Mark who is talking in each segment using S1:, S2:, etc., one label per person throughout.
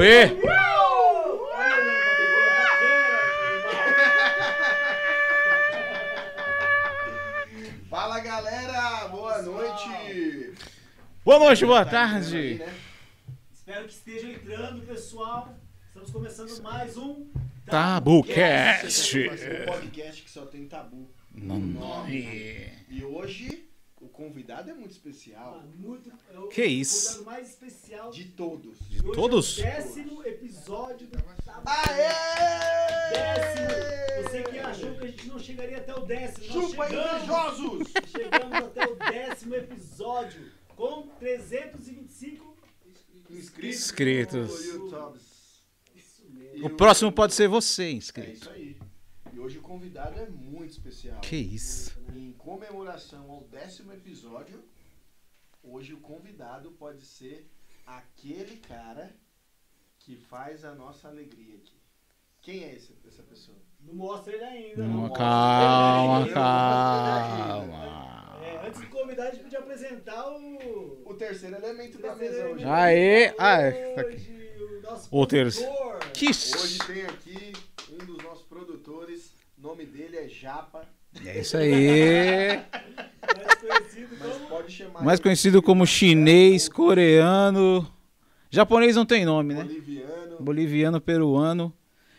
S1: Aê!
S2: Fala galera, boa noite.
S1: Boa noite, boa
S2: Tá entrando aí,
S1: tarde.
S2: né?
S3: Espero que esteja entrando, pessoal. Estamos começando mais um
S1: Tabucast.
S2: Mas um podcast que só tem tabu.
S1: No nome.
S2: E hoje o convidado é muito especial.
S3: Muito, é o
S1: Que isso?
S3: convidado mais especial
S2: De todos.
S3: de hoje,
S1: todos?
S3: É o décimo episódio do Tabucast.
S2: Aê!
S3: Décimo. Você que achou que a gente não chegaria até o décimo. nós
S2: Chupa
S3: chegamos,
S2: invejosos!
S3: chegamos até o décimo episódio com 325.
S2: Inscritos.
S1: Inscritos.
S2: no YouTube.
S3: Isso mesmo.
S2: E
S1: O próximo pode ser você,
S2: É
S1: inscrito.
S2: isso aí. E hoje o convidado é muito especial.
S1: Que isso?
S2: Em comemoração ao décimo episódio, hoje o convidado pode ser aquele cara que faz a nossa alegria aqui. Quem é esse- essa pessoa?
S3: Não mostra ele ainda.
S1: Não,
S3: não
S1: Hum, Calma,
S3: mostra ele
S1: calma.
S3: ainda. É, antes de convidar, a gente podia apresentar o.
S2: O terceiro elemento da mesa
S3: Prazer,
S2: hoje.
S3: né?
S1: Aê, aê, tá aqui.
S3: Hoje, o nosso
S1: O terceiro.
S3: produtor.
S1: Que
S2: Hoje
S1: isso?
S2: tem aqui um dos nossos produtores, o nome dele é Japa,
S1: É isso aí.
S3: mais conhecido
S2: mas
S3: como
S2: pode chamar
S1: Mais
S2: ele
S1: conhecido como chinês, coreano. Japonês não tem nome, né?
S2: boliviano,
S1: Boliviano, peruano.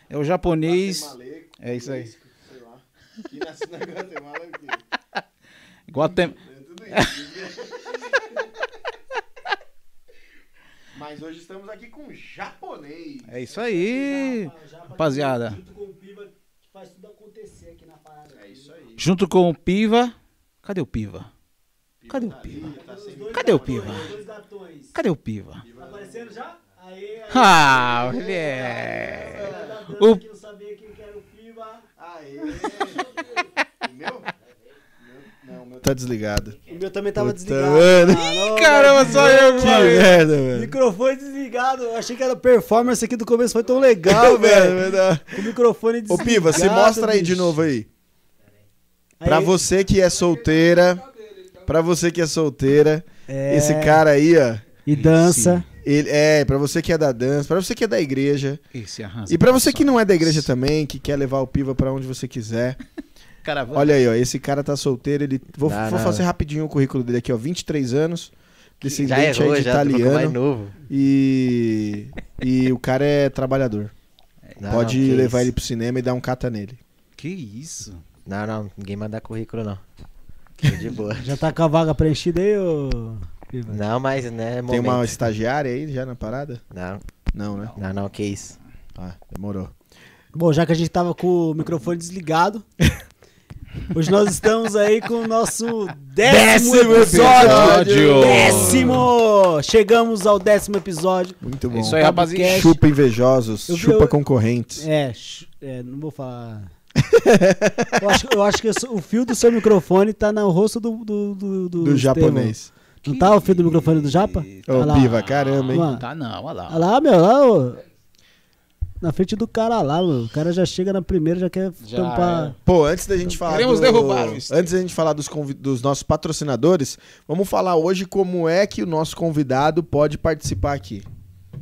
S1: É o japonês.
S2: guatemaleco,
S1: É isso aí.
S2: fresco, sei lá. Que nasce na Guatemala é o quê? É
S1: Guatem...
S2: tudo isso. Mas hoje estamos aqui com um japonês.
S1: É isso aí.
S3: Japa, Japa,
S1: rapaziada.
S3: Junto com o Piva, que faz tudo acontecer aqui na parada.
S2: É isso aí.
S1: Junto com o Piva. Cadê o Piva? Cadê o
S2: tá ali,
S1: Piva?
S2: tá
S3: Os
S2: sempre-
S3: dois
S1: Cadê o
S3: gatões,
S1: Piva?
S3: os dois gatões.
S1: Cadê o Piva?
S3: Tá aparecendo já? Aê, aê.
S1: Ah, ele é.
S3: Essa da dança
S1: O-
S3: que eu sabia quem que era o Piva.
S2: Aê! O meu? Meu- Não, o meu
S4: Tá desligado.
S3: O meu também tava Ah,
S4: merda.
S1: Ih, caramba, só eu,
S4: Que
S1: mano.
S4: merda, velho.
S3: Microfone desligado. Eu achei que era performance aqui do começo, foi tão legal,
S1: É
S4: Não, velho, velho.
S3: O microfone
S4: Ô, Piva, se mostra aí de novo aí. Pra você que é solteira, pra você que é solteira,
S5: É.
S4: esse cara aí, ó,
S3: E dança.
S4: ele é, pra você que é da dança, pra você que é da igreja,
S1: Esse arrasa.
S4: e pra você que não é da igreja também, que quer levar o Piva pra onde você quiser.
S1: Caravana.
S4: Olha aí, ó, esse cara tá solteiro, ele vou,
S5: Não,
S4: vou
S5: não.
S4: fazer rapidinho o currículo dele aqui, ó, 23 anos,
S5: já
S4: descendente
S5: errou,
S4: aí de
S5: já trocou mais
S4: italiano
S5: novo.
S4: e e o cara é trabalhador.
S5: É, Não,
S4: Pode
S5: não, que
S4: levar
S5: isso.
S4: ele pro cinema e dar um cata nele.
S1: Que isso?
S5: Não, não, ninguém manda currículo, não. Tô de boa.
S3: Já tá com a vaga preenchida aí, ô Piva?
S5: Não, mas né,
S4: Tem
S5: momento.
S4: uma estagiária aí já na parada?
S5: Não,
S4: Não, né?
S5: não, não, que isso.
S4: Ah, demorou.
S3: Bom, já que a gente tava com o microfone desligado, hoje nós estamos aí com o nosso décimo,
S4: Décimo
S3: episódio.
S1: episódio.
S3: Décimo! Chegamos ao décimo episódio.
S4: Muito bom.
S1: É isso aí, rapaziada.
S3: Podcast.
S4: Chupa invejosos,
S3: Eu vi-
S4: chupa
S3: eu-
S4: concorrentes.
S3: É, sh- é, não vou falar. eu acho, eu acho que o so- o fio do seu microfone tá no rosto do. Do, do, do
S4: do
S3: Estevão.
S4: japonês.
S3: Não tá o fio do microfone do Japa?
S4: Ô,
S3: Olha lá.
S4: piva, caramba, hein?
S3: Mano.
S1: Tá não, olha lá.
S3: Olha lá, meu, lá, ô. Na frente do cara lá, meu. O cara já chega na primeira, já quer
S1: Já
S5: Então,
S1: é.
S3: tampar.
S4: Pô, antes da gente falar.
S1: Queremos
S4: do-
S1: derrubar o Estevão.
S4: Antes da gente falar dos, convi- dos nossos patrocinadores, vamos falar hoje como é que o nosso convidado pode participar aqui.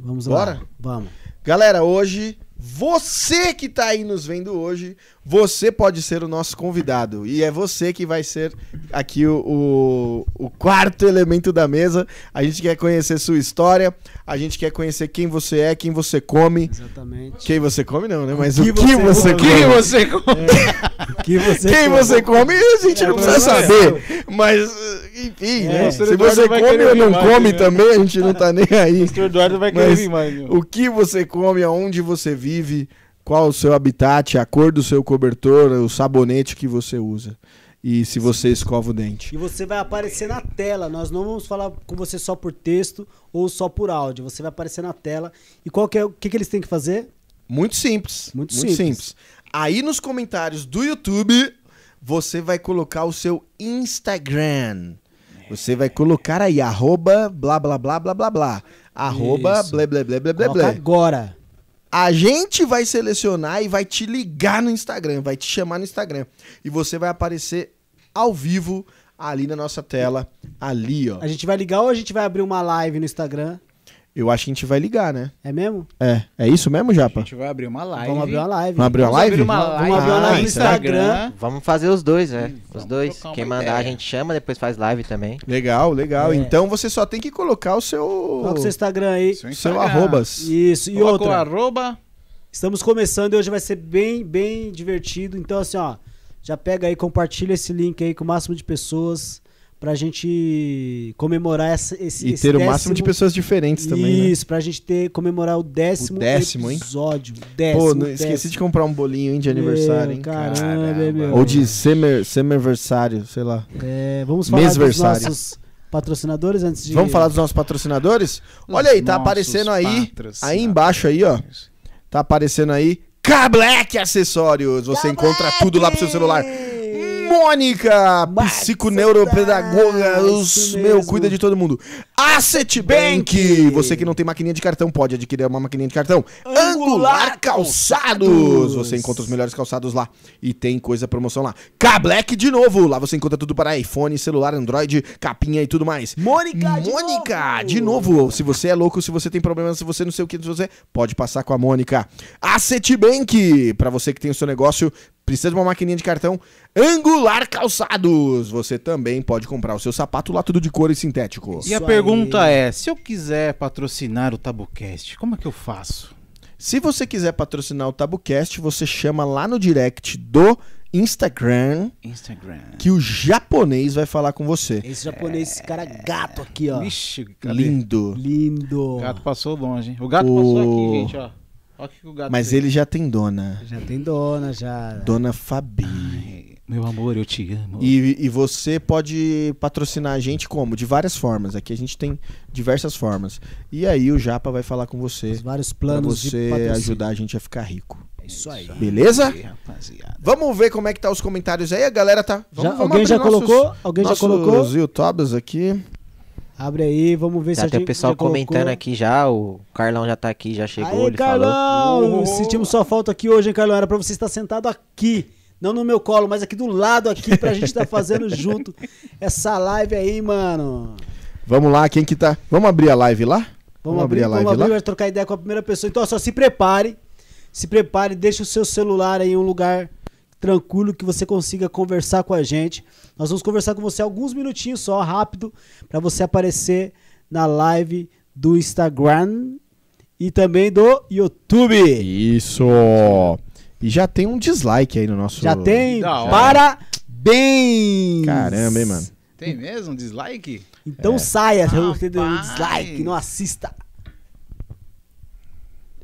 S3: Vamos lá.
S4: Bora?
S3: Vamos.
S4: Galera, hoje, você que tá aí nos vendo hoje, você pode ser o nosso convidado. E é você que vai ser aqui o, o, o quarto elemento da mesa. A gente quer conhecer sua história, a gente quer conhecer quem você é, quem você come.
S3: Exatamente.
S4: Quem você come não, né? Mas
S3: O
S4: o
S3: que você
S4: que, você,
S3: come.
S1: Quem
S4: come.
S1: você
S3: Que você
S4: Quem você come, a gente
S3: É,
S4: não precisa
S3: mas-
S4: saber. Mas, enfim,
S3: É,
S4: né?
S3: o
S4: Se
S1: senhor Eduardo
S4: você
S1: vai
S4: come
S1: querer
S4: ou não
S1: vir mais,
S4: come
S1: né?
S4: também, a gente não tá nem aí.
S1: O Eduardo vai
S4: querer
S1: querer
S4: Mas-
S1: vir
S4: vir
S1: mais.
S4: O que você come, aonde você vive, qual o seu habitat, a cor do seu cobertor, o sabonete que você usa. E se você escova o dente.
S3: E você vai aparecer na tela. Nós não vamos falar com você só por texto ou só por áudio. Você vai aparecer na tela. E qual que é, o que, que eles têm que fazer?
S4: Muito simples.
S3: Muito simples.
S4: Aí nos comentários do YouTube, você vai colocar o seu Instagram. Você vai colocar aí, arroba blá blá blá blá blá blá. Arroba
S1: Isso.
S4: blé blé blé blé blé
S3: Coloca
S4: blé.
S3: agora.
S4: A gente vai selecionar e vai te ligar no Instagram, vai te chamar no Instagram. E você vai aparecer ao vivo ali na nossa tela, ali, ó.
S3: A gente vai ligar ou a gente vai abrir uma live no Instagram.
S4: Eu acho que a gente vai ligar, né?
S3: É mesmo?
S4: É, é isso mesmo,
S1: A
S4: Japa?
S1: gente vai abrir uma live.
S3: Vamos abrir uma live.
S4: Vamos abrir uma
S1: Vamos abrir
S4: live?
S1: uma
S3: Vamos abrir uma
S1: live
S3: live
S1: no
S3: no
S1: Instagram.
S5: Vamos fazer os dois, é.
S1: Hum,
S5: os
S1: vamos
S5: dois.
S1: trocar uma
S5: Quem mandar a
S1: ideia.
S5: gente chama, depois faz live também.
S4: Legal, legal.
S3: É.
S4: Então você só tem que colocar o seu.
S3: Coloca o seu Instagram aí.
S1: Seu
S4: seu
S1: Instagram.
S4: arrobas.
S3: Isso, e
S1: Coloca o
S3: outra.
S1: arroba.
S3: Estamos começando e hoje vai ser bem, bem divertido. Então, assim, ó, já pega aí, compartilha esse link aí com o máximo de pessoas pra gente comemorar essa, esse
S4: E
S3: esse
S4: ter o máximo de
S3: décimo-
S4: pessoas diferentes também. Né?
S3: Isso, pra gente ter, comemorar o décimo,
S4: O décimo, hein?
S3: episódio. Décimo,
S4: Pô, não- esqueci de comprar um bolinho, hein, de aniversário, hein?
S3: Caramba,
S1: Caramba.
S3: meu.
S4: Ou de semer, semerversário, sei lá.
S3: É, vamos falar dos
S4: Mêsversário.
S3: nossos patrocinadores antes de.
S4: Vamos falar dos nossos patrocinadores? Olha aí, tá
S1: Nossos
S4: aparecendo aí,
S1: patrocinadores.
S4: aí embaixo aí, ó. Tá aparecendo aí. Kablack Acessórios. Você encontra tudo lá pro seu celular. Mônica, psiconeuropedagoga, os-
S3: é isso
S4: meu,
S3: mesmo.
S4: cuida de todo mundo. Asset Bank, você que não tem maquininha de cartão, pode adquirir uma maquininha de cartão.
S3: Angular
S4: Angular Calçados,
S3: Calçados.
S4: você encontra os melhores calçados lá e tem coisa promoção lá. Kablack de novo, lá você encontra tudo para iPhone, celular, Android, capinha e tudo mais.
S3: Mônica, de
S4: Mônica,
S3: novo.
S4: de novo, se você é louco, se você tem problema, se você não sei o que, se você pode passar com a Mônica. Asset Bank, para você que tem o seu negócio, precisa de uma maquininha de cartão. Angular Calçados, você também pode comprar o seu sapato lá tudo de couro e sintético.
S1: E a
S3: Isso
S1: pergunta é: se eu quiser patrocinar o Tabucast, como é que eu faço?
S4: Se você quiser patrocinar o TabuCast, você chama lá no direct do Instagram
S1: Instagram.
S4: que o japonês vai falar com você.
S3: Esse japonês, esse cara gato aqui, ó.
S1: Vixe, cadê?
S4: Lindo.
S3: Lindo.
S1: O gato passou longe, hein? O gato
S4: O-
S1: passou aqui, gente, ó. Olha o que o gato
S4: Mas
S1: fez.
S4: ele já tem dona.
S3: Já tem dona, já.
S4: Dona Fabi.
S1: Meu amor, eu te amo.
S4: E, e você pode patrocinar a gente como? De várias formas. Aqui a gente tem diversas formas. E aí o Japa vai falar com
S3: Os
S4: você
S3: vários
S4: pra
S3: planos
S4: você
S3: patrocínio.
S4: ajudar a gente a ficar rico.
S3: É Isso aí.
S4: Beleza?
S1: Ei, rapaziada.
S4: Vamos ver como é que tá os comentários aí. A galera tá.
S3: Já-
S4: Vamos, vamos
S3: alguém
S4: abrir
S3: já
S4: nossos-
S3: colocou? Alguém já
S4: nossos
S3: colocou?
S4: YouTubers aqui.
S3: Abre aí, vamos ver
S5: Já
S3: se a
S5: tem o
S3: gente
S5: pessoal
S3: já colocou.
S5: comentando aqui já, o Carlão já tá aqui, já chegou,
S3: Aê,
S5: ele falou.
S3: Carlão! Sentimos sua falta aqui hoje, hein, Carlão? Era pra você estar sentado aqui. Não no meu colo, mas aqui do lado aqui pra gente estar fazendo junto essa live aí, mano.
S4: Vamos lá, quem que tá? Vamos abrir a live lá?
S3: Vamos, abrir, a live vamos abrir, vai trocar ideia com a primeira pessoa. Então, ó, só se prepare. Se prepare, deixe o seu celular aí em um lugar tranquilo que você consiga conversar com a gente. Nós vamos conversar com você alguns minutinhos só, rápido, para você aparecer na live do Instagram e também do YouTube.
S4: Isso! E já tem um dislike aí no nosso.
S3: Já tem?
S1: Da hora.
S3: Parabéns!
S4: Caramba, hein, mano.
S1: Tem mesmo? Dislike?
S3: Então saia, eu
S1: Rapaz.
S3: tenho um dislike, não assista.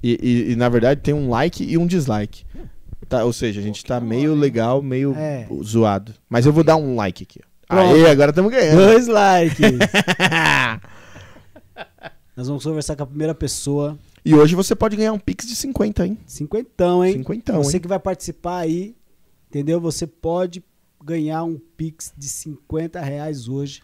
S4: E, e- e, na verdade tem um like e um dislike. Tá, ou seja, a gente tá meio legal, meio
S3: É.
S4: zoado. Mas eu vou dar um like aqui. ó.
S3: Pronto.
S4: Aê, agora estamos ganhando.
S3: Dois likes. Nós vamos conversar com a primeira pessoa.
S4: E hoje você pode ganhar um pix de 50, hein?
S3: Cinquentão, hein?
S4: Cinquentão,
S3: Você
S4: hein?
S3: que vai participar aí, entendeu? Você pode ganhar um Pix de 50 reais hoje.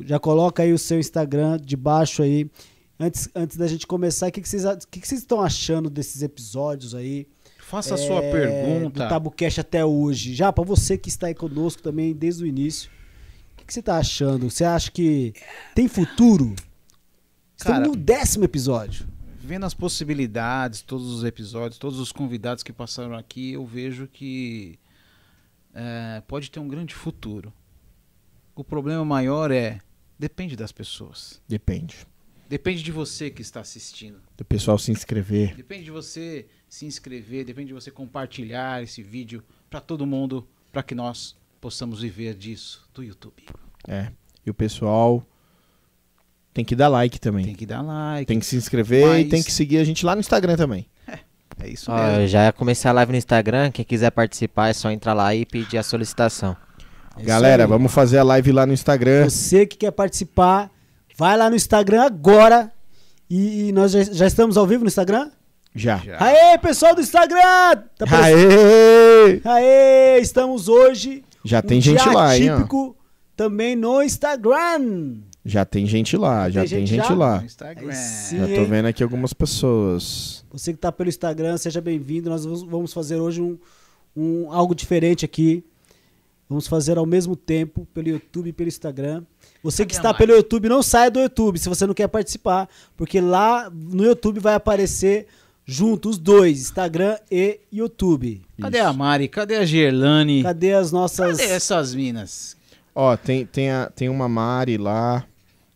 S3: Já coloca aí o seu Instagram debaixo aí. Antes, antes da gente começar, o que, que, vocês, a- o que, que vocês estão achando desses episódios aí?
S1: Faça a sua
S3: É,
S1: pergunta.
S3: Do TabuCast até hoje. Já, pra você que está aí conosco também desde o início, o que, que você tá achando? Você acha que tem futuro? Estamos
S1: Cara-
S3: no décimo episódio.
S1: Vendo as possibilidades, todos os episódios, todos os convidados que passaram aqui, eu vejo que é, pode ter um grande futuro. O problema maior é depende das pessoas.
S4: Depende.
S1: Depende de você que está assistindo.
S4: Do pessoal se inscrever.
S1: Depende de você se inscrever, depende de você compartilhar esse vídeo para todo mundo, para que nós possamos viver disso do YouTube.
S4: É. E o pessoal tem que dar like também.
S1: Tem que dar like.
S4: Tem que se inscrever
S1: Mas-
S4: e tem que seguir a gente lá no Instagram também.
S1: É isso
S5: Ó,
S1: mesmo.
S5: eu já comecei a live no Instagram, quem quiser participar é só entrar lá e pedir a solicitação.
S3: É isso
S4: Galera,
S3: aí.
S4: vamos fazer a live lá no Instagram.
S3: Você que quer participar, vai lá no Instagram agora. E, e nós já, já estamos ao vivo no Instagram?
S4: Já.
S1: Já.
S3: Aê, pessoal do Instagram! Tá aparecendo-
S4: Aê!
S3: Aê, estamos hoje.
S4: Já
S3: um
S4: tem gente
S3: dia
S4: lá, hein? ó.
S3: típico também no Instagram.
S4: Já tem gente lá, já tem
S3: tem
S4: gente,
S3: gente já?
S4: lá.
S1: No Instagram.
S3: Aí sim.
S4: Já tô
S3: hein?
S4: vendo aqui algumas pessoas.
S3: Você que tá pelo Instagram, seja bem-vindo. Nós vamos- vamos fazer hoje um, um- algo diferente aqui. Vamos fazer ao mesmo tempo pelo YouTube e pelo Instagram. Você que
S1: Cadê a
S3: está
S1: live?
S3: pelo YouTube, não saia do YouTube se você não quer participar, porque lá no YouTube vai aparecer junto os dois, Instagram e YouTube.
S1: Cadê a Mari? Cadê a Gerlane? Cadê,
S3: Cadê as nossas
S1: essas minas?
S4: Ó, tem, tem, a- tem uma Mari lá,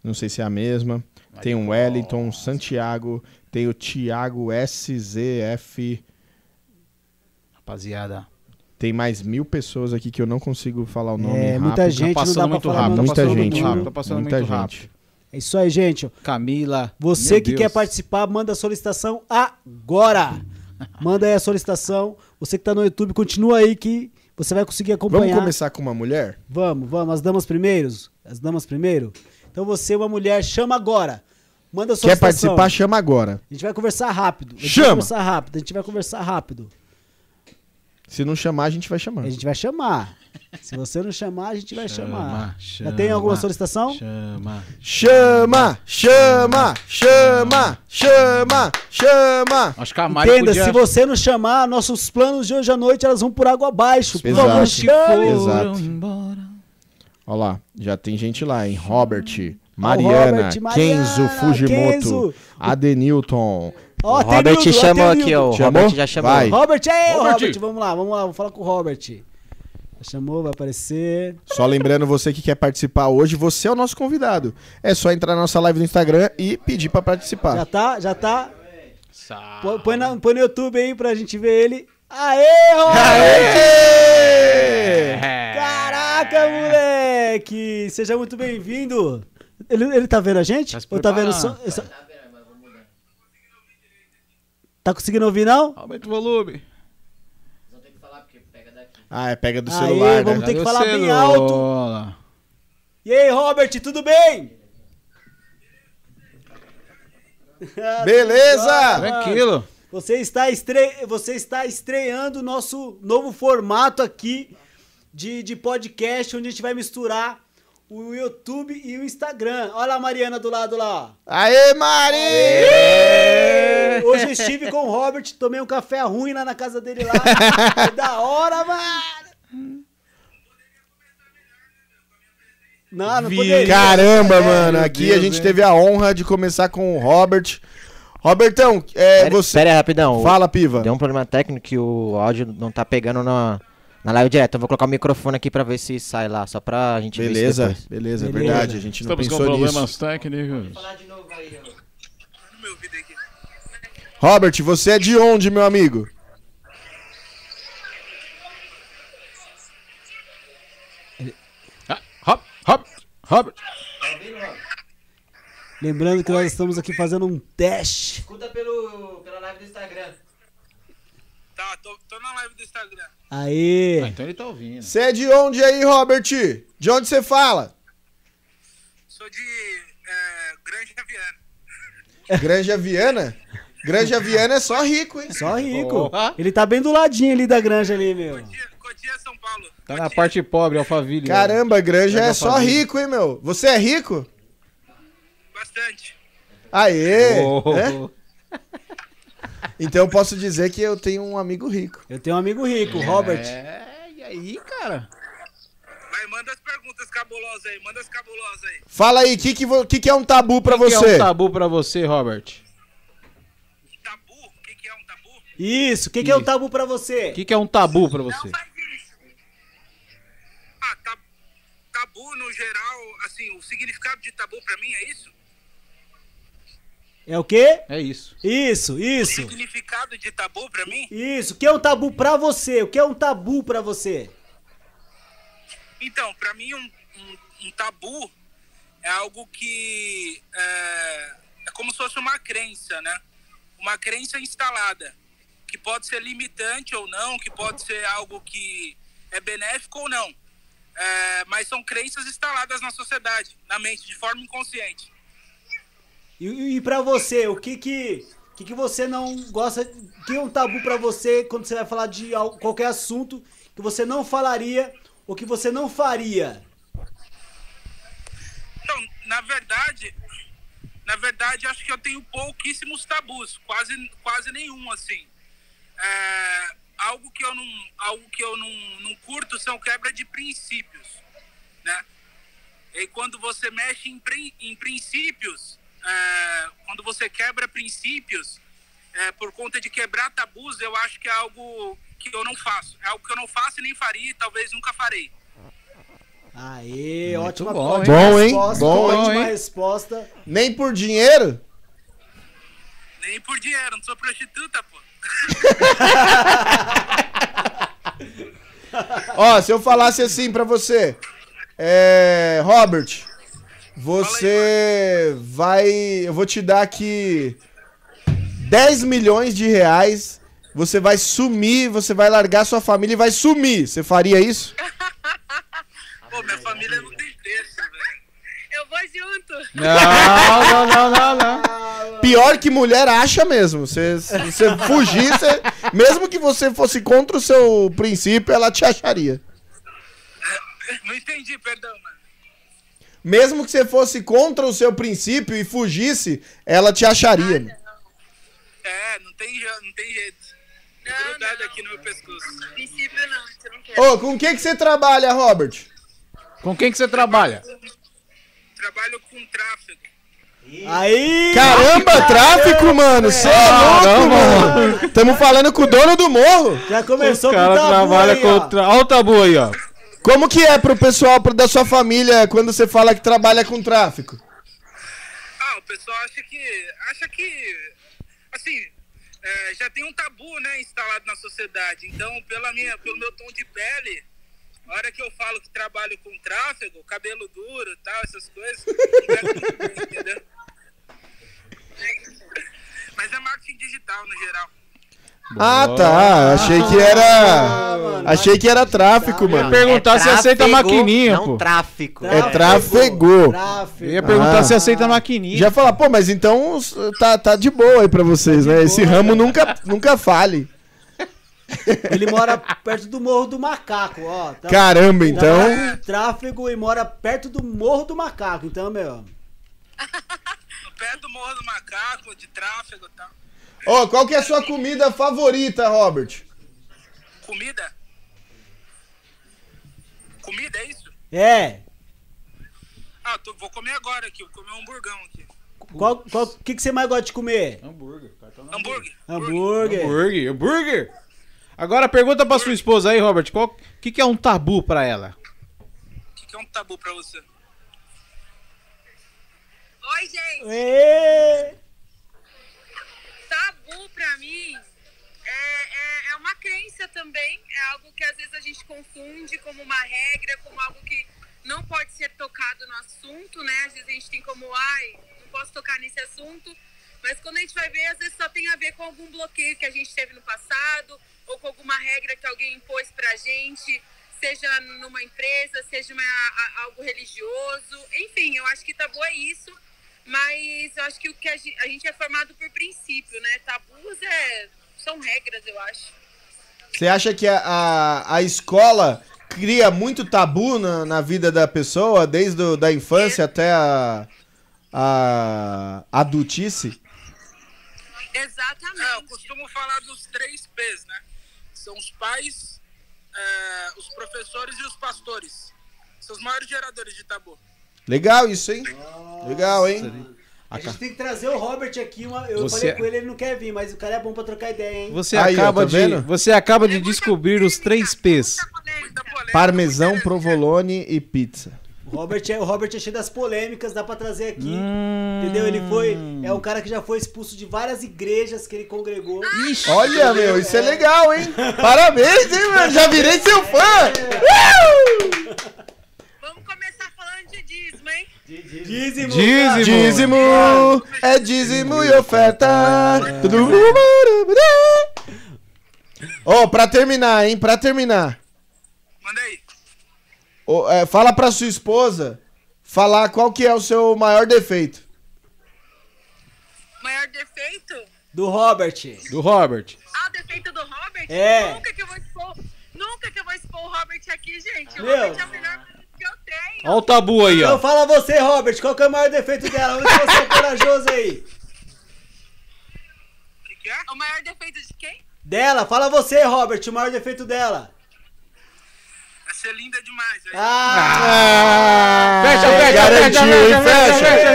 S4: não sei se é a mesma. Tem um Wellington, um Santiago, tem o Thiago SZF.
S1: Rapaziada.
S4: Tem mais mil pessoas aqui que eu não consigo falar o nome.
S3: É,
S4: rápido.
S3: muita gente,
S1: tá
S3: não dá
S1: passando
S3: pra
S1: muito
S3: falar
S1: rápido,
S3: nome de
S1: tá passando
S3: todo
S1: muito
S3: mundo.
S1: rápido, tá passando
S4: Muita
S1: muito
S4: gente.
S1: rápido.
S3: É isso aí, gente.
S1: Camila.
S3: Você
S1: meu
S3: que
S1: Deus.
S3: quer participar, manda a solicitação agora. Manda aí a solicitação. Você que tá no YouTube, continua aí que você vai conseguir acompanhar.
S4: Vamos começar com uma mulher?
S3: Vamos, vamos. As damas primeiros? As damas primeiro? Então você, uma mulher, chama agora. Manda a
S4: Quer
S3: solicitação.
S4: participar? Chama agora.
S3: A gente vai conversar rápido. A gente
S4: Chama!
S3: vai conversar rápido. A gente vai conversar rápido.
S4: Se não chamar, a gente vai chamar.
S3: A gente vai chamar. Se você não chamar, a gente vai chamar.
S1: chama,
S3: Já tem alguma solicitação?
S1: Chama.
S4: Chama, chama, chama, chama, chama.
S1: Acho que
S3: Ah,
S1: a Mari
S3: Entenda,
S1: podia...
S3: se você não chamar, nossos planos de hoje à noite elas vão por água abaixo. Por
S4: Exato.
S3: favor,
S1: Se
S3: chame.
S4: Exato.
S1: foram embora.
S4: Ó lá, já tem gente lá, hein? Robert, Mariana,
S3: Robert, Mariana,
S4: Kenzo Fujimoto,
S3: Kenzo.
S4: Adenilton.
S3: Ó,
S5: o
S3: tem
S5: Robert
S3: Nildo, ó,
S5: chamou
S3: tem
S5: aqui, ó. O
S3: Nildo.
S4: Chamou?
S5: Robert já chamou.
S4: Vai.
S3: Robert, é, Robert.
S1: Robert.
S3: vamos lá, vamos lá, vamos falar com o Robert. Já chamou, vai aparecer.
S4: Só lembrando você que quer participar hoje, você é o nosso convidado. É só entrar na nossa live no Instagram e pedir pra
S3: Já
S4: participar.
S3: tá, já tá.
S1: Sa-
S3: Põe, põe na- põe no YouTube aí pra gente ver ele. Aê, Robert!
S4: Aê!
S1: É.
S3: Caraca, moleque! Seja muito bem-vindo. Ele, ele tá vendo a gente?
S1: Tá se
S3: Ou tá vendo só...
S1: preparando.
S3: só- Tá conseguindo ouvir, não?
S1: Aumenta o volume.
S4: Ah, é pega do
S3: Aê,
S4: celular, né?
S3: vamos ter que
S1: Cadê o
S3: falar bem
S1: celular?
S3: E aí, Robert, tudo bem?
S4: Beleza!
S1: Tranquilo.
S3: Ah, Você está, estre... Você está estreando o nosso novo formato aqui de, de podcast, onde a gente vai misturar o YouTube e o Instagram. Olha lá a Mariana do lado lá.
S4: Aê, Mari!
S3: ó. Hoje eu estive com o Robert, tomei um café ruim lá na casa dele lá. Foi da hora, mano! Não, Ah, não
S1: Vi-
S3: poderia.
S4: Caramba, mano,
S1: meu
S4: aqui
S1: Deus,
S4: a gente
S1: hein?
S4: teve a honra de começar com o Robert. Robertão, é
S5: Pera,
S4: você.
S5: pera aí, rapidão.
S4: Fala, piva.
S5: Deu um problema técnico que o áudio não tá pegando na, na live direto. Eu vou colocar o microfone aqui pra ver se sai lá, só pra gente ver
S4: Beleza,
S5: isso depois.
S4: beleza, é
S3: Beleza.
S4: verdade. A gente não
S1: Estamos com
S4: pensou nisso.
S1: problemas técnicos.
S4: Robert, você é de onde, meu amigo?
S1: Ah, Hop, hop, hop.
S3: Lembrando que nós estamos aqui fazendo um teste.
S5: Escuta pelo, pela live do Instagram.
S6: Tá, tô, tô na live do Instagram.
S1: Ah,
S3: Aê!
S1: então ele tá ouvindo.
S4: Você é de onde aí, Robert? De onde você fala?
S6: Sou de é, Granja Viana.
S4: Granja Viana? Granja Viana é só rico, hein?
S3: Só rico.
S1: Opa.
S3: Ele tá bem do ladinho ali da granja ali, meu.
S6: Cotia, Cotia, São Paulo.
S1: Tá na parte pobre, Alphaville.
S4: Caramba, Granja é
S1: Granja
S4: só
S1: família.
S4: rico, hein, meu? Você é rico?
S6: Bastante.
S4: Aê! né?
S1: Oh.
S4: Então eu posso dizer que eu tenho um amigo rico.
S3: Eu tenho um amigo rico, Robert.
S1: É, e aí, cara?
S6: Vai, manda as perguntas cabulosas aí, manda as cabulosas aí.
S4: Fala aí, o que, que, vo- que, que é um tabu pra
S1: O que é
S4: você?
S1: um tabu pra você, Robert?
S6: Tabu? O que, que é um tabu?
S3: Isso, o que, que
S4: um
S3: é o tabu pra você?
S1: O que, que é um tabu pra você?
S6: Não faz isso. Ah, ta- tabu no geral, assim, o significado de tabu pra mim é isso?
S3: É o quê?
S1: É isso.
S3: Isso, isso.
S6: O significado de tabu pra mim?
S3: Isso, o que é um tabu pra você? O que é um tabu pra você?
S6: Então, pra mim, um, um- um tabu é algo que é, é como se fosse uma crença, né? Uma crença instalada, que pode ser limitante ou não, que pode ser algo que é benéfico ou não. É, mas são crenças instaladas na sociedade, na mente, de forma inconsciente.
S3: E, e, e pra você, o que que, o que que você não gosta? O que é um tabu pra você quando você vai falar de al- qualquer assunto que você não falaria ou que você não faria?
S6: Então, na verdade, na verdade, acho que eu tenho pouquíssimos tabus, quase, quase nenhum, assim. É, algo que eu não, algo que eu não, não curto são quebra de princípios, né? E quando você mexe em, prin- em princípios, é, quando você quebra princípios, é, por conta de quebrar tabus, eu acho que é algo que eu não faço. É algo que eu não faço e nem faria, e talvez nunca farei.
S3: Aê, É ótima,
S1: bom,
S3: ótima
S4: hein? Bom, hein?
S3: resposta.
S4: Bom,
S3: ótima
S1: hein?
S3: resposta.
S4: Nem por dinheiro?
S6: Nem por dinheiro, não sou prostituta, pô.
S4: Ó, se eu falasse assim pra você, é, Robert, você vai, eu vou te dar aqui 10 milhões de reais, você vai sumir, você vai largar sua família e vai sumir. Você faria isso?
S6: Pô, minha família não tem preço, velho.
S7: Eu vou junto.
S1: Não, não, não, não, não.
S4: Pior que mulher acha mesmo. Você, se você fugir, você- mesmo que você fosse contra o seu princípio, ela te acharia.
S6: Não entendi, perdão, mano.
S4: Mesmo que você fosse contra o seu princípio e fugisse, ela te acharia. mano.
S6: É, não tem, je- não tem jeito. É
S7: Não,
S6: verdade
S7: não.
S6: aqui no meu pescoço.
S7: Princípio não, isso eu não quero.
S4: Ô, com o que, que você trabalha, Robert?
S1: Com quem que você trabalha?
S6: Trabalho com tráfego.
S3: Aí!
S4: Caramba, tráfico, mano! Você é louco, mano! Tamo falando com o dono do morro!
S3: Já começou
S1: Os caras
S3: tabu
S1: trabalham
S3: aí, ó.
S1: com. Tra... Olha o tabu aí, ó.
S4: Como que é pro pessoal pro- da sua família quando você fala que trabalha com tráfico?
S6: Ah, o pessoal acha que. acha que. Assim, é, já tem um tabu, né, instalado na sociedade. Então, pela minha, pelo meu tom de pele, a hora que eu falo que trabalho com tráfego, cabelo duro e tal, essas coisas, não pega muito bem, entendeu? Mas é marketing digital no geral.
S4: Ah, tá. Achei que era.
S3: Ah, mano, é
S4: Achei que era tráfico, mano.
S1: perguntar se aceita
S5: tráfego,
S1: maquininha,
S5: não
S1: pô.
S5: tráfico.
S4: É tráfego.
S1: Eu ia
S3: Tráfego.
S1: perguntar
S4: Ah.
S1: se aceita maquininha.
S4: Já falar, pô, mas então tá, tá de boa aí pra vocês, né? Esse ramo nunca, nunca fale.
S3: Ele mora perto do Morro do Macaco, ó. Tá-
S4: Caramba, então.
S3: Trabalha com Tráfego e mora perto do Morro do Macaco. Então, meu.
S6: No pé do morro do macaco, de tráfego e tal.
S4: Ó, qual que é a sua comida favorita, Robert?
S6: Comida? Comida, é isso?
S3: É.
S6: Ah, tô- vou comer agora aqui, vou comer um hamburgão aqui.
S3: Qual, qual, que, que você mais gosta de comer?
S1: Hambúrguer, cara.
S6: Hambúrguer.
S3: Hambúrguer.
S1: Hambúrguer, hambúrguer. Agora pergunta pra sua esposa aí, Robert, qual que, que é um tabu pra ela?
S6: O que, que é um tabu pra você?
S7: Oi, gente.
S3: Ê!
S7: Tabu pra mim é, é, é uma crença também. É algo que às vezes a gente confunde como uma regra, como algo que não pode ser tocado no assunto, né? Às vezes a gente tem como, ai, não posso tocar nesse assunto. Mas quando a gente vai ver, às vezes só tem a ver com algum bloqueio que a gente teve no passado, ou com alguma regra que alguém impôs pra gente, seja numa empresa, seja uma- a- algo religioso. Enfim, eu acho que tabu é isso. Mas eu acho que o que a gente, a gente é formado por princípio, né? Tabus é, são regras, eu acho.
S4: Você acha que a, a, a escola cria muito tabu na, na vida da pessoa, desde o- da infância até a, a adultice?
S6: É, eu
S7: Exatamente.
S6: costumo falar dos três P's, né? São os pais, é, os professores e os pastores. São os maiores geradores de tabu.
S4: Legal isso, hein? Legal, hein?
S3: A gente tem que trazer o Robert aqui. Uma, eu
S1: Você- é-
S3: falei com ele, ele não quer vir, mas o cara é bom pra trocar ideia, hein?
S1: Você
S4: Aí, ó,
S1: acaba
S4: tá
S1: de
S4: vendo?
S1: você acaba de descobrir os três P's.
S6: Muita polêmica.
S4: Parmesão,
S6: muita-
S4: provolone e pizza.
S3: O Robert, é, o Robert é cheio das polêmicas, dá pra trazer aqui.
S1: Hum.
S3: Entendeu? Ele foi. É um cara que já foi expulso de várias igrejas que ele congregou.
S4: Olha, meu, isso é legal, hein? Parabéns, hein, mano? Já virei seu fã!
S3: É.
S7: Vamos começar falando de dízimo, hein?
S3: Dízimo!
S1: Dízimo.
S3: cara.
S4: Dízimo, é dízimo e oferta. Tudo. Ó, pra terminar, hein? Pra terminar.
S6: Manda aí.
S4: Ô, é, fala pra sua esposa falar qual que é o seu maior defeito.
S7: Maior defeito?
S3: Do Robert.
S1: Do Robert.
S7: Ah, o defeito do Robert?
S3: É.
S7: Nunca que eu vou expor. Nunca que eu vou expor o Robert aqui, gente. O
S3: Meu.
S7: Robert é o melhor que eu tenho.
S1: Olha o tabu aí,
S3: Então
S1: ó.
S3: fala você, Robert, qual que é o maior defeito dela? Onde você é corajoso aí?
S6: O que, que é?
S7: O maior defeito de quem?
S3: Dela, fala você, Robert, o maior defeito dela.
S6: Essa é linda demais. velho.
S3: Ah,
S1: Ah. Fecha, fecha,
S4: Ah. garantiu,
S1: fecha,
S4: hein?
S1: fecha,
S4: Fecha.
S1: fecha,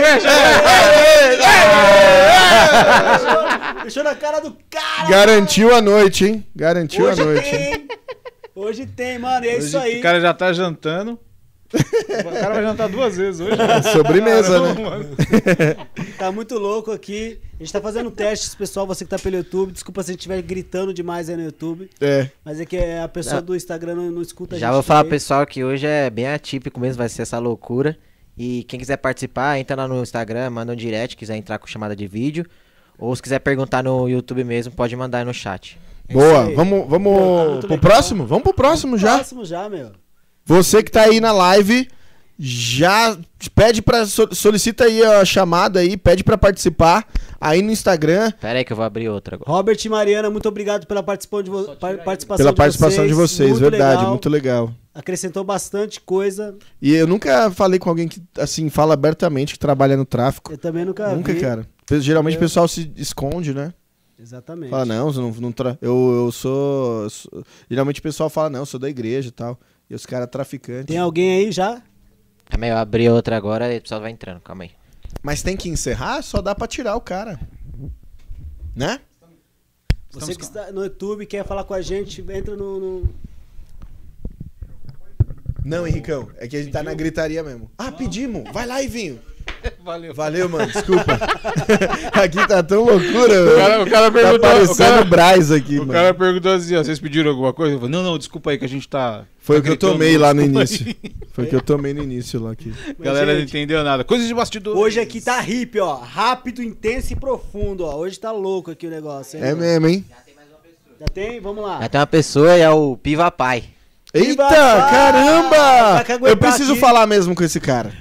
S1: fecha, fecha.
S3: fechou na cara do cara.
S4: Garantiu a noite, hein? Garantiu
S3: Hoje
S4: a noite.
S3: tem. Hoje tem, mano. E é isso
S1: Hoje
S3: aí.
S1: O cara já tá jantando. O cara vai jantar duas vezes hoje.
S4: É Sobremesa, né?
S1: mano.
S3: Tá muito louco aqui. A gente tá fazendo testes, pessoal. Você que tá pelo YouTube. Desculpa se a gente estiver gritando demais aí no YouTube.
S4: É.
S3: Mas é que a pessoa do Instagram não, não escuta a gente.
S5: Já vou falar pro
S3: direito.
S5: pessoal que hoje é bem atípico mesmo, vai ser essa loucura. E quem quiser participar, entra lá no Instagram, manda um direct, quiser entrar com chamada de vídeo. Ou se quiser perguntar no YouTube mesmo, pode mandar aí no chat.
S4: Boa,
S3: aí.
S4: vamos,
S3: Pô, tá
S4: vamos
S3: muito
S4: pro
S3: legal.
S4: próximo? Vamos pro próximo já.
S3: Próximo já, meu.
S4: Você que tá aí na live, já pede pra. so- solicita aí a chamada aí, pede pra participar aí no Instagram
S5: Pera aí que eu vou abrir outra agora.
S3: Robert e Mariana, muito obrigado pela participação de, vo-
S1: né?
S3: par- participação
S4: pela
S3: de
S4: participação de vocês,
S3: Muito
S4: verdade,
S3: legal.
S4: muito legal.
S3: Acrescentou bastante coisa.
S4: E eu nunca falei com alguém que, assim, fala abertamente que trabalha no tráfico.
S3: Eu também nunca,
S4: nunca,
S3: vi.
S4: cara. Geralmente o pessoal se esconde, né?
S3: Exatamente.
S4: Fala, não, você não, não tra... eu, eu sou, eu sou- Geralmente o pessoal fala, não, eu sou da igreja e tal. E os caras traficantes.
S3: Tem alguém aí já?
S5: Calma aí, eu abri É outra agora e o pessoal vai entrando, calma aí.
S4: Mas tem que encerrar, só dá pra tirar o cara. Né?
S3: Você que está no YouTube, quer falar com a gente, entra no. no-
S4: Não, Henricão, é que a gente tá na gritaria mesmo. Ah, pedimos! Vai lá, Ivinho!
S1: Valeu.
S4: Valeu, mano, desculpa. aqui tá tão loucura, velho.
S1: O cara, o cara
S4: Tá
S1: perguntou. o
S4: parecendo
S1: cara,
S4: o Braz aqui,
S1: o
S4: mano.
S1: cara perguntou assim: ó, vocês pediram alguma coisa? Eu falei, não, não, desculpa aí que a gente tá.
S4: Foi
S1: tá
S4: o que eu
S1: gritando,
S4: tomei lá no
S1: desculpa
S4: início.
S1: aí.
S4: Foi o que eu tomei no início lá aqui.
S3: Mas,
S1: Galera não
S3: gente,
S1: entendeu nada. Coisas de bastidor.
S3: Hoje aqui tá hip, ó. Rápido, intenso e profundo, ó. Hoje tá louco aqui o negócio. hein,
S4: É
S3: mano?
S4: mesmo, hein?
S3: Já tem? Vamos lá.
S5: Já tem uma pessoa e é o Piva Pai.
S4: Eita,
S3: babado! Vai
S4: caramba!
S3: que aguentar
S4: Eu preciso
S3: aqui.
S4: falar mesmo com esse cara.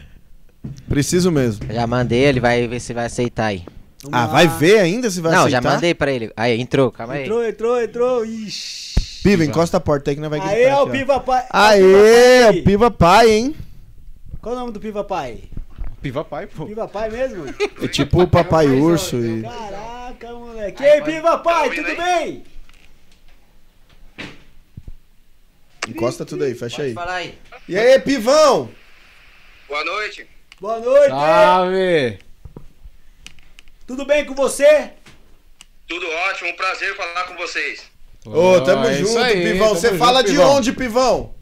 S4: Preciso mesmo.
S5: Eu já mandei, ele vai ver se vai aceitar aí.
S3: Vamos
S4: Ah,
S3: lá.
S4: vai ver ainda se vai
S5: não,
S4: aceitar?
S5: já mandei pra ele. Aí, entrou, calma tá, aí.
S3: Entrou, entrou, entrou. Ixi.
S4: Piva, encosta a porta aí que não vai gritar.
S3: Aê,
S4: aqui,
S3: ó,
S4: ó.
S3: o Piva Pai.
S4: Aê,
S3: Ó,
S4: o Piva Pai, hein?
S3: Qual é o nome do Piva Pai?
S1: Piva pai, pô.
S3: Piva Pai mesmo?
S4: É tipo o Papai Urso e...
S3: então, Caraca, moleque. Ei, Piva Pai, tudo bem?
S4: Encosta tudo aí, fecha aí.
S5: Fala aí.
S4: E aí, Pivão?
S6: Boa noite.
S3: Boa noite.
S4: Tá.
S1: Salve!
S3: Tudo bem com você?
S6: Tudo ótimo, um prazer falar com vocês.
S4: Ô, tamo
S1: É isso
S4: junto,
S1: aí,
S4: Pivão.
S1: tamo
S4: Você
S1: junto,
S4: fala de
S1: Pivão.
S4: onde, Pivão?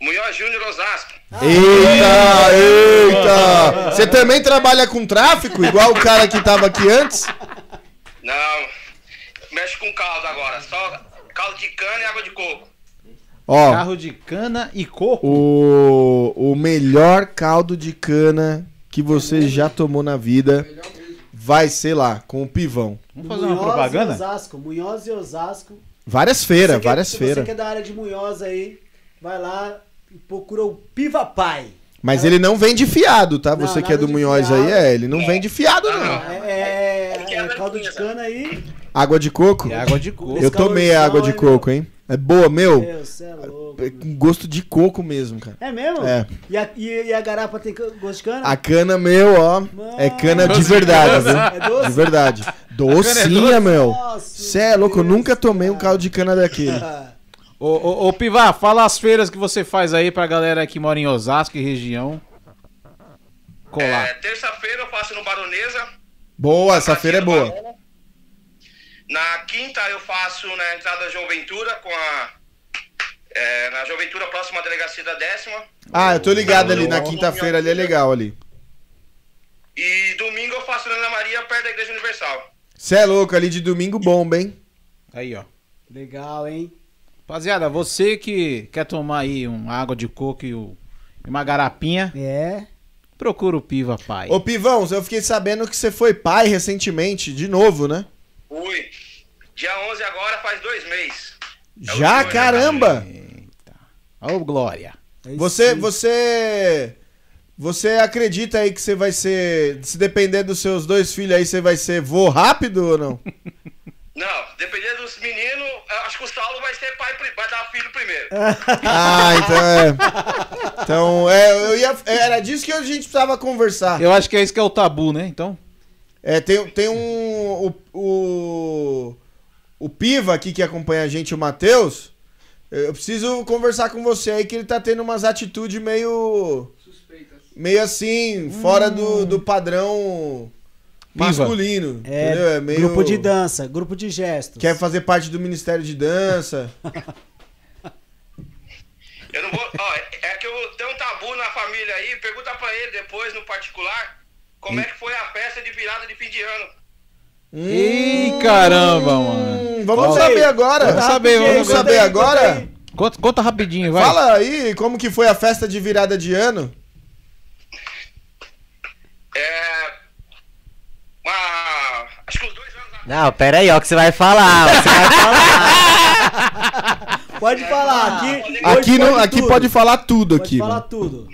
S6: Munhoz Júnior Osasco.
S1: Ah,
S4: Eita,
S1: é.
S4: eita! Você também trabalha com tráfico, igual o cara que tava aqui antes?
S6: Não, mexe com caldo agora. Só caldo de cana e água de coco.
S4: Ó,
S1: Carro de cana e coco.
S4: o, o melhor caldo de cana que você já tomou na vida vai ser lá, com o Pivão.
S1: Vamos fazer uma
S3: Munhoz e
S1: propaganda?
S3: Osasco, Munhoz e Osasco.
S4: Várias
S3: Você
S4: feiras,
S3: que é-
S4: várias
S3: se
S4: feiras.
S3: Você que é da área de Munhoz aí, vai lá e procura o Piva Pai.
S4: Mas ele não vem de fiado, tá?
S3: Não,
S4: Você que é
S3: nada
S4: do
S3: de
S4: Munhoz
S3: fiado.
S4: aí, é, ele não vem de fiado, né? não.
S3: É, é- é
S6: Quebra
S3: caldo de
S6: linha.
S3: cana aí.
S4: Água de coco?
S3: É
S1: E água de coco.
S4: Eu tomei a água de coco, hein? É boa, meu.
S3: Meu, cê é louco.
S4: É com gosto de coco mesmo, cara.
S3: É mesmo?
S4: É.
S3: E a, e- e a garapa tem ca- gosto de cana?
S4: A cana, meu, ó, é cana de verdade,
S3: É
S4: viu?
S3: doce? é
S4: De verdade. Docinha, meu.
S3: Nossa,
S4: Cê é louco, eu
S3: Deus,
S4: nunca tomei um caldo de cana daquele.
S3: Ah,
S1: Ô, ô, ô, Piva, fala as feiras que você faz aí pra galera que mora em Osasco e região. Colar.
S6: É, terça-feira eu faço no Baronesa.
S4: Boa, essa feira é boa.
S6: Na quinta eu faço na entrada João Ventura com a. é, na João Ventura, próxima à delegacia da décima.
S4: Ah, eu tô ligado ali, na quinta-feira ali é legal ali.
S6: E domingo eu faço na Ana Maria, perto da Igreja Universal.
S4: Cê é louco, ali de domingo bomba, hein?
S1: Aí, ó.
S3: legal, hein?
S1: Rapaziada, você que quer tomar aí uma água de coco e o- e uma garapinha,
S3: É.
S1: procura o Piva Pai.
S4: Ô, Pivão, eu fiquei sabendo que você foi pai recentemente, de novo, né?
S6: Ui. Dia 11 agora faz dois meses.
S1: É
S4: Já, caramba!
S1: Ô, Glória.
S3: É isso
S4: Você,
S3: aí.
S4: você, você acredita aí que você vai ser, se depender dos seus dois filhos aí, você vai ser vô rápido ou não?
S6: Não, dependendo dos meninos, eu acho que o Saulo vai ser pai, pri- vai dar filho primeiro.
S4: ah, então é. Então é, eu ia, era disso que a gente precisava conversar.
S1: Eu acho que é isso que é o tabu, né? Então,
S4: É, tem, tem um, o, o, o Piva aqui que acompanha a gente, o Matheus, eu preciso conversar com você aí que ele tá tendo umas atitudes meio. Meio assim, fora
S3: Hum.
S4: do, do padrão
S1: Piva.
S4: masculino.
S3: É,
S4: entendeu? É meio.
S3: Grupo de dança, grupo de gestos.
S4: Quer fazer parte do Ministério de Dança.
S8: Eu não vou. Ó, é que eu tenho um tabu na família aí. Pergunta pra ele depois, no particular, como é que foi a festa de virada de fim de ano.
S1: Ih, caramba,
S4: Hum,
S1: mano.
S4: vamos
S1: Fala.
S4: saber agora.
S1: Vamos saber,
S4: vamos
S1: vamos
S4: saber
S1: saber.
S4: agora.
S1: Conta, conta rapidinho, vai.
S4: Fala aí como que foi a festa de virada de ano.
S8: É. Uma, acho que uns dois anos atrás.
S5: Não, pera aí, ó, o que você vai falar. ó, Você vai
S3: Pode
S8: Ah,
S3: falar, aqui.
S4: Aqui,
S3: hoje
S4: não, aqui
S3: tudo.
S4: pode falar tudo
S3: Pode
S4: aqui.
S3: falar
S4: mano.
S3: tudo.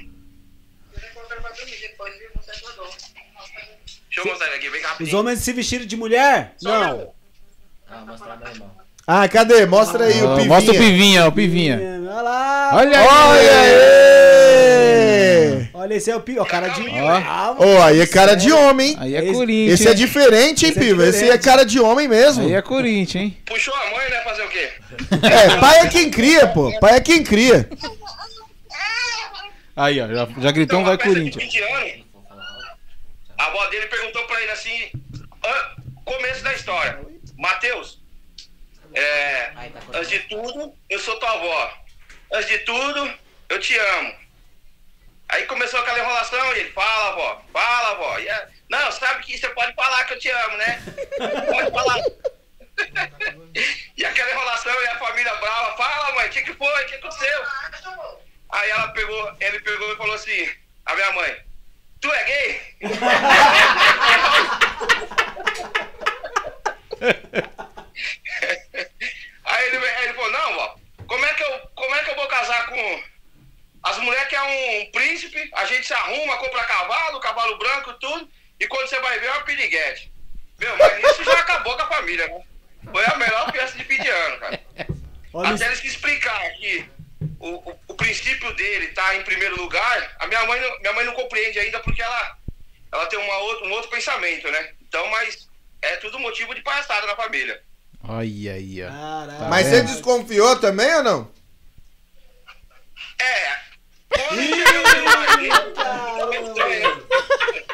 S8: Deixa eu mostrar ele aqui, vem cá
S3: Os
S8: rapidinho.
S3: homens se vestiram de mulher? Não.
S4: Ah, cadê? Mostra aí o
S1: Ah,
S4: pivinha.
S1: Mostra o Pivinha, o Pivinha.
S3: Olha lá.
S1: Olha
S4: Olha aí!
S3: Olha, esse é o pi... ó, cara de.
S1: Ó.
S3: Ah,
S4: Ô, aí é cara de homem, hein?
S1: Aí é
S3: Esse-
S1: Corinthians.
S4: Esse é diferente, hein,
S3: Esse é
S4: Piva? Esse é
S3: diferente.
S4: cara de homem mesmo.
S1: Aí é Corinthians, hein?
S8: Puxou a mãe, né? Fazer o quê?
S4: É, pai é quem cria, pô. Pai é quem cria.
S1: Aí, ó, já, já gritou,
S8: Então,
S1: vai
S8: a festa de
S1: Corinthians.
S8: fim de ano, a avó dele perguntou pra ele assim, an- começo da história. Matheus, é, antes de tudo, eu sou tua avó. Antes de tudo, eu te amo. Aí começou aquela enrolação e ele, fala, avó, fala, avó. E é, não, sabe que você pode falar que eu te amo, né? Pode falar. e aquela enrolação e a família brava, fala, mãe, o que, que foi? O que aconteceu? Aí ela pegou, ele pegou e falou assim, a minha mãe, tu é gay? Aí ele, aí ele falou, não, ó, como é, que eu, como é que eu vou casar com as mulheres que é um, príncipe, a gente se arruma, compra cavalo, cavalo branco, tudo, e quando você vai ver é uma piriguete. Meu, mas isso já acabou com a família, né? Foi a melhor festa de fim de ano, cara.
S3: Olha,
S8: Até eles que explicar que o, o, o princípio dele tá em primeiro lugar, a minha mãe não, minha mãe não compreende ainda porque ela, ela tem uma outra, um outro pensamento, né? Então, mas é tudo motivo de palhaçada na família.
S1: Olha aí, ó.
S3: Caralho.
S4: Tá. Mas é
S1: É.
S4: você desconfiou também ou não?
S8: É. quando ele chegou no Brasil,
S5: falar.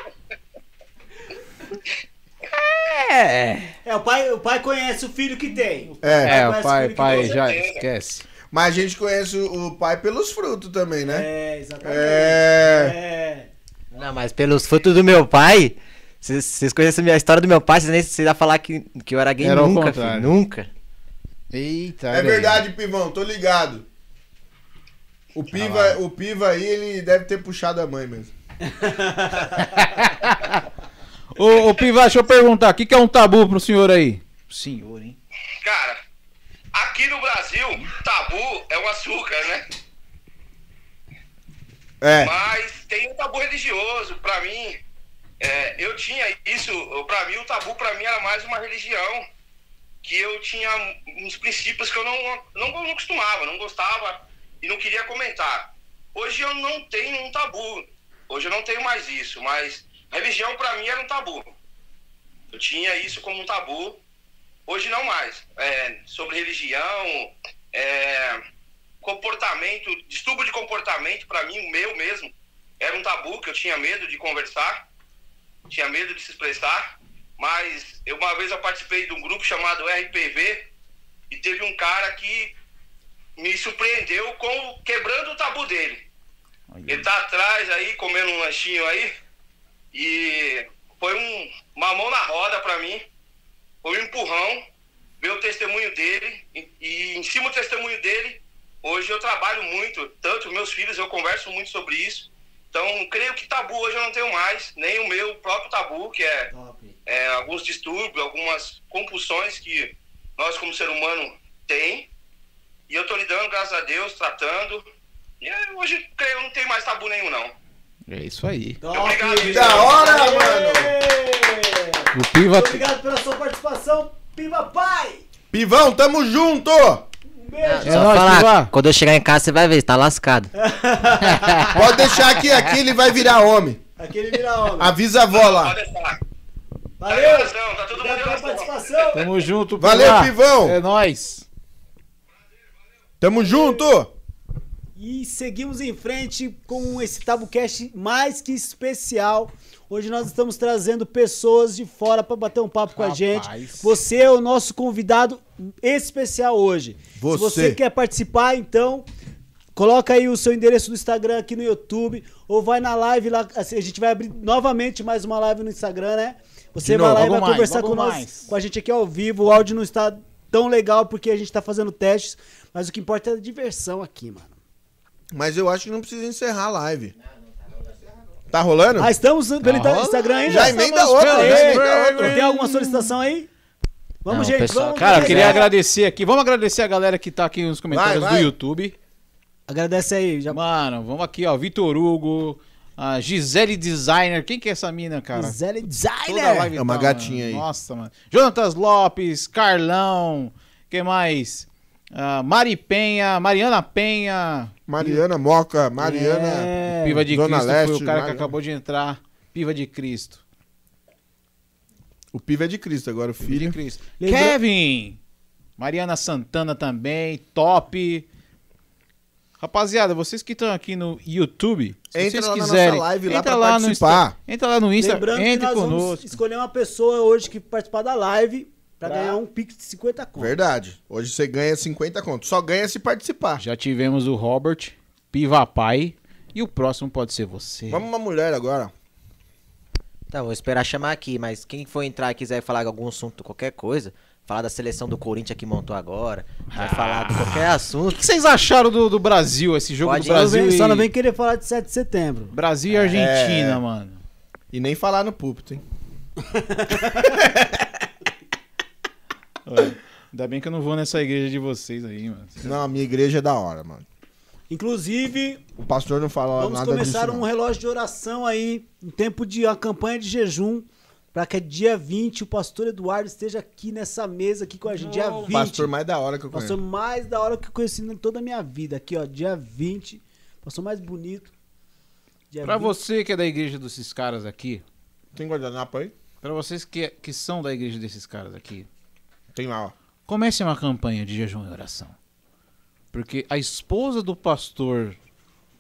S5: É.
S3: É, o pai, o pai conhece o filho que tem.
S4: É.
S1: É, o pai,
S3: Parece
S1: pai,
S3: que
S1: já esquece.
S4: Mas a gente conhece o o pai pelos frutos também, né?
S3: É, exatamente.
S4: É.
S3: É.
S5: Não, mas pelos frutos do meu pai, vocês- vocês conhecem a minha história do meu pai, vocês nem vocês iam falar que, que eu era gay
S1: Era ao
S5: nunca, filho,
S1: contrário.
S5: nunca.
S1: Eita,
S4: É,
S1: olha aí.
S4: verdade, Pivão, tô ligado. O Piva, o Piva aí, ele deve ter puxado a mãe mesmo.
S1: Ô, ô Piva, deixa eu perguntar, o que, que é um tabu pro senhor aí? Senhor, hein?
S8: Cara, aqui no Brasil, tabu é um açúcar, né?
S4: É.
S8: Mas tem um tabu religioso, pra mim. é, eu tinha isso, pra mim o tabu pra mim era mais uma religião, que eu tinha uns princípios que eu não, não, não costumava, não gostava e não queria comentar. Hoje eu não tenho um tabu, hoje eu não tenho mais isso, mas a religião pra mim era um tabu. Eu tinha isso como um tabu, hoje não mais. É, sobre religião, é, comportamento, distúrbio de comportamento para mim, o meu mesmo, era um tabu que eu tinha medo de conversar, tinha medo de se expressar, mas eu, uma vez eu participei de um grupo chamado RPV e teve um cara que me surpreendeu com quebrando o tabu dele. Ele tá atrás aí comendo um lanchinho aí e foi um, uma mão na roda para mim, foi um empurrão, ver o testemunho dele e, e em cima do testemunho dele Hoje eu trabalho muito, tanto meus filhos, eu converso muito sobre isso. Então, creio que tabu hoje eu não tenho mais, nem o meu próprio tabu, que é,
S3: Top.
S8: é, alguns distúrbios, algumas compulsões que nós, como ser humano, tem. E eu tô lidando, graças a Deus, tratando. E é, hoje, creio, eu não tenho mais tabu nenhum, não.
S1: É isso aí.
S3: Top.
S8: Obrigado, gente.
S4: Da hora,
S3: Aê!
S4: mano!
S1: O Piva.
S3: Obrigado pela sua participação, Piva Pai!
S4: Pivão, tamo junto!
S3: Um beijo!
S1: É
S5: Só
S1: nóis,
S5: falar,
S1: Piva.
S5: quando eu chegar em casa, você vai ver, você tá lascado.
S4: Pode deixar aqui, aqui ele vai virar homem.
S3: Aquele vira homem.
S4: Avisa a avó lá.
S8: Pode deixar. Tá em
S3: Valeu!
S8: oração, tá todo mundo
S3: Obrigado
S8: em
S3: pela
S8: oração.
S3: participação.
S1: Tamo junto,
S4: Valeu,
S1: Pilar.
S4: Pivão.
S1: É nóis.
S4: Tamo junto!
S3: E seguimos em frente com esse TabuCast mais que especial. Hoje nós estamos trazendo pessoas de fora para bater um papo com a
S1: Rapaz.
S3: gente. Você é o nosso convidado especial hoje.
S4: Você.
S3: Se você quer participar, então coloca aí o seu endereço do Instagram aqui no YouTube ou vai na live lá. assim, A gente vai abrir novamente mais uma live no Instagram, né? Você
S1: De
S3: vai lá
S1: novo,
S3: e vai
S1: logo mais,
S3: conversar
S1: logo
S3: com nós,
S1: mais.
S3: com a gente aqui ao vivo. O áudio não está tão legal porque a gente está fazendo testes, mas o que importa é a diversão aqui, mano.
S4: Mas eu acho que não precisa encerrar a live. Tá rolando?
S3: Ah, estamos pelo Insta-
S1: rola.
S3: Instagram ainda?
S4: Já
S1: Tá
S4: emenda outra, né?
S3: Ei,
S4: já emenda outra.
S3: Tem alguma solicitação aí? Vamos,
S5: Não,
S3: gente.
S5: pessoal,
S3: vamos,
S1: Cara, eu
S3: vamos,
S1: queria
S3: galera.
S1: agradecer aqui. Vamos agradecer a galera que tá aqui nos comentários
S4: Vai, vai.
S1: do YouTube.
S3: Agradece aí. Já...
S1: Mano, vamos aqui, ó. Vitor Hugo, a Gisele Designer. Quem que é essa mina, cara?
S3: Gisele
S1: Toda
S3: Designer.
S1: live
S4: É uma
S1: tá,
S4: gatinha
S1: mano.
S4: aí.
S1: Nossa, mano. Jonatas Lopes, Carlão, quem mais? Ah, Mari Penha, Mariana Penha,
S4: Mariana Moca, Mariana.
S3: É.
S1: Piva de
S4: Zona
S1: Cristo
S4: Leste,
S1: foi o cara
S4: Mariana.
S1: que acabou de entrar. Piva de Cristo.
S4: O Piva é de Cristo, agora o
S1: Piva de
S4: filho.
S1: Cristo.
S3: Lembra-
S1: Kevin! Mariana Santana também, top. Rapaziada, vocês que estão aqui no YouTube, se
S4: Entra
S1: vocês
S4: lá na nossa
S1: quiserem,
S4: live lá
S1: entra
S4: pra
S1: lá no Insta,
S4: participar.
S1: entra lá no Insta,
S3: Lembrando que
S1: entre
S3: nós vamos
S1: conosco.
S3: escolher uma pessoa hoje que participar da live pra
S1: Pra-
S3: ganhar um pique de 50 conto.
S4: Verdade. Hoje você ganha 50 conto. Só ganha se participar.
S1: Já tivemos o Robert, Piva Pai, e o próximo pode ser você.
S4: Vamos uma mulher agora.
S5: Então, vou esperar chamar aqui, mas quem for entrar e quiser falar de algum assunto, qualquer coisa, falar da seleção do Corinthians que montou agora, vai falar de qualquer
S1: O
S5: assunto.
S1: que vocês acharam do, do Brasil, esse jogo
S5: Pode ir.
S1: do
S3: Só não
S1: Brasil
S3: vem-
S1: e,
S3: Só não vem querer falar de 7 de setembro.
S1: Brasil e Argentina, mano?
S4: É. E nem falar no púlpito, hein?
S1: Olha, Ainda bem que eu não vou nessa igreja de vocês aí, mano.
S4: Não, a minha igreja é da hora, mano.
S3: Inclusive,
S4: O pastor não fala
S3: vamos
S4: nada disso.
S3: começar um
S4: não.
S3: relógio de oração aí, um tempo de uma campanha de jejum, pra que dia 20 o pastor Eduardo esteja aqui nessa mesa aqui com a gente. Dia 20.
S4: Pastor mais da hora que eu
S3: Passou
S4: conheço.
S3: mais da hora que eu conheci em toda a minha vida. Aqui, ó, dia 20. Passou mais bonito. Dia
S1: Pra
S3: 20.
S1: você que é da igreja desses caras aqui,
S4: Tem guardanapo aí?
S1: pra vocês que, que são da igreja desses caras aqui,
S4: Tem lá, ó.
S1: comece uma campanha de jejum e oração. Porque a esposa do pastor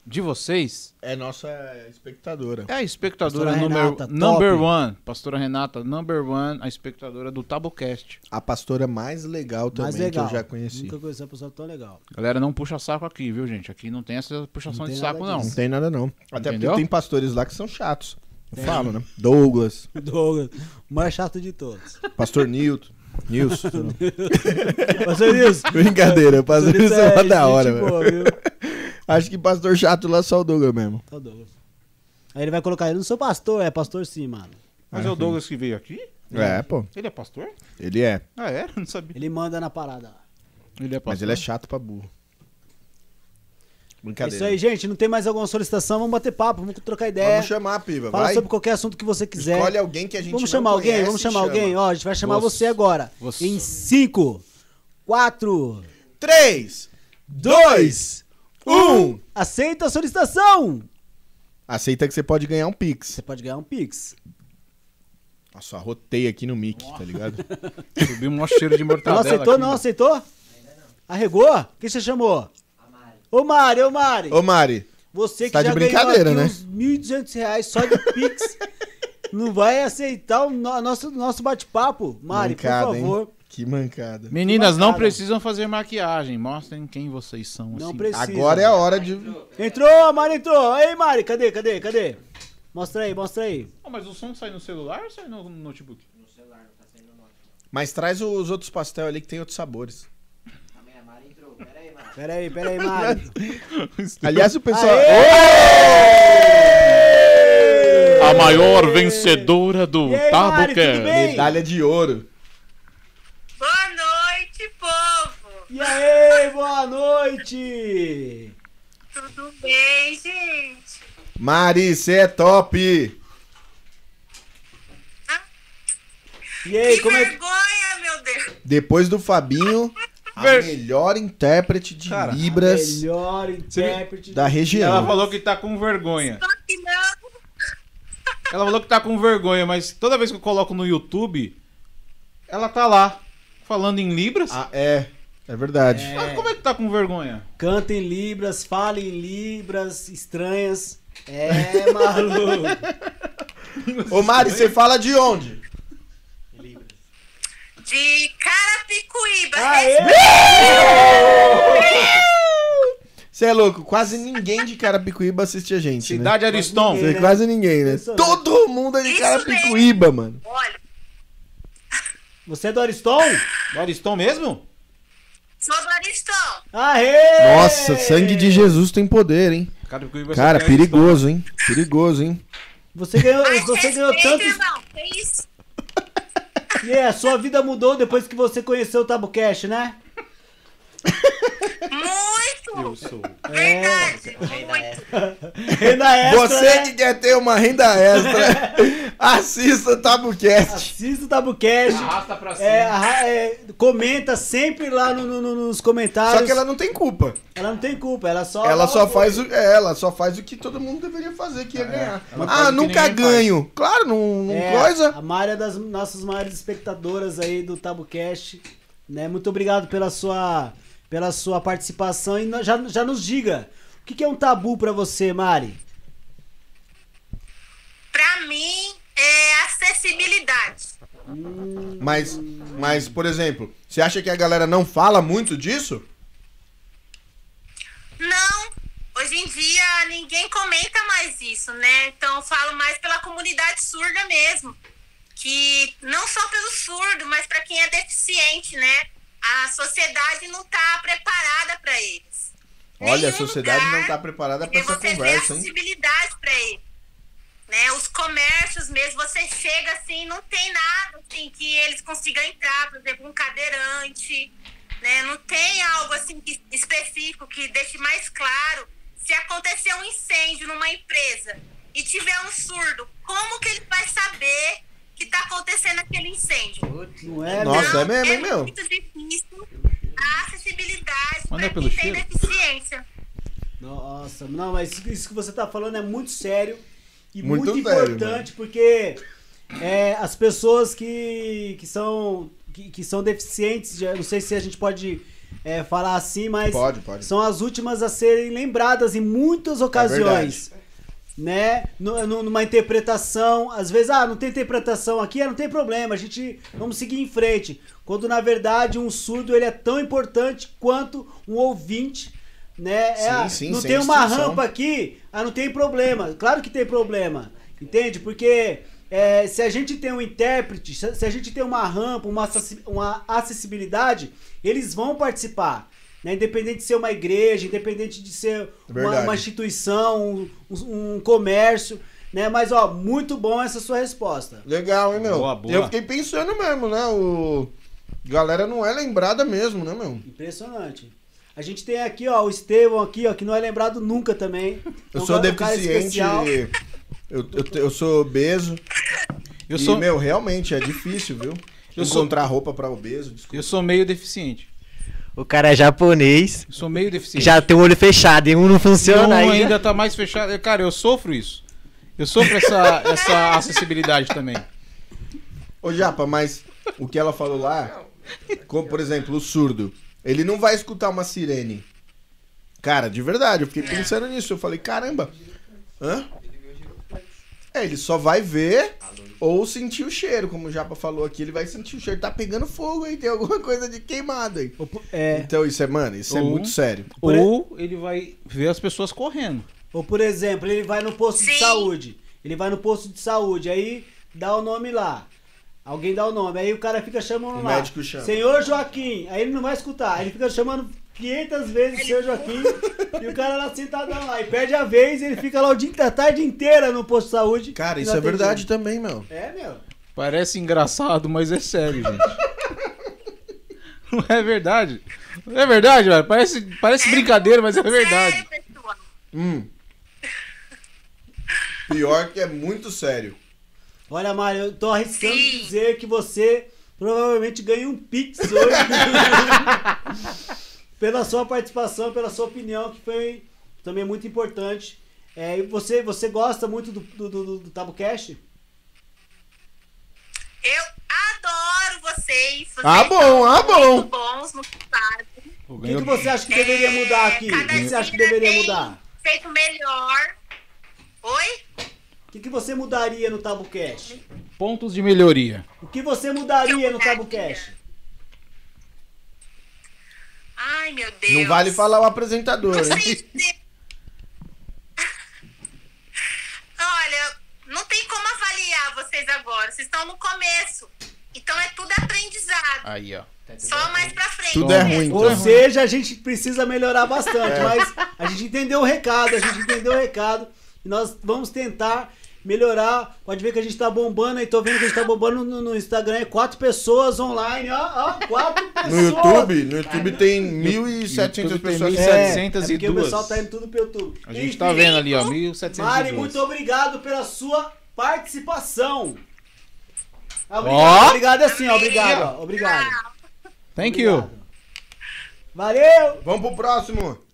S1: de vocês
S4: É nossa espectadora.
S1: é a espectadora
S3: Pastora
S1: número
S3: Renata, top.
S1: number one. Pastora Renata, number one, a espectadora do Tabocast.
S4: A pastora mais legal também
S3: mais legal.
S4: que eu já conheci.
S3: Nunca conheci uma pessoa tão legal.
S1: Galera, não puxa saco aqui, viu, gente? Aqui não tem essa puxação
S3: Não tem
S1: de
S3: nada
S1: saco, não.
S4: Não tem nada, não. Até
S1: Entendeu?
S4: porque tem pastores lá que são chatos. Eu falo, né? Douglas,
S3: Douglas, o mais chato de todos.
S4: pastor Nilton. Nilson.
S3: Pastor Nilson.
S4: Brincadeira, pastor Nilson é mó da hora, velho.
S3: velho.
S4: Acho que pastor chato lá é só o Douglas mesmo.
S3: Tá Douglas. Aí ele vai colocar, eu não sou pastor, é pastor sim, mano.
S1: Mas é o Douglas que veio aqui?
S4: Ah, É, pô.
S1: Ele é pastor?
S4: Ele é.
S1: Ah, é? Não sabia.
S3: Ele manda na parada lá.
S1: Ele é pastor.
S4: Mas ele é chato pra burro.
S3: É
S4: Brincadeira.
S3: isso aí, gente. Não tem mais alguma solicitação? Vamos bater papo, vamos trocar ideia.
S4: Vamos chamar, Piva,
S3: Fala
S4: vai.
S3: sobre qualquer assunto que você quiser.
S4: Escolhe alguém que a gente
S3: Vamos
S4: não
S3: chamar alguém,
S4: conhece
S3: vamos
S4: e
S3: chamar
S4: chama.
S3: alguém. Ó, a gente vai chamar
S1: Você-
S3: você agora.
S1: você.
S3: Em 5, 4,
S4: 3, 2, 1.
S3: aceita a solicitação.
S4: Aceita que você pode ganhar um Pix.
S3: Você pode ganhar um Pix.
S4: Nossa, arrotei aqui no mic, tá ligado?
S1: Subiu um maior cheiro de
S3: Não
S1: mortadela
S3: aceitou,
S1: aqui,
S3: não
S1: mano.
S3: aceitou? Arregou? Quem você chamou? Ô Mari, ô Mari,
S4: Ô, Mari,
S3: você que
S4: tá de
S3: já ganhou aqui
S4: brincadeira, né?
S3: uns 1.200 reais só de Pix, não vai aceitar o no- nosso, nosso bate-papo? Mari,
S4: Mancada,
S3: por
S4: hein?
S3: favor,
S4: que mancada.
S1: Meninas, não
S3: Mancada.
S1: precisam fazer maquiagem. Mostrem quem vocês são.
S3: não
S1: assim.
S3: precisa.
S4: Agora é a hora de.
S3: Entrou, a Mari entrou. Aí, Mari, cadê, cadê, cadê? Mostra aí, mostra aí.
S1: Ah, mas o som sai no celular ou sai no no notebook?
S4: Mas traz os outros pastel ali que tem outros sabores.
S3: Pera aí, pera aí, Mari.
S4: Aliás, o pessoal.
S1: A maior vencedora do
S3: E aí, Mari, tudo
S1: Tabucast.
S3: bem?
S4: Medalha de ouro.
S7: Boa noite, povo!
S3: E aí, boa noite!
S7: Tudo bem, gente?
S4: Mari, você é top!
S3: E aí,
S7: que
S3: como é que.
S7: vergonha, meu Deus!
S4: Depois do Fabinho, a
S1: Ver-
S4: melhor intérprete de
S1: Cara,
S4: Libras
S3: Melhor intérprete
S4: da
S1: Ela
S4: região.
S1: falou que tá com vergonha.
S7: Só que não!
S1: Ela falou que tá com vergonha, mas toda vez que eu coloco no YouTube, ela tá lá, falando em Libras.
S4: Ah, é. É verdade.
S1: Mas como é que tá com vergonha?
S3: Canta em Libras, fala em Libras estranhas. É, maluco.
S4: Ô Mari, você fala de onde?
S7: De Carapicuíba. né?
S4: Você é louco, quase ninguém de Carapicuíba assiste a gente,
S1: Cidade Ariston.
S4: né? Cê- Quase ninguém, né?
S3: Impressionante.
S4: Todo mundo é de
S7: Isso
S4: Carapicuíba, mano.
S7: Olha,
S3: Você é do Ariston?
S1: Ariston mesmo?
S7: sou do Aristão.
S3: Aê!
S4: Nossa, sangue de Jesus tem poder, hein?
S1: Carapicuíba
S4: Cara,
S1: só tem Ariston.
S4: perigoso, hein? Perigoso, hein?
S3: Você ganhou,
S7: Mas
S3: você ganhou
S7: respeita,
S3: tantos.
S7: irmão. Que isso?
S3: E é, sua vida mudou depois que você conheceu o Tabu Cash, né?
S7: Muito!
S1: Eu sou.
S7: Verdade, muito.
S3: É. Renda extra,
S4: Você
S3: né?
S4: que quer ter uma renda extra, assista o Tabucast.
S3: Assista o Tabucast.
S1: Arrasta pra cima.
S3: É, arra- é, comenta sempre lá no- no- no- nos comentários.
S4: Só que ela não tem culpa.
S3: Ela não tem culpa, ela só.
S4: Ela só faz o, é, ela só faz o que todo mundo deveria fazer, que é ganhar.
S1: ela faz o
S4: Ah,
S1: que
S4: nunca
S1: ninguém
S4: ganho. Claro, não, não
S3: É,
S4: coisa.
S3: A Mária das nossas maiores espectadoras aí do TabuCast. Né? Muito obrigado pela sua, pela sua participação. E no- já, já nos diga, o que, que é um tabu pra você, Mari?
S7: Pra mim, é acessibilidade.
S4: Mas, mas, por exemplo, você acha que a galera não fala muito disso?
S7: Não, hoje em dia ninguém comenta mais isso, né? Então eu falo mais pela comunidade surda mesmo. Que não só pelo surdo, mas para quem é deficiente, né? A sociedade não tá preparada para eles.
S4: Olha, a
S7: Nenhum
S4: sociedade
S7: lugar
S4: não tá preparada pra
S7: porque
S4: essa
S7: você
S4: conversa,
S7: vê assim.
S4: hein?
S7: acessibilidade para ele. Né? Os comércios mesmo, você chega assim, não tem nada assim, que eles consigam entrar, por exemplo, um cadeirante. Né? Não tem algo assim que- específico que deixe mais claro. Se acontecer um incêndio numa empresa e tiver um surdo, como que ele vai saber que está acontecendo aquele incêndio?
S3: Não é?
S4: Nossa,
S7: Então,
S4: é mesmo, hein, meu?
S7: muito difícil a acessibilidade
S1: Mas não é
S7: para
S1: pelo
S7: quem tem
S1: cheiro?
S7: deficiência.
S3: Nossa, não, mas isso- isso que você tá falando é muito sério e muito,
S4: Muito né? sério,
S3: importante, porque é, as pessoas que, que, são, que, que são deficientes, já- não sei se a gente pode é, falar assim, mas
S4: Pode, pode. É
S3: são as últimas a serem lembradas em muitas ocasiões. né? Nu- nu- Numa interpretação, às vezes, ah, não tem interpretação aqui, ah, não tem problema, a gente vamos seguir em frente. Quando na verdade um surdo ele é tão importante quanto um ouvinte, né? É,
S4: Sim,
S3: ah,
S4: sim,
S3: não
S4: sem
S3: tem uma
S4: distinção.
S3: rampa aqui, ah, não tem problema. Claro que tem problema, entende? Porque é, se a gente tem um intérprete, se se a gente tem uma rampa, uma, acessi- uma acessibilidade, eles vão participar. né? Independente de ser uma igreja, independente de ser uma,
S4: É Verdade.
S3: uma instituição, um, um- um comércio, né? Mas, ó, muito bom essa sua resposta.
S4: Legal, hein, meu?
S1: Boa, boa.
S4: Eu fiquei pensando mesmo, né? O... Galera não é lembrada mesmo, né, meu?
S3: Impressionante. A gente tem aqui, ó, o Estevão aqui, ó, que não é lembrado nunca também.
S4: Eu
S3: É um
S4: sou
S3: cara- um cara
S4: deficiente,
S3: especial.
S4: eu, eu, eu sou obeso.
S1: Eu
S4: e,
S1: sou,
S4: meu, realmente é difícil, viu?
S1: Eu sou-
S4: Encontrar roupa pra obeso, desculpa.
S1: eu sou meio deficiente.
S5: O cara é japonês,
S1: Eu sou meio deficiente.
S5: já tem o olho fechado e um não funciona
S1: Então
S5: aí.
S1: ainda tá mais fechado. Cara, eu sofro isso. Eu sofro essa, essa acessibilidade também.
S4: Ô, Japa, mas o que ela falou lá, como, por exemplo, o surdo, ele não vai escutar uma sirene. Cara, de verdade, eu fiquei pensando nisso. Eu falei, caramba, hã? É, ele só vai ver ou sentir o cheiro, como o Japa falou aqui. Ele vai sentir o cheiro, tá pegando fogo aí, tem alguma coisa de queimada aí.
S3: É,
S4: Então isso é, mano, isso é
S1: Ou-
S4: muito sério.
S3: Por-
S1: Ou ele vai ver as pessoas correndo.
S3: Ou, por exemplo, ele vai no posto de
S7: Sim.
S3: saúde. Ele vai no posto de saúde, aí dá o nome lá. Alguém dá o nome, aí o cara fica chamando
S4: O
S3: lá.
S4: médico chama.
S3: Senhor Joaquim, aí ele não vai escutar. Aí ele fica chamando 500 vezes o senhor Joaquim e o cara lá sentadão lá. E perde a vez e ele fica lá o dia, inte- a tarde inteira no posto de saúde.
S4: Cara,
S3: e
S4: isso
S3: não
S4: é
S3: atende.
S4: verdade também, meu.
S3: É, meu.
S1: Parece engraçado, mas é sério, gente. Não é verdade. Não é verdade, velho. Parece, parece brincadeira, mas é verdade.
S7: Sério, pessoal.
S4: Hum. Pior que é muito sério.
S3: Olha, Mário, eu tô arriscando
S7: Sim.
S3: dizer que você provavelmente ganha um pix hoje. pela sua participação, pela sua opinião, que foi também muito importante. É, e você, você gosta muito do, do, do, do Tabucast?
S7: Eu adoro vocês. vocês
S4: Ah, bom,
S7: são
S4: ah, bom.
S7: Muito bons no que fazem.
S3: O que, que você acha que deveria mudar aqui?
S7: É,
S3: O
S7: cada
S3: que você acha que
S7: dia
S3: deveria
S7: tem
S3: mudar?
S7: Feito melhor. Oi?
S3: O que, que você mudaria no Tabucast?
S1: Pontos de melhoria.
S3: O que você mudaria no Tabucast?
S7: Ai, meu Deus.
S4: Não vale falar o apresentador,
S7: Não sei
S4: hein?
S7: dizer. Olha, não tem como avaliar vocês agora. Vocês estão no começo. Então é tudo aprendizado.
S1: Aí, ó.
S7: Só mais pra frente.
S4: Tudo é
S7: né?
S4: ruim. É.
S3: Ou
S4: então.
S3: seja, a gente precisa melhorar bastante, mas a gente entendeu o recado, a gente entendeu o recado e nós vamos tentar melhorar. Pode ver que a gente tá bombando aí, tô vendo que a gente tá bombando no, no Instagram, é quatro pessoas online, ó, ó, quatro pessoas.
S4: No YouTube, no YouTube tem 1.700
S1: YouTube tem
S4: pessoas.
S3: É, é
S1: 702.
S3: porque o pessoal tá indo tudo pro YouTube.
S1: A gente
S3: Enfim,
S1: tá vendo ali, ó.
S3: Mari, muito
S1: 1702.
S3: obrigado pela sua participação. Ah, Obrigado,
S1: Ó.
S3: obrigado assim, ó, obrigado, ó, obrigado.
S1: Thank you.
S3: Obrigado. Valeu!
S4: Vamos pro próximo.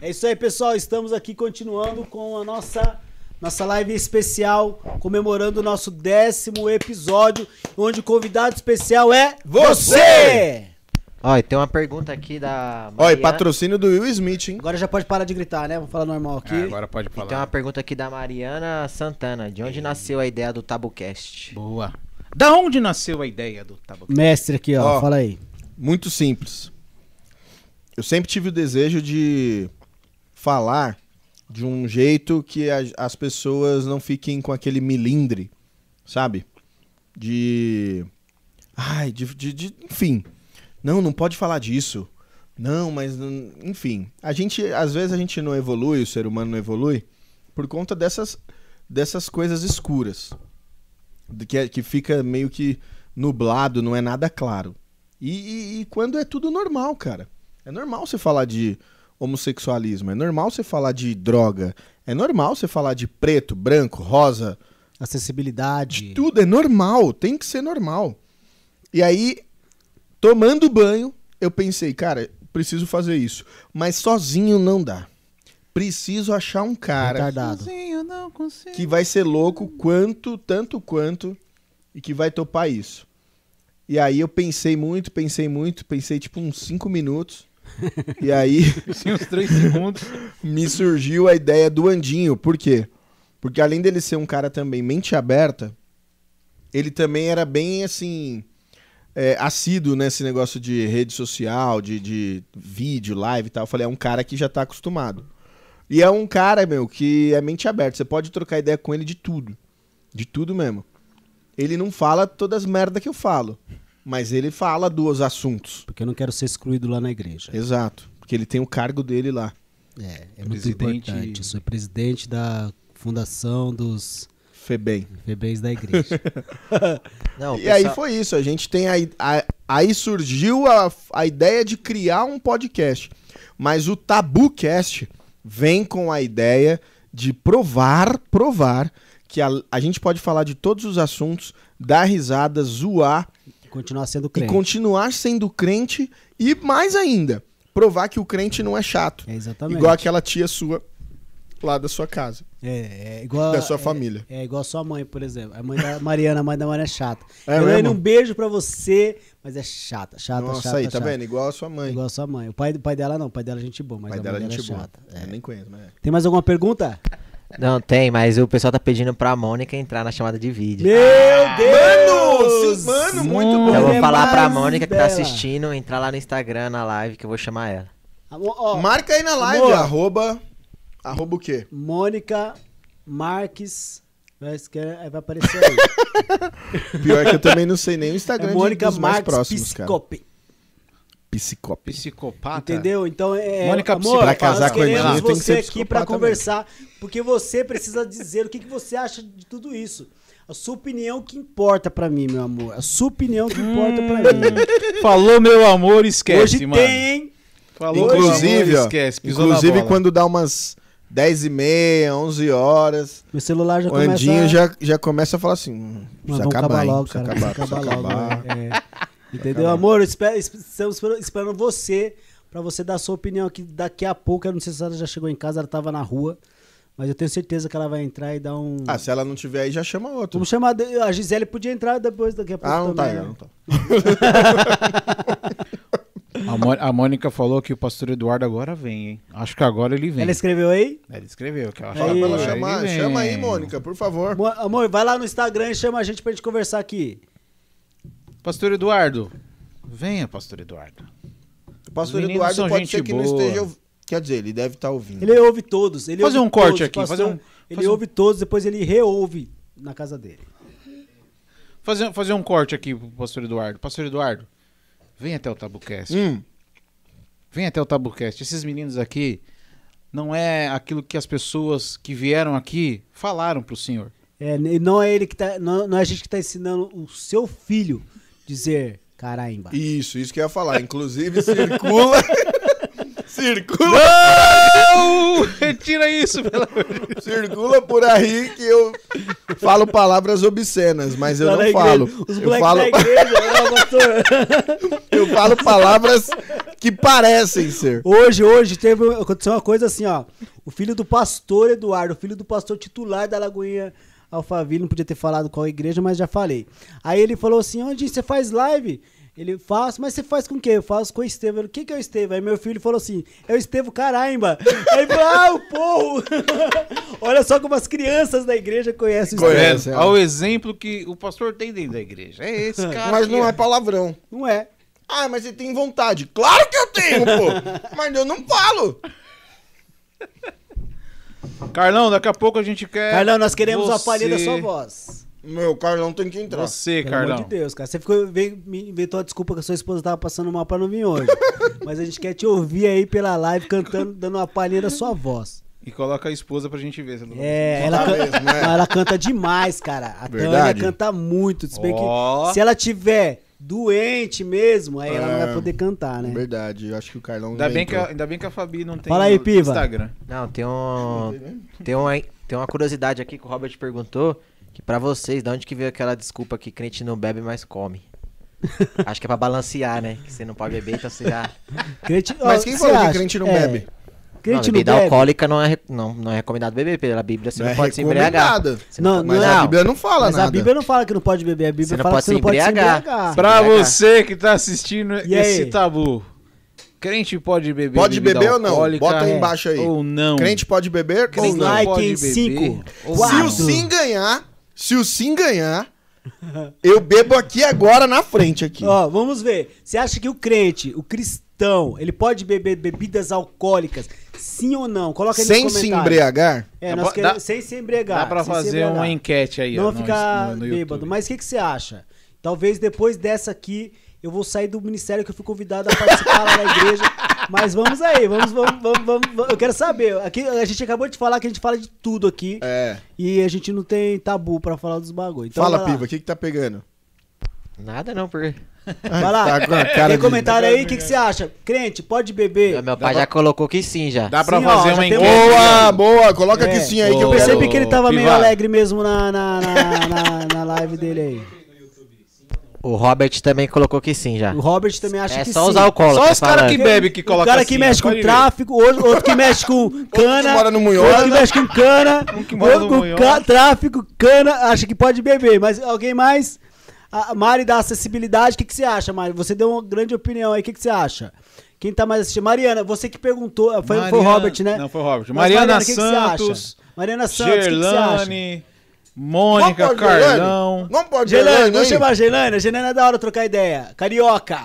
S3: É isso aí, pessoal. Estamos aqui continuando com a nossa nossa live especial comemorando o nosso décimo episódio, onde o convidado especial é
S4: Você!
S5: Ó, e tem uma pergunta aqui da.
S4: Olha, e
S5: Mariana.
S4: patrocínio do Will Smith, hein? É,
S3: Agora já pode parar de gritar, né? Vamos falar normal aqui.
S1: Ah, agora pode
S5: Tem
S1: falar.
S5: uma pergunta aqui da Mariana Santana. De onde nasceu a ideia do Tabucast?
S1: Boa. Da onde nasceu a ideia do tabaco?
S3: Mestre aqui, ó,
S4: Ó.
S3: fala aí.
S4: Muito simples. Eu sempre tive o desejo de falar de um jeito que a- as pessoas não fiquem com aquele milindre, sabe? De. Ai, de, de- de- Enfim. Não, não pode falar disso. Não, mas. não- Enfim. A gente. Às vezes a gente não evolui, o ser humano não evolui, por conta dessas, dessas coisas escuras. de Que, é, que fica meio que nublado, não é nada claro. E, e- e quando é tudo normal, cara. É normal você falar de homossexualismo, é normal você falar de droga, é normal você falar de preto, branco, rosa,
S3: Acessibilidade.
S4: tudo é normal, tem que ser normal. E aí, tomando banho, eu pensei, cara, preciso fazer isso, mas sozinho não dá. Preciso achar um cara
S3: Retardado.
S4: que vai ser louco quanto, tanto quanto, e que vai topar isso. E aí eu pensei muito, pensei muito, pensei tipo uns 5 minutos. e aí
S1: Sim, uns 3 segundos.
S4: me surgiu a ideia do Andinho. Por quê? Porque além dele ser um cara também mente aberta, ele também era bem assim. É, assíduo nesse negócio de rede social, de, de vídeo, live e tal. Eu falei, é um cara que já tá acostumado. E é um cara, meu, que é mente aberta. Você pode trocar ideia com ele de tudo. De tudo mesmo. Ele não fala todas as merdas que eu falo. Mas ele fala dos assuntos.
S3: Porque eu não quero ser excluído lá na igreja.
S4: Exato. Porque ele tem o cargo dele lá.
S3: É, é muito
S1: Presidente-
S3: importante. Eu sou presidente da fundação dos
S4: Febem.
S3: bebês da igreja.
S5: Não, o
S4: E aí
S5: pessoal-
S4: foi isso, a gente tem aí. a- Aí surgiu a, a ideia de criar um podcast. Mas o Tabucast vem com a ideia de provar, provar que a, a gente pode falar de todos os assuntos, dar risada, zoar
S3: Continuar sendo crente.
S4: e continuar sendo crente e mais ainda, provar que o crente não é chato.
S3: É exatamente.
S4: Igual aquela tia sua lá da sua casa,
S3: É, é igual.
S4: da sua
S3: é-
S4: família.
S3: É igual a sua mãe, por exemplo. A mãe da Mariana, a mãe da Mariana é chata.
S4: É
S3: eu
S4: mesmo?
S3: um beijo pra você, mas é chata, chata,
S4: Nossa,
S3: chata.
S4: aí, tá
S3: chata.
S4: vendo? Igual a sua mãe.
S3: Igual a sua mãe. O pai, o pai dela não, o pai dela é gente boa, mas
S4: Pai
S3: a mãe
S4: dela é
S3: é
S4: gente boa.
S3: chata.
S4: Eu nem conheço, mas é.
S3: Tem mais alguma pergunta?
S5: Não, tem, mas o pessoal tá pedindo pra Mônica entrar na chamada de vídeo.
S3: Meu
S4: Ah. Mano,
S3: Deus!
S4: sim, mano, muito
S1: Mano.
S4: bom.
S5: Então eu
S3: Olha
S5: vou falar pra
S3: mais
S5: Mônica que tá
S3: dela.
S5: assistindo, entrar lá no Instagram, na live, que eu vou chamar ela.
S3: Amor, Ah, ó,
S4: Marca aí na live,
S3: Amor.
S4: arroba. Arroba o quê?
S3: Mônica Marques. vai- é, Vai aparecer aí.
S4: Pior que eu também não sei nem o Instagram
S3: É
S4: de-
S3: Mônica
S4: dos mais
S3: Marques
S4: próximos, cara.
S3: Piscope.
S4: Psicop.
S1: Psicopata.
S3: Entendeu? Então é.
S1: Mônica
S3: amor, assim,
S1: Pra
S4: casar
S3: nós
S4: com a
S3: queremos
S4: Edinho, tem que
S3: você
S4: ser
S3: aqui pra
S4: psicopata
S3: conversar, porque você precisa dizer o que, que você acha de tudo isso. A sua opinião que importa pra mim, meu amor. A sua opinião que importa pra
S4: Hum.
S3: mim.
S1: Falou, meu amor, esquece,
S3: Hoje
S1: mano.
S3: tem, hein?
S1: Falou, meu
S4: Inclusive,
S1: amor,
S4: ó,
S1: esquece. Pisou na
S4: inclusive
S1: bola.
S4: quando dá umas 10 e meia, 11 horas,
S3: Meu celular já
S4: o
S3: começa.
S4: Andinho já, já começa a falar assim, hum,
S3: Mas
S4: precisa
S3: vamos
S4: acabar,
S3: acabar
S4: hein,
S3: logo,
S4: precisa
S3: cara.
S4: acabar,
S3: vamos acabar
S4: precisa
S3: logo.
S4: acabar.
S3: né? É. Entendeu? Amor, eu espero- es- estamos espero- esperando você pra você dar a sua opinião aqui daqui a pouco. Eu não sei se ela já chegou em casa, ela tava na rua. Mas eu tenho certeza que ela vai entrar e dar um.
S4: Ah, se ela não tiver aí, já chama outro.
S3: Vamos chamar. de- A Gisele podia entrar depois daqui a pouco.
S4: Ah, não tá,
S3: também, né?
S4: ela não tá.
S1: A, Mo- a Mônica falou que o pastor Eduardo agora vem, hein? Acho que agora ele vem.
S3: Ela escreveu aí?
S1: É, Ele escreveu que eu acho
S4: Fala
S1: que
S4: pra ela
S1: agora ele
S4: chamar.
S1: vem.
S4: Chama aí, Mônica, por favor.
S3: É Mo- Amor, vai lá no Instagram e chama a gente pra gente conversar aqui.
S1: Pastor Eduardo. Venha, pastor Eduardo.
S4: O pastor
S1: Meninos
S4: Eduardo
S1: são
S4: pode
S1: gente
S4: ser que não
S1: boa.
S4: esteja. ouv- Quer dizer, ele deve estar ouvindo.
S3: Ele ouve todos. Ele
S1: Fazer
S3: ouve
S1: um corte
S3: todos,
S1: aqui, fazer um-
S3: Ele
S1: fazer um-
S3: ouve todos, depois ele reouve na casa dele.
S1: Fazer, fazer um corte aqui pro pastor Eduardo. Pastor Eduardo, vem até o Tabucast.
S4: Hum,
S1: Vem até o Tabucast. Esses meninos aqui não é aquilo que as pessoas que vieram aqui falaram pro senhor.
S3: É, e não é ele que tá. Não, não é a gente que tá ensinando o seu filho dizer caramba.
S4: isso, isso que eu ia falar. Ah, Inclusive, circula. circula.
S1: Não! Retira isso, pelo amor de Deus.
S4: Circula por aí que eu falo palavras obscenas, mas eu
S3: Lá
S4: não
S3: na igreja,
S4: falo.
S3: Os
S4: Eu
S3: moleques
S4: falo,
S3: da igreja, ó, pastor.
S4: eu falo palavras que parecem ser.
S3: Hoje, hoje, teve, aconteceu uma coisa assim, ó. O filho do pastor Eduardo, o filho do pastor titular da Lagoinha Alphaville, não podia ter falado qual igreja, mas já falei. Aí ele falou assim, onde você faz live? Ele, faço, mas você faz com o quê? Eu faço com o Estevam. Eu, O que que é o Estevam? Aí meu filho falou assim, é o Estevam Caraimba. Aí ele falou, ah, o povo! Olha só como as crianças da igreja conhecem o Estevam.
S4: Conhece.
S1: Vendo? Olha o É, exemplo que o pastor tem dentro da igreja. É esse cara.
S4: é. Mas
S1: aqui,
S4: não
S1: ó.
S4: é palavrão.
S3: Não é.
S4: Ah, mas você tem vontade. Claro que eu tenho, pô. Mas eu não falo.
S1: Carlão, daqui a pouco a gente quer.
S3: Carlão, nós queremos a
S1: você...
S3: palhinha da sua voz.
S4: Meu, o Carlão tem que entrar.
S1: Você,
S3: Pelo
S1: Carlão.
S3: amor de Deus, cara. Você ficou, veio, me inventou a desculpa que a sua esposa tava passando mal pra não vir hoje. Mas a gente quer te ouvir aí pela live cantando, dando uma palhinha da sua voz.
S1: E coloca a esposa pra gente ver. Celulão.
S3: É, ela, can-
S4: mesmo, né?
S3: ela canta demais, cara. A Tânia
S4: Verdade.
S3: canta muito. Se bem que
S1: Ó.
S3: se ela tiver doente mesmo, aí ela não vai
S4: É. um
S3: poder cantar, né?
S4: Verdade, eu acho que o Carlão
S1: Ainda bem, que a,
S4: inventou.
S1: ainda bem que a Fabi não tem
S3: Fala aí,
S1: no
S3: Piva.
S1: Instagram.
S5: Não, tem um. Tem uma, tem uma curiosidade aqui que o Robert perguntou. Que pra vocês, da onde que veio aquela desculpa que crente não bebe, mas come? Acho que é pra balancear, né? Que você não pode beber, então você já.
S3: Crente-
S4: Mas
S3: ó,
S4: quem
S3: você
S4: falou que
S3: acha?
S4: crente não
S3: É,
S4: bebe?
S5: Não,
S3: Crente não,
S5: bebida
S3: bebe.
S5: alcoólica não é, re- não, não é recomendado beber, pela Bíblia você não,
S4: é
S5: pode se embriagar.
S4: recomendado.
S5: Você não
S3: Não,
S5: pode-
S4: Mas
S5: não.
S4: a Bíblia não fala
S3: Mas
S4: nada.
S3: a Bíblia não fala que não pode beber, a Bíblia
S5: Você não
S3: fala
S5: pode
S3: que você
S5: se
S3: não pode se
S5: embriagar.
S3: embriagar.
S5: Pra-
S1: Pra
S5: Legal.
S1: você que tá assistindo
S3: E
S1: esse
S3: aí?
S1: tabu, crente pode beber
S4: Pode
S1: bebida
S4: beber ou não?
S1: alcoólica
S4: Bota aí embaixo aí.
S1: Ou não.
S4: Crente pode beber
S1: Crente
S4: ou não?
S3: Dislike
S1: pode
S3: em
S1: beber
S3: cinco,
S1: ou
S4: Se
S1: não.
S4: o
S3: quatro.
S4: Sim ganhar, se o Sim ganhar, eu bebo aqui agora na frente aqui.
S3: Ó, vamos ver. Você acha que o crente, o cristão, ele pode beber bebidas alcoólicas? Sim ou não? Coloca aí
S4: sem
S3: nos
S4: se
S3: comentários.
S4: embriagar,
S3: É,
S1: Dá
S3: nós
S1: pra-
S3: queremos,
S1: dá-
S3: sem se embriagar.
S1: Dá pra
S3: sem se
S1: fazer
S3: embriagar.
S1: uma enquete aí. ó,
S3: Não
S1: no-
S3: ficar
S1: no- no YouTube.
S3: bêbado. Mas o que, que você acha? Talvez depois dessa aqui, eu vou sair do ministério que eu fui convidado a participar lá na igreja. Mas vamos aí, vamos, vamos, vamos, vamos, vamos. Eu quero saber. Aqui, a gente acabou de falar que a gente fala de tudo aqui.
S4: é.
S3: E a gente não tem tabu pra falar dos bagulho. Então,
S4: Fala,
S3: vai lá.
S4: Piva, o que que tá pegando?
S5: Nada não, porque.
S3: Vai lá.
S4: Tá com a cara
S3: Tem
S4: de-
S3: comentário aí, o que, que você acha? Crente, pode beber?
S5: Meu pai já colocou que sim já.
S1: Dá pra
S3: Sim, ó,
S1: fazer
S3: já
S1: uma
S3: tem um
S1: enquete.
S4: um Boa, boa, coloca
S3: É.
S4: que sim aí que eu
S5: Ô,
S4: quero.
S3: Percebi que ele tava meio
S1: Pivar.
S3: alegre mesmo na, na, na, na- na live dele aí.
S5: O Robert também colocou que sim já.
S3: O Robert também acha
S5: É
S3: que
S5: só
S3: sim.
S5: os alcoólatras.
S1: Só os caras que
S5: falando.
S1: bebem que assim, é colocam
S3: O
S4: assim,
S3: cara que mexe com tráfico, outro, outro que mexe com cana,
S4: mora no Munhoz.
S3: outro que mexe com cana,
S1: Um que mora
S3: outro
S1: no
S3: com
S1: Munhoz.
S3: ca- tráfico, cana, acha que pode beber. Mas alguém mais? A a Mari da acessibilidade, o que, que você acha, Mari? Você deu uma grande opinião aí, o que, que você acha? Quem tá mais assistindo? Mariana, você que perguntou, foi, foi o
S1: Mariana-
S3: Robert, né?
S1: não, foi o Robert.
S3: Mas,
S1: Mariana
S3: o que que você acha?
S1: Santos,
S3: Mariana Santos, o que, que você acha?
S1: Gerlane,
S4: Não
S1: Mônica,
S4: pode, Gerlane.
S1: Carlão.
S4: Não pode,
S3: Gelane,
S4: Gerlane,
S3: vamos
S4: hein?
S3: chamar a Gelane? A Gelane é da hora trocar ideia. Carioca.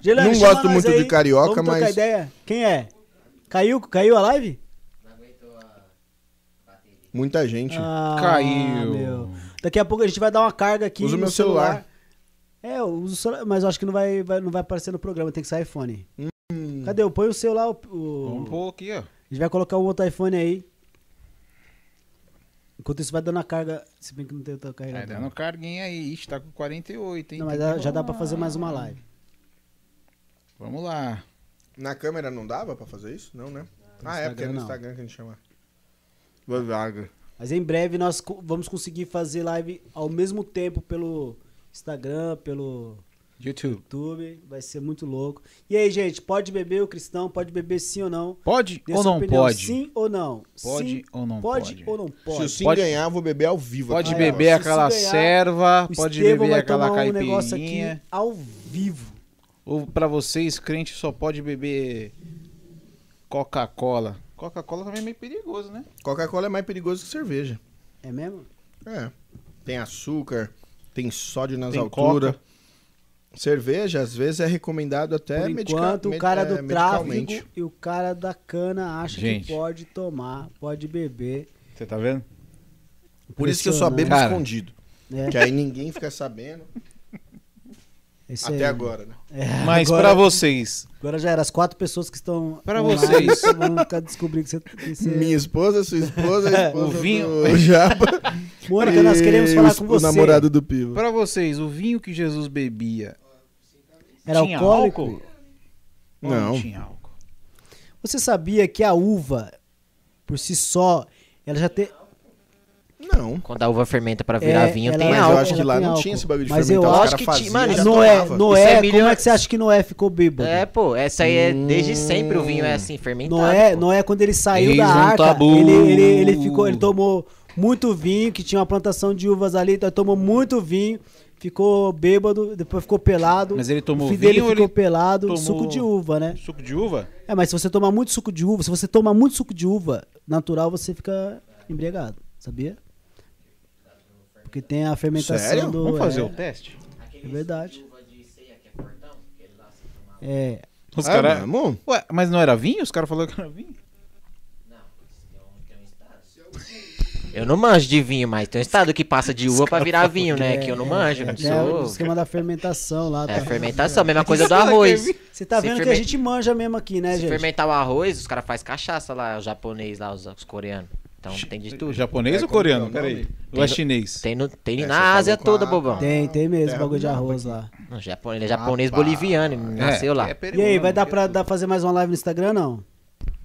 S3: Gelane,
S4: Não
S3: chama
S4: gosto
S3: nós
S4: muito
S3: aí.
S4: de carioca,
S3: vamos trocar
S4: mas-
S3: ideia. Quem é? Caiu, caiu a live?
S4: Muita gente.
S3: Ah,
S1: Caiu.
S3: Daqui a pouco a gente vai dar uma carga aqui
S4: Usa o
S3: no
S4: meu celular.
S3: É, eu uso o celular, mas eu acho que não vai, vai- não vai aparecer no programa, tem que sair iPhone.
S4: Hum.
S3: Cadê? Põe o seu lá. O, o-
S1: Vamos pôr aqui, ó.
S3: A gente vai colocar um outro iPhone aí. Enquanto isso vai dando a carga, se bem que não tem outra carga.
S1: Tá dando carguinha aí. Ixi, tá com 48, hein?
S3: não,
S1: Tem
S3: mas
S1: que
S3: já- já dá
S1: arrumar.
S3: pra fazer mais uma live.
S1: Vamos lá.
S4: Na câmera não dava pra fazer isso? Não, né?
S3: No
S4: ah, é porque
S3: Instagram
S4: é no
S3: não.
S4: Instagram que a gente chama. Vaga.
S3: Mas em breve nós co- vamos conseguir fazer live ao mesmo tempo pelo Instagram, pelo
S1: YouTube.
S3: YouTube, vai ser muito louco. E aí, gente, pode beber o cristão, pode beber sim ou não?
S1: Pode
S3: Dê
S1: ou
S3: sua
S1: não
S3: opinião,
S1: pode?
S3: Sim ou não?
S1: Pode
S3: Sim,
S1: ou não
S3: pode?
S1: pode?
S3: ou não
S4: Se o
S3: pode?
S4: Sim
S1: Pode-
S4: ganhar, eu vou beber ao vivo. tá?
S1: Pode
S4: aqui,
S3: Aí, ó,
S1: beber
S3: se
S1: aquela
S3: ganhar,
S1: serva,
S3: O
S1: pode
S3: Estevão
S1: beber
S3: vai
S1: aquela
S3: tomar um negócio
S1: caipirinha.
S3: aqui ao vivo.
S1: Ou pra vocês, crente só pode beber Coca-Cola. Coca-Cola também é meio perigoso, né?
S4: ó. Coca-Cola é mais perigoso que cerveja.
S3: É mesmo?
S4: É. Tem açúcar, tem sódio nas
S1: Tem
S4: alturas.
S1: coca.
S4: Cerveja, às vezes, é recomendado até
S3: Por
S4: medica-
S3: enquanto,
S4: me-
S3: o cara
S4: é,
S3: do
S4: medicalmente.
S3: tráfego e o cara da cana acha
S1: Gente.
S3: que pode tomar, pode beber.
S1: Você tá vendo?
S4: Por isso que eu só bebo
S1: Cara.
S4: escondido.
S3: É,
S4: Que aí ninguém fica sabendo.
S3: isso aí.
S4: até agora, né?
S3: É,
S1: Mas
S3: agora,
S1: pra vocês,
S3: agora já era as quatro pessoas que estão.
S1: Pra
S3: online,
S1: vocês.
S3: Vão ficar descobrindo que você. Que você...
S4: Minha esposa, sua esposa, a esposa
S1: O vinho.
S4: do Japa.
S3: É, Mônica, nós
S4: e
S3: queremos falar
S4: o-
S3: com
S4: O
S3: você.
S4: namorado do Pivo.
S1: para vocês, o vinho que Jesus bebia
S3: Era
S1: tinha
S3: alcoólico?
S1: álcool? Ou
S4: Não.
S1: tinha álcool.
S3: Você sabia que a uva, por si só, ela já tem.
S4: Não.
S5: Quando a uva fermenta pra virar
S3: É,
S5: vinho,
S3: ela
S5: tem
S3: é
S4: Mas eu
S5: álcool.
S4: acho que
S3: ela
S4: lá
S3: tem
S4: não
S3: álcool.
S4: tinha esse bagulho de
S3: Mas eu
S4: fermentar. os
S5: acho
S4: cara
S5: que tinha-
S4: fazia,
S5: mano,
S4: já
S5: isso-
S3: Noé,
S4: tomava.
S3: Noé
S5: Isso é
S3: como
S5: milhões-
S3: é que você acha que Noé ficou bêbado?
S5: É, pô, essa aí é desde sempre o
S3: Hum.
S5: vinho é assim, fermentado.
S3: Noé,
S5: pô.
S3: Noé, é quando ele saiu
S1: Eis
S3: da
S1: um
S3: arca,
S1: tabu.
S3: ele, ele, ele ficou, ele tomou muito vinho, que tinha uma plantação de uvas ali, então ele tomou muito vinho, ficou bêbado, depois ficou pelado.
S1: Mas ele tomou
S3: o filho dele
S1: vinho ou
S3: ficou
S1: ele
S3: pelado,
S1: tomou-
S3: suco de uva, né?
S1: Suco de uva?
S3: É, mas se você tomar muito suco de uva, se você tomar muito suco de uva natural, você fica embriagado, sabia? Porque tem a fermentação
S4: Sério?
S3: do.
S1: Vamos fazer
S3: é,
S1: o teste?
S3: É verdade. É,
S1: Os
S4: Ah,
S1: cara-
S4: mesmo?
S1: Ué, mas não era vinho? Os caras falaram que era vinho?
S5: Eu não manjo de vinho, mas tem um estado que passa de uva pra virar vinho, né? Que eu não manjo,
S3: é,
S5: não
S3: é o
S5: sou.
S3: esquema da fermentação lá.
S5: É
S3: tá?
S5: fermentação, mesma coisa do arroz.
S3: Você tá
S5: Se
S3: vendo que a
S5: fermen-
S3: gente manja mesmo aqui,
S1: É,
S3: né,
S5: Se
S3: gente?
S5: fermentar o arroz, os caras fazem cachaça lá, os japonês lá, os, os coreanos. Então tem de tudo.
S1: Japonês
S4: É,
S1: ou
S4: como que é o
S1: coreano?
S4: nome?
S1: Peraí. Ou
S5: Tem
S1: é
S5: no-
S1: chinês?
S5: Tem, no, tem
S4: É, você
S5: na Ásia
S4: falou com
S5: toda,
S4: a-
S5: bobão.
S3: Tem, tem mesmo,
S4: Terra
S3: bagulho de
S4: do mapa
S3: arroz lá.
S5: Não, Japão, ele é japonês boliviano, ele
S1: É,
S5: nasceu lá.
S1: é
S3: E
S1: peruano,
S3: aí, vai dar
S1: que é
S3: pra
S1: tudo.
S3: dar- fazer mais uma live no Instagram, não?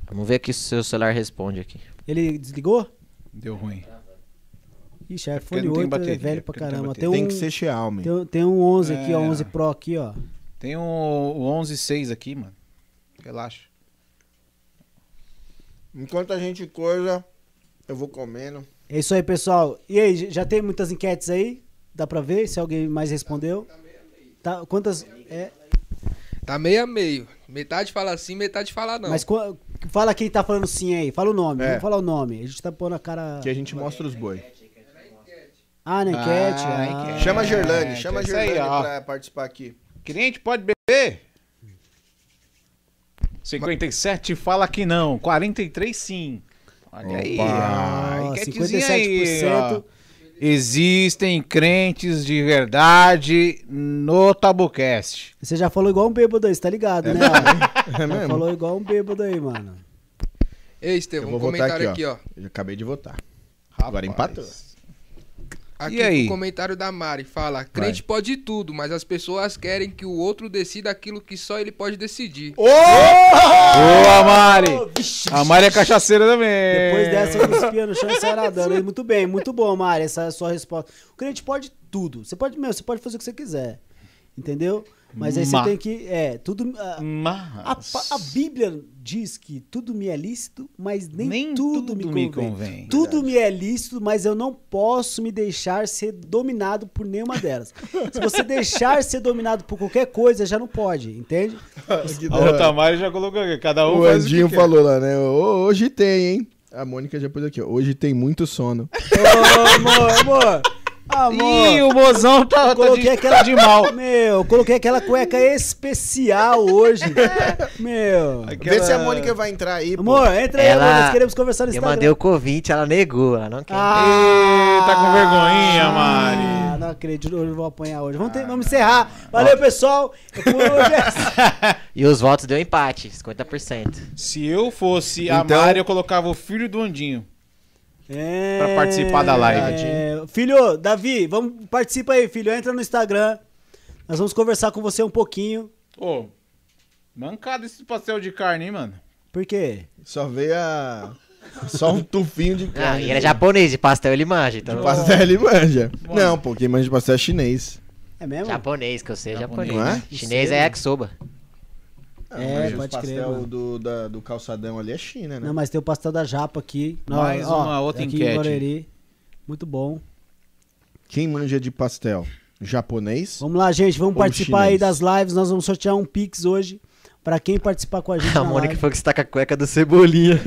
S5: Vamos ver o que o seu celular responde aqui.
S3: Ele desligou?
S1: Deu ruim.
S3: Ixi,
S1: porque
S3: iPhone
S1: não tem
S3: 8 é
S1: bateria,
S3: velho pra
S1: porque não tem
S3: caramba. Tem
S1: bateria.
S3: um,
S4: Tem que ser Xiaomi.
S3: tem, um- tem um 11 aqui, ó,
S1: É.
S3: 11 Pro aqui, ó.
S1: Tem o um, 11.6 aqui, mano. Relaxa.
S4: Enquanto a gente coisa, eu vou comendo.
S3: É isso aí, pessoal. E aí, j- já tem muitas enquetes aí? Dá pra ver se alguém mais respondeu? Tá, quantas... é,
S9: Tá meio a meio. Metade fala sim, metade fala não.
S3: mas qua- fala quem tá falando sim aí. Fala o nome.
S4: É.
S3: Vamos falar o nome. A gente tá pondo a cara...
S4: Que a gente mostra os boi.
S3: Ah, na enquete.
S1: Ah,
S3: ah.
S1: enquete.
S4: Chama a Gerlane,
S1: É,
S4: chama a
S1: então é isso aí,
S4: Gerlane
S1: ó.
S4: pra participar aqui.
S1: Cliente, pode beber? 57 fala que não. 43 sim. Olha aí. ó.
S3: Ó,
S1: Enquetezinha aí, ó. Existem crentes de verdade no Tabucast.
S3: Você já falou igual um bêbado aí, você tá ligado, né?
S4: É
S3: Já falou igual um bêbado aí, mano.
S9: Ei,
S4: Eu
S9: Estevão,
S4: vou
S9: um
S4: votar
S9: comentário
S4: aqui,
S9: aqui, ó.
S4: ó. Eu acabei de votar. Agora
S1: Rapaz.
S4: empatou.
S9: Aqui
S1: E aí?
S9: o comentário da Mari fala: crente pode tudo, mas as pessoas querem que o outro decida aquilo que só ele pode decidir.
S1: Boa, Mari! A Mari é cachaceira também.
S3: Depois dessa, eu cuspia no chão e saia nadando. Muito bem, muito bom, Mari, essa é a sua resposta. O cliente pode tudo. Você pode, meu, você pode fazer o que você quiser. Entendeu? Mas aí você
S1: Ma-
S3: tem que. É, tudo. A, a-
S1: Mas...
S3: a Bíblia diz que tudo me é lícito, mas nem,
S1: Nem
S3: tudo, me,
S1: tudo
S3: convém.
S1: me convém.
S3: Tudo me é lícito, mas eu não posso me deixar ser dominado por nenhuma delas. Se você deixar ser dominado por qualquer coisa, já não pode, entende?
S1: A outra Mari já colocou aqui. Cada um
S4: Então O
S1: faz
S4: Andinho
S1: o que quer.
S4: falou lá, né? "Ô, Hoje tem, hein? A Mônica já pôs aqui, ó. Hoje tem muito sono.
S3: Ô, Ah, amor, amor. Amor.
S1: Ih, o mozão tá, tá, de,
S3: Coloquei aquela
S1: tá de mal.
S3: Meu, eu coloquei aquela cueca especial hoje. Meu.
S4: Vê se a Mônica vai entrar aí. pô.
S3: Amor, entra aí,
S5: Ela-
S3: amor. Nós queremos conversar no
S5: Eu
S3: Instagram.
S5: mandei o convite, ela negou, ela não quer.
S1: Ih,
S4: Ah.
S1: tá com vergonhinha, Mari.
S3: Ah, não acredito, eu vou apanhar hoje. Vamos, ter- vamos encerrar. Valeu, pessoal. Por hoje é-
S5: E os votos deu empate, 50%.
S1: Se eu fosse a
S4: Então-
S1: Mari, eu colocava o filho do Andinho.
S3: é.
S1: Pra participar da live.
S3: É, Filho, Davi, vamos, participa aí, filho. Entra no Instagram. Nós vamos conversar com você um pouquinho.
S1: Ô, mancado esse pastel de carne, hein, mano?
S3: Por quê?
S4: Só veio a. Só um tufinho de
S5: Ah,
S4: carne.
S5: e ele é japonês, de pastel ele manja, então...
S4: Pastel ele manja. Não, pô, quem manja de pastel é chinês.
S3: É mesmo?
S5: Japonês, que eu sei,
S1: Japonês.
S5: japonês.
S4: Não é?
S5: Chinês é yakisoba.
S3: É,
S4: Ah, mas
S3: pode
S4: o
S3: crer,
S4: pastel
S3: mano.
S4: do, da- do calçadão ali é China, né?
S3: Não, mas tem o pastel da Japa aqui. Não,
S1: Mais uma outra
S3: aqui
S1: enquete.
S3: Em Barueri. Muito bom.
S4: Quem manja de pastel? Japonês?
S3: Vamos lá, gente. Vamos
S4: Ou
S3: participar aí
S4: chinês.
S3: das lives. Nós vamos sortear um Pix hoje. Pra quem participar com a gente.
S5: A
S3: na
S5: Mônica
S3: live.
S5: falou que você tá com a cueca do Cebolinha.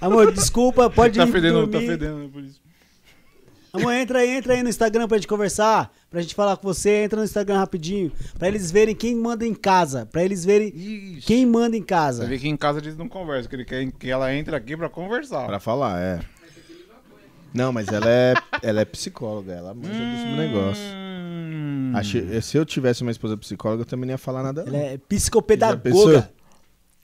S3: Amor, desculpa, pode
S1: tá
S3: ir
S1: fedendo, tá
S3: dormir.
S1: fedendo, é por isso.
S3: Amor, entra aí, entra aí no Instagram pra gente conversar, pra gente falar com você, entra no Instagram rapidinho, pra eles verem quem manda em casa, pra eles verem
S1: Ixi. Tá
S3: quem manda em
S1: Você
S3: casa.
S1: vê que em casa eles não conversam, que ele quer que ela entre aqui pra conversar.
S4: Pra falar, é. Não, mas ela é, ela é psicóloga, ela manja desse negócio.
S1: Hum.
S4: Achei- se eu tivesse uma esposa psicóloga, eu também não ia falar nada.
S3: Ela
S4: não.
S3: é
S4: Já pensou?
S3: psicopedagoga.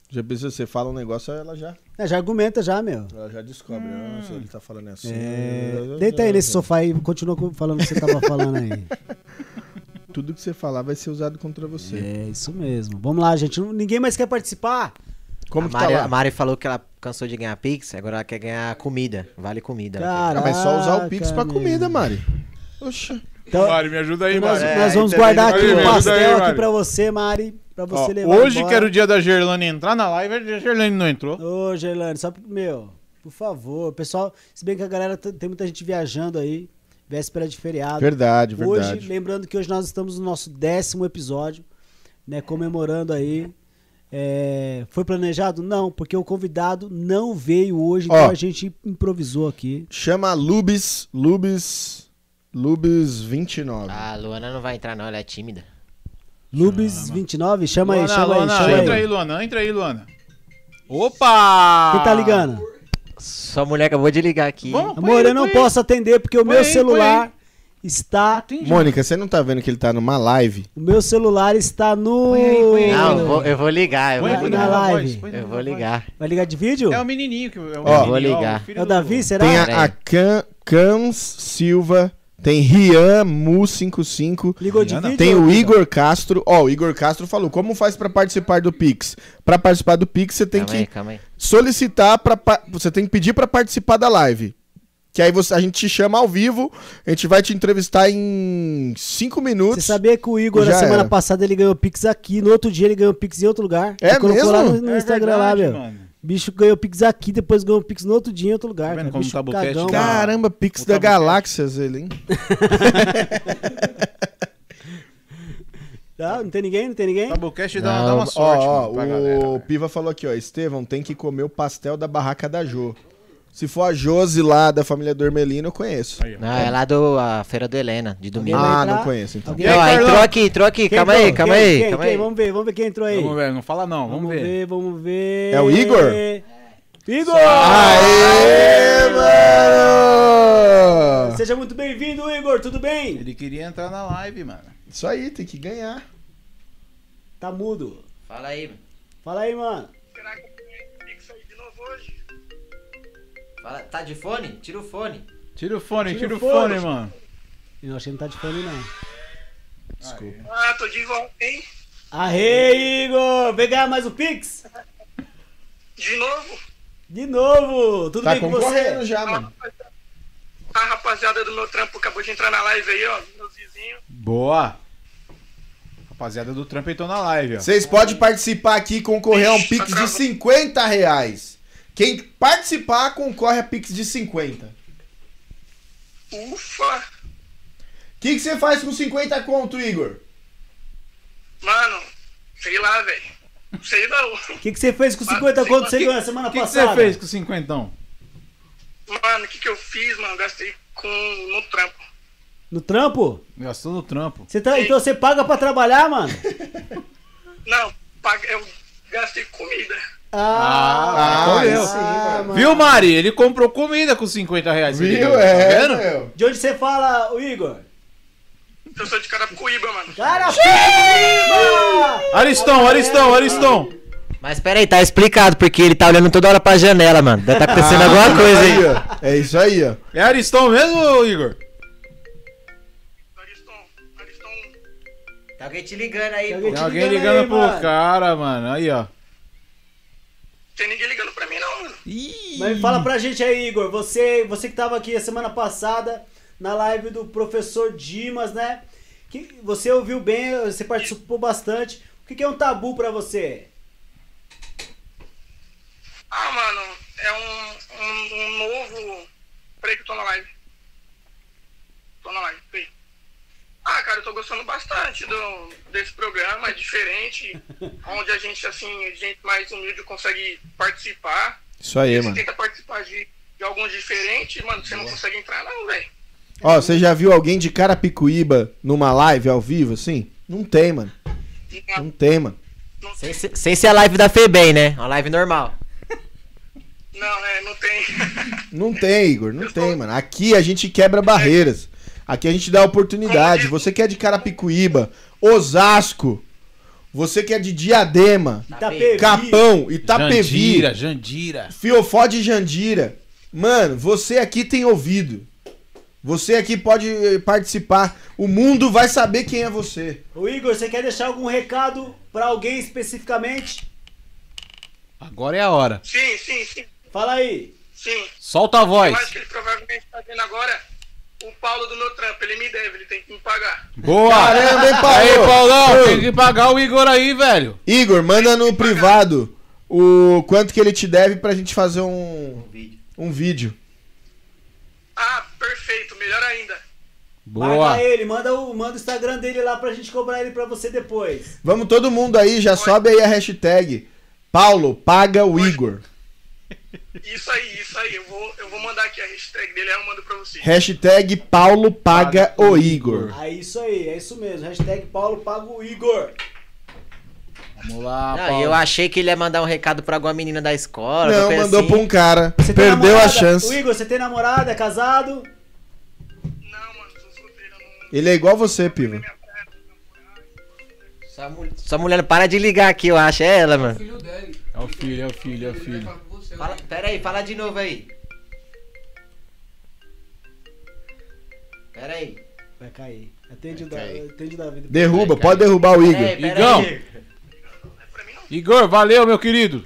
S4: Já pensou, você fala um negócio, ela já,
S3: É, já argumenta já, meu.
S4: ela já descobre. Nossa, ele tá falando assim.
S3: Hum. É, deita aí nesse sofá aí, continua com- falando o que você tava falando aí.
S4: Tudo que você falar vai ser usado contra você.
S3: É, isso mesmo. Vamos lá, gente. Não- Ninguém mais quer participar?
S4: Como
S5: a,
S4: que tá
S5: Mari,
S4: lá?
S5: a Mari falou que ela cansou de ganhar Pix, agora ela quer ganhar comida. Vale comida.
S3: Cara,
S4: Ah, mas só usar o Pix pra
S3: Caraca,
S4: comida, Mari. Oxa.
S3: Então,
S1: Mari, me ajuda aí,
S3: nós,
S1: Mari.
S5: É,
S3: nós
S5: aí
S3: vamos
S5: também
S3: guardar
S1: não
S3: aqui
S1: vai
S3: o
S1: ver. então, Ajuda
S3: pastel
S1: aí,
S3: aqui
S1: Mari.
S3: pra você, Mari, pra
S1: Ó,
S3: você levar
S1: hoje que
S3: embora.
S1: era o dia da Gerlane entrar na live, a Gerlane não entrou.
S3: Ô, Gerlane, só, pro- meu, por favor, pessoal, se bem que a galera, t- tem muita gente viajando aí, véspera de feriado.
S4: Verdade,
S3: Hoje,
S4: verdade.
S3: lembrando que hoje nós estamos no nosso décimo episódio, né, comemorando aí. É, foi planejado? Não, porque o convidado não veio hoje,
S4: Ó.
S3: então a gente improvisou aqui.
S4: Chama Lubis, Lubis, Lubis
S3: Ah,
S4: 29.
S5: Ah, A Luana não vai entrar não, ela é tímida.
S3: Lubis29, chama aí,
S1: Luana,
S3: chama aí,
S1: Luana,
S3: chama
S1: entra aí.
S3: aí.
S1: Luana, entra aí, Luana. Opa!
S3: Quem tá ligando?
S5: Sua mulher acabou de ligar aqui.
S1: Vamos, põe
S3: Amor,
S1: aí,
S3: eu não
S1: põe aí.
S3: posso atender porque o
S1: Põe
S3: meu
S1: aí, põe
S3: celular está.
S4: Mônica, você não tá vendo que ele tá numa live?
S3: O meu celular está no.
S1: Põe aí, põe aí.
S5: Não, eu vou, eu vou ligar, eu
S1: Põe
S5: vou
S1: aqui
S3: na
S5: ligar.
S3: live.
S1: voz, põe na
S5: Eu vou
S1: voz.
S5: ligar.
S3: Vai ligar de vídeo?
S1: É o menininho que é o,
S4: Ó,
S1: menininho,
S5: vou
S1: ó,
S5: ligar.
S1: filho
S3: É o
S1: do-
S3: Davi, será?
S4: Tem
S5: Pera
S4: a, a
S5: aí.
S4: Can, Cans Silva, tem Rian Mu55,
S3: Ligou de
S1: Rihanna?
S3: vídeo?
S4: tem o Igor Castro. Ó, o Igor Castro falou: como faz pra participar do Pix? Pra participar do Pix, você tem
S5: calma aí,
S4: que
S5: calma aí.
S4: solicitar para você tem que pedir pra participar da live. Que aí você, a gente te chama ao vivo, a gente vai te entrevistar em 5
S3: Você
S4: minutos.
S3: sabia que o Igor, na
S4: Já
S3: semana
S4: era.
S3: passada, ele ganhou Pix aqui, no outro dia ele ganhou Pix em outro lugar.
S4: É
S3: Ele colocou
S4: mesmo?
S3: lá no, no
S1: É
S3: Instagram
S1: verdade,
S3: lá, meu.
S1: mano.
S3: O bicho ganhou Pix aqui, depois ganhou Pix no outro dia em outro lugar.
S1: Tá vendo
S3: cara.
S1: como
S3: Bicho
S1: tá boquete,
S3: cagão,
S1: cara?
S3: mano.
S4: Caramba, Pix
S1: Puta
S4: da
S1: boquete.
S4: Galáxias ele, hein?
S3: Tá, não tem ninguém? Não tem ninguém?
S1: Tabucast dá, dá
S5: Não,
S1: uma
S4: Ó,
S1: sorte
S4: ó,
S1: mano, pra
S4: o
S1: galera. né? velho.
S4: Piva falou aqui, ó. Estevão tem que comer o pastel da barraca da Jô. Se for a Josi lá da família do Hermelino, eu conheço.
S1: Aí, ó.
S5: Não, é lá do a Feira do Helena, de domingo.
S3: Alguém vai
S4: Ah,
S3: entrar?
S4: não conheço, então.
S3: Alguém
S5: Não,
S1: E aí,
S5: ah, entrou
S1: Carlão?
S5: aqui, entrou aqui,
S3: Quem
S5: calma
S3: entrou?
S5: aí, calma
S3: Quem,
S5: aí,
S3: quem,
S5: calma
S3: quem?
S5: aí.
S3: Vamos ver, vamos ver quem entrou aí.
S1: Vamos ver, não fala não, vamos, ver.
S3: vamos ver.
S4: É o Igor?
S3: Igor!
S4: Aê, mano!
S3: Seja muito bem-vindo, Igor, tudo bem?
S1: Ele queria entrar na live, mano.
S4: Isso aí, tem que ganhar.
S3: Tá mudo.
S5: Fala aí,
S3: Fala aí, mano.
S8: Será que eu tenho que sair de novo hoje?
S5: fala, tá de fone? Tira o fone.
S1: Tira o fone,
S3: Tira
S1: tira,
S3: o
S1: o fone,
S3: fone.
S1: mano.
S3: Eu achei que não tá de fone, não.
S8: Ah, tô de volta, hein?
S3: Arre, Igor! Vem ganhar mais um Pix?
S8: De novo?
S3: De novo! Tudo
S4: Tá
S3: bem com
S4: concorrendo
S3: você?
S4: já, mano.
S8: A rapaziada do meu trampo acabou de entrar na live aí, ó. Meus vizinhos.
S1: Boa. Rapaziada do Trump entrou na live, ó.
S4: Vocês podem participar aqui e concorrer a um Pix de 50 reais. Quem participar, concorre a Pix de 50. O
S8: Ufa!
S4: que que você faz com 50 conto, Igor?
S8: Mano, sei lá, velho. Não Sei não.
S3: O que, que você fez com 50
S8: Mas,
S3: conto que você
S8: que-
S3: ganhou semana
S1: O que que
S3: passada?
S1: você fez com então? o cinquentão?
S8: Mano, o que que eu fiz, mano? Gastei com no trampo.
S3: No trampo?
S1: Gastou no trampo.
S3: Você tra- Então você paga pra trabalhar, mano?
S8: Não, paga- eu gastei com comida.
S1: Ah,
S4: Ah,
S1: correu.
S4: sim, mano.
S1: Viu, Mari? Ele comprou comida com 50 reais. você
S4: Viu?
S1: ligou?
S4: É,
S1: Tá vendo?
S4: meu.
S3: De onde você fala, o Igor?
S8: Eu sou de Carapicuíba, mano.
S3: Cara, p-
S1: Aristão, Aristão, Aristão.
S5: Mas pera aí, tá explicado, porque ele tá olhando toda hora pra janela, mano. Deve tá acontecendo alguma coisa aí.
S4: Ah, ó. É isso aí, ó.
S1: Ah, É Aristão mesmo, Igor?
S8: Ariston, Ariston.
S5: Tá alguém te ligando aí,
S3: Tem
S5: pô.
S3: alguém
S1: Tem
S3: te
S1: alguém ligando
S3: aí,
S1: pro
S3: mano.
S1: cara, mano. Aí, ó.
S8: Tem ninguém ligando pra mim, não, mano.
S3: Mas fala pra gente aí, Igor. Você, você que tava aqui a semana passada na live do professor Dimas, né? que- você ouviu bem, você participou bastante. O que, que é um tabu pra você?
S8: Ah, mano, é um, um, um novo. Peraí que eu tô na live. Tô na live, peraí. Ah, cara, eu tô gostando bastante do, desse programa, é diferente, onde a gente, assim, gente mais humilde consegue participar.
S4: Isso aí,
S8: Você
S4: mano.
S8: tenta participar de, de alguns diferentes, mano, você não consegue entrar não, velho.
S4: Ó, você já viu alguém de Carapicuíba numa live ao vivo, assim? Não tem, mano. Não tem, mano.
S8: Não,
S5: Sem, ser- sem ser a live da Febem, né? Uma live normal.
S8: não, é, não tem.
S4: Não tem, Igor. Não tem, mano. Aqui a gente quebra barreiras. Aqui a gente dá oportunidade. Você que é de Carapicuíba, Osasco, você que é de Diadema,
S3: Itapevi.
S4: Capão, Itapevi,
S1: Jandira, Jandira.
S4: Fiofó de Jandira. Mano, você aqui tem ouvido. Você aqui pode eh, participar. O mundo vai saber quem é você.
S3: Ô Igor, você quer deixar algum recado pra alguém especificamente?
S1: Agora é a hora.
S8: Sim, sim, sim,
S3: Fala aí.
S8: sim.
S1: Solta a voz.
S8: Eu acho que ele provavelmente tá vendo agora o Paulo do meu trampo, ele me deve, ele tem que me pagar.
S1: Boa.
S4: Caramba, hein, Paulo?
S1: Aí, Paulão,
S4: Ô.
S1: tem que pagar o Igor aí, velho.
S4: Igor, manda no privado o quanto que ele te deve pra gente fazer um, um vídeo.
S8: Ah, perfeito, melhor ainda.
S1: Boa.
S3: Marca ele, manda o, manda o Instagram dele lá pra gente cobrar ele pra você depois.
S4: Vamos todo mundo aí, já sobe aí a hashtag. Paulo, paga o Igor.
S8: Isso aí, isso aí. Eu vou, eu vou mandar aqui a hashtag dele, aí eu mando pra você.
S4: Hashtag Paulo paga o Igor.
S3: É isso aí, é isso mesmo. Hashtag Paulo paga o Igor.
S1: Vamos lá,
S5: Não,
S1: Paulo.
S5: eu achei que ele ia mandar um recado pra alguma assim. menina da escola.
S4: Não, mandou pra um cara.
S3: Você tem
S4: Perdeu a
S3: namorada? O
S4: chance.
S3: Igor, você tem namorada, é casado?
S8: Não, mano, sou solteiro, eu não.
S4: Ele é igual você, Piva.
S5: Sua, mul- sua mulher, para de ligar aqui, eu acho. É ela, mano.
S9: Filho dele.
S1: É o filho, é o filho, é
S9: Ele
S1: o
S9: vai
S1: filho.
S9: falar com você,
S5: Fala,
S9: né?
S5: pera aí, fala de novo aí. Pera aí.
S3: Vai cair. Atende, o, da,
S1: cair.
S3: atende o Davi.
S4: Derruba, pode derrubar É o
S5: Pera aí,
S4: Igor.
S5: pera
S1: Igão.
S5: aí.
S1: Igor, valeu, meu querido.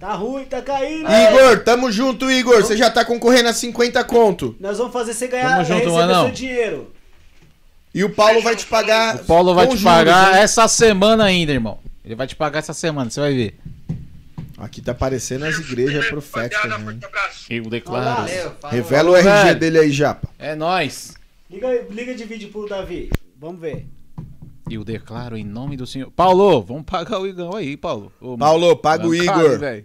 S3: Tá ruim, tá caindo.
S4: Igor, tamo junto, Igor. Você já tá concorrendo a 50 conto.
S3: Nós vamos fazer você ganhar
S1: Tamo junto,
S3: receber
S1: Manão.
S3: seu dinheiro.
S4: E o Paulo vai te pagar.
S1: O Paulo vai
S4: com
S1: te
S4: juros,
S1: pagar
S4: hein?
S1: essa semana ainda, irmão. Ele vai te pagar essa semana, você vai ver.
S4: Aqui tá aparecendo as igrejas proféticas, né?
S8: forte abraço.
S1: Eu
S3: declaro.
S5: Valeu, falou.
S4: Revela o RG
S1: Velho.
S4: dele aí, Japa.
S1: É nóis.
S3: Liga, liga de vídeo pro Davi. Vamos ver.
S1: Eu declaro em nome do Senhor. Paulo, vamos pagar o Igão aí, Paulo. Ô,
S4: Paulo, paga o
S1: Bancário,
S4: Igor.
S1: velho.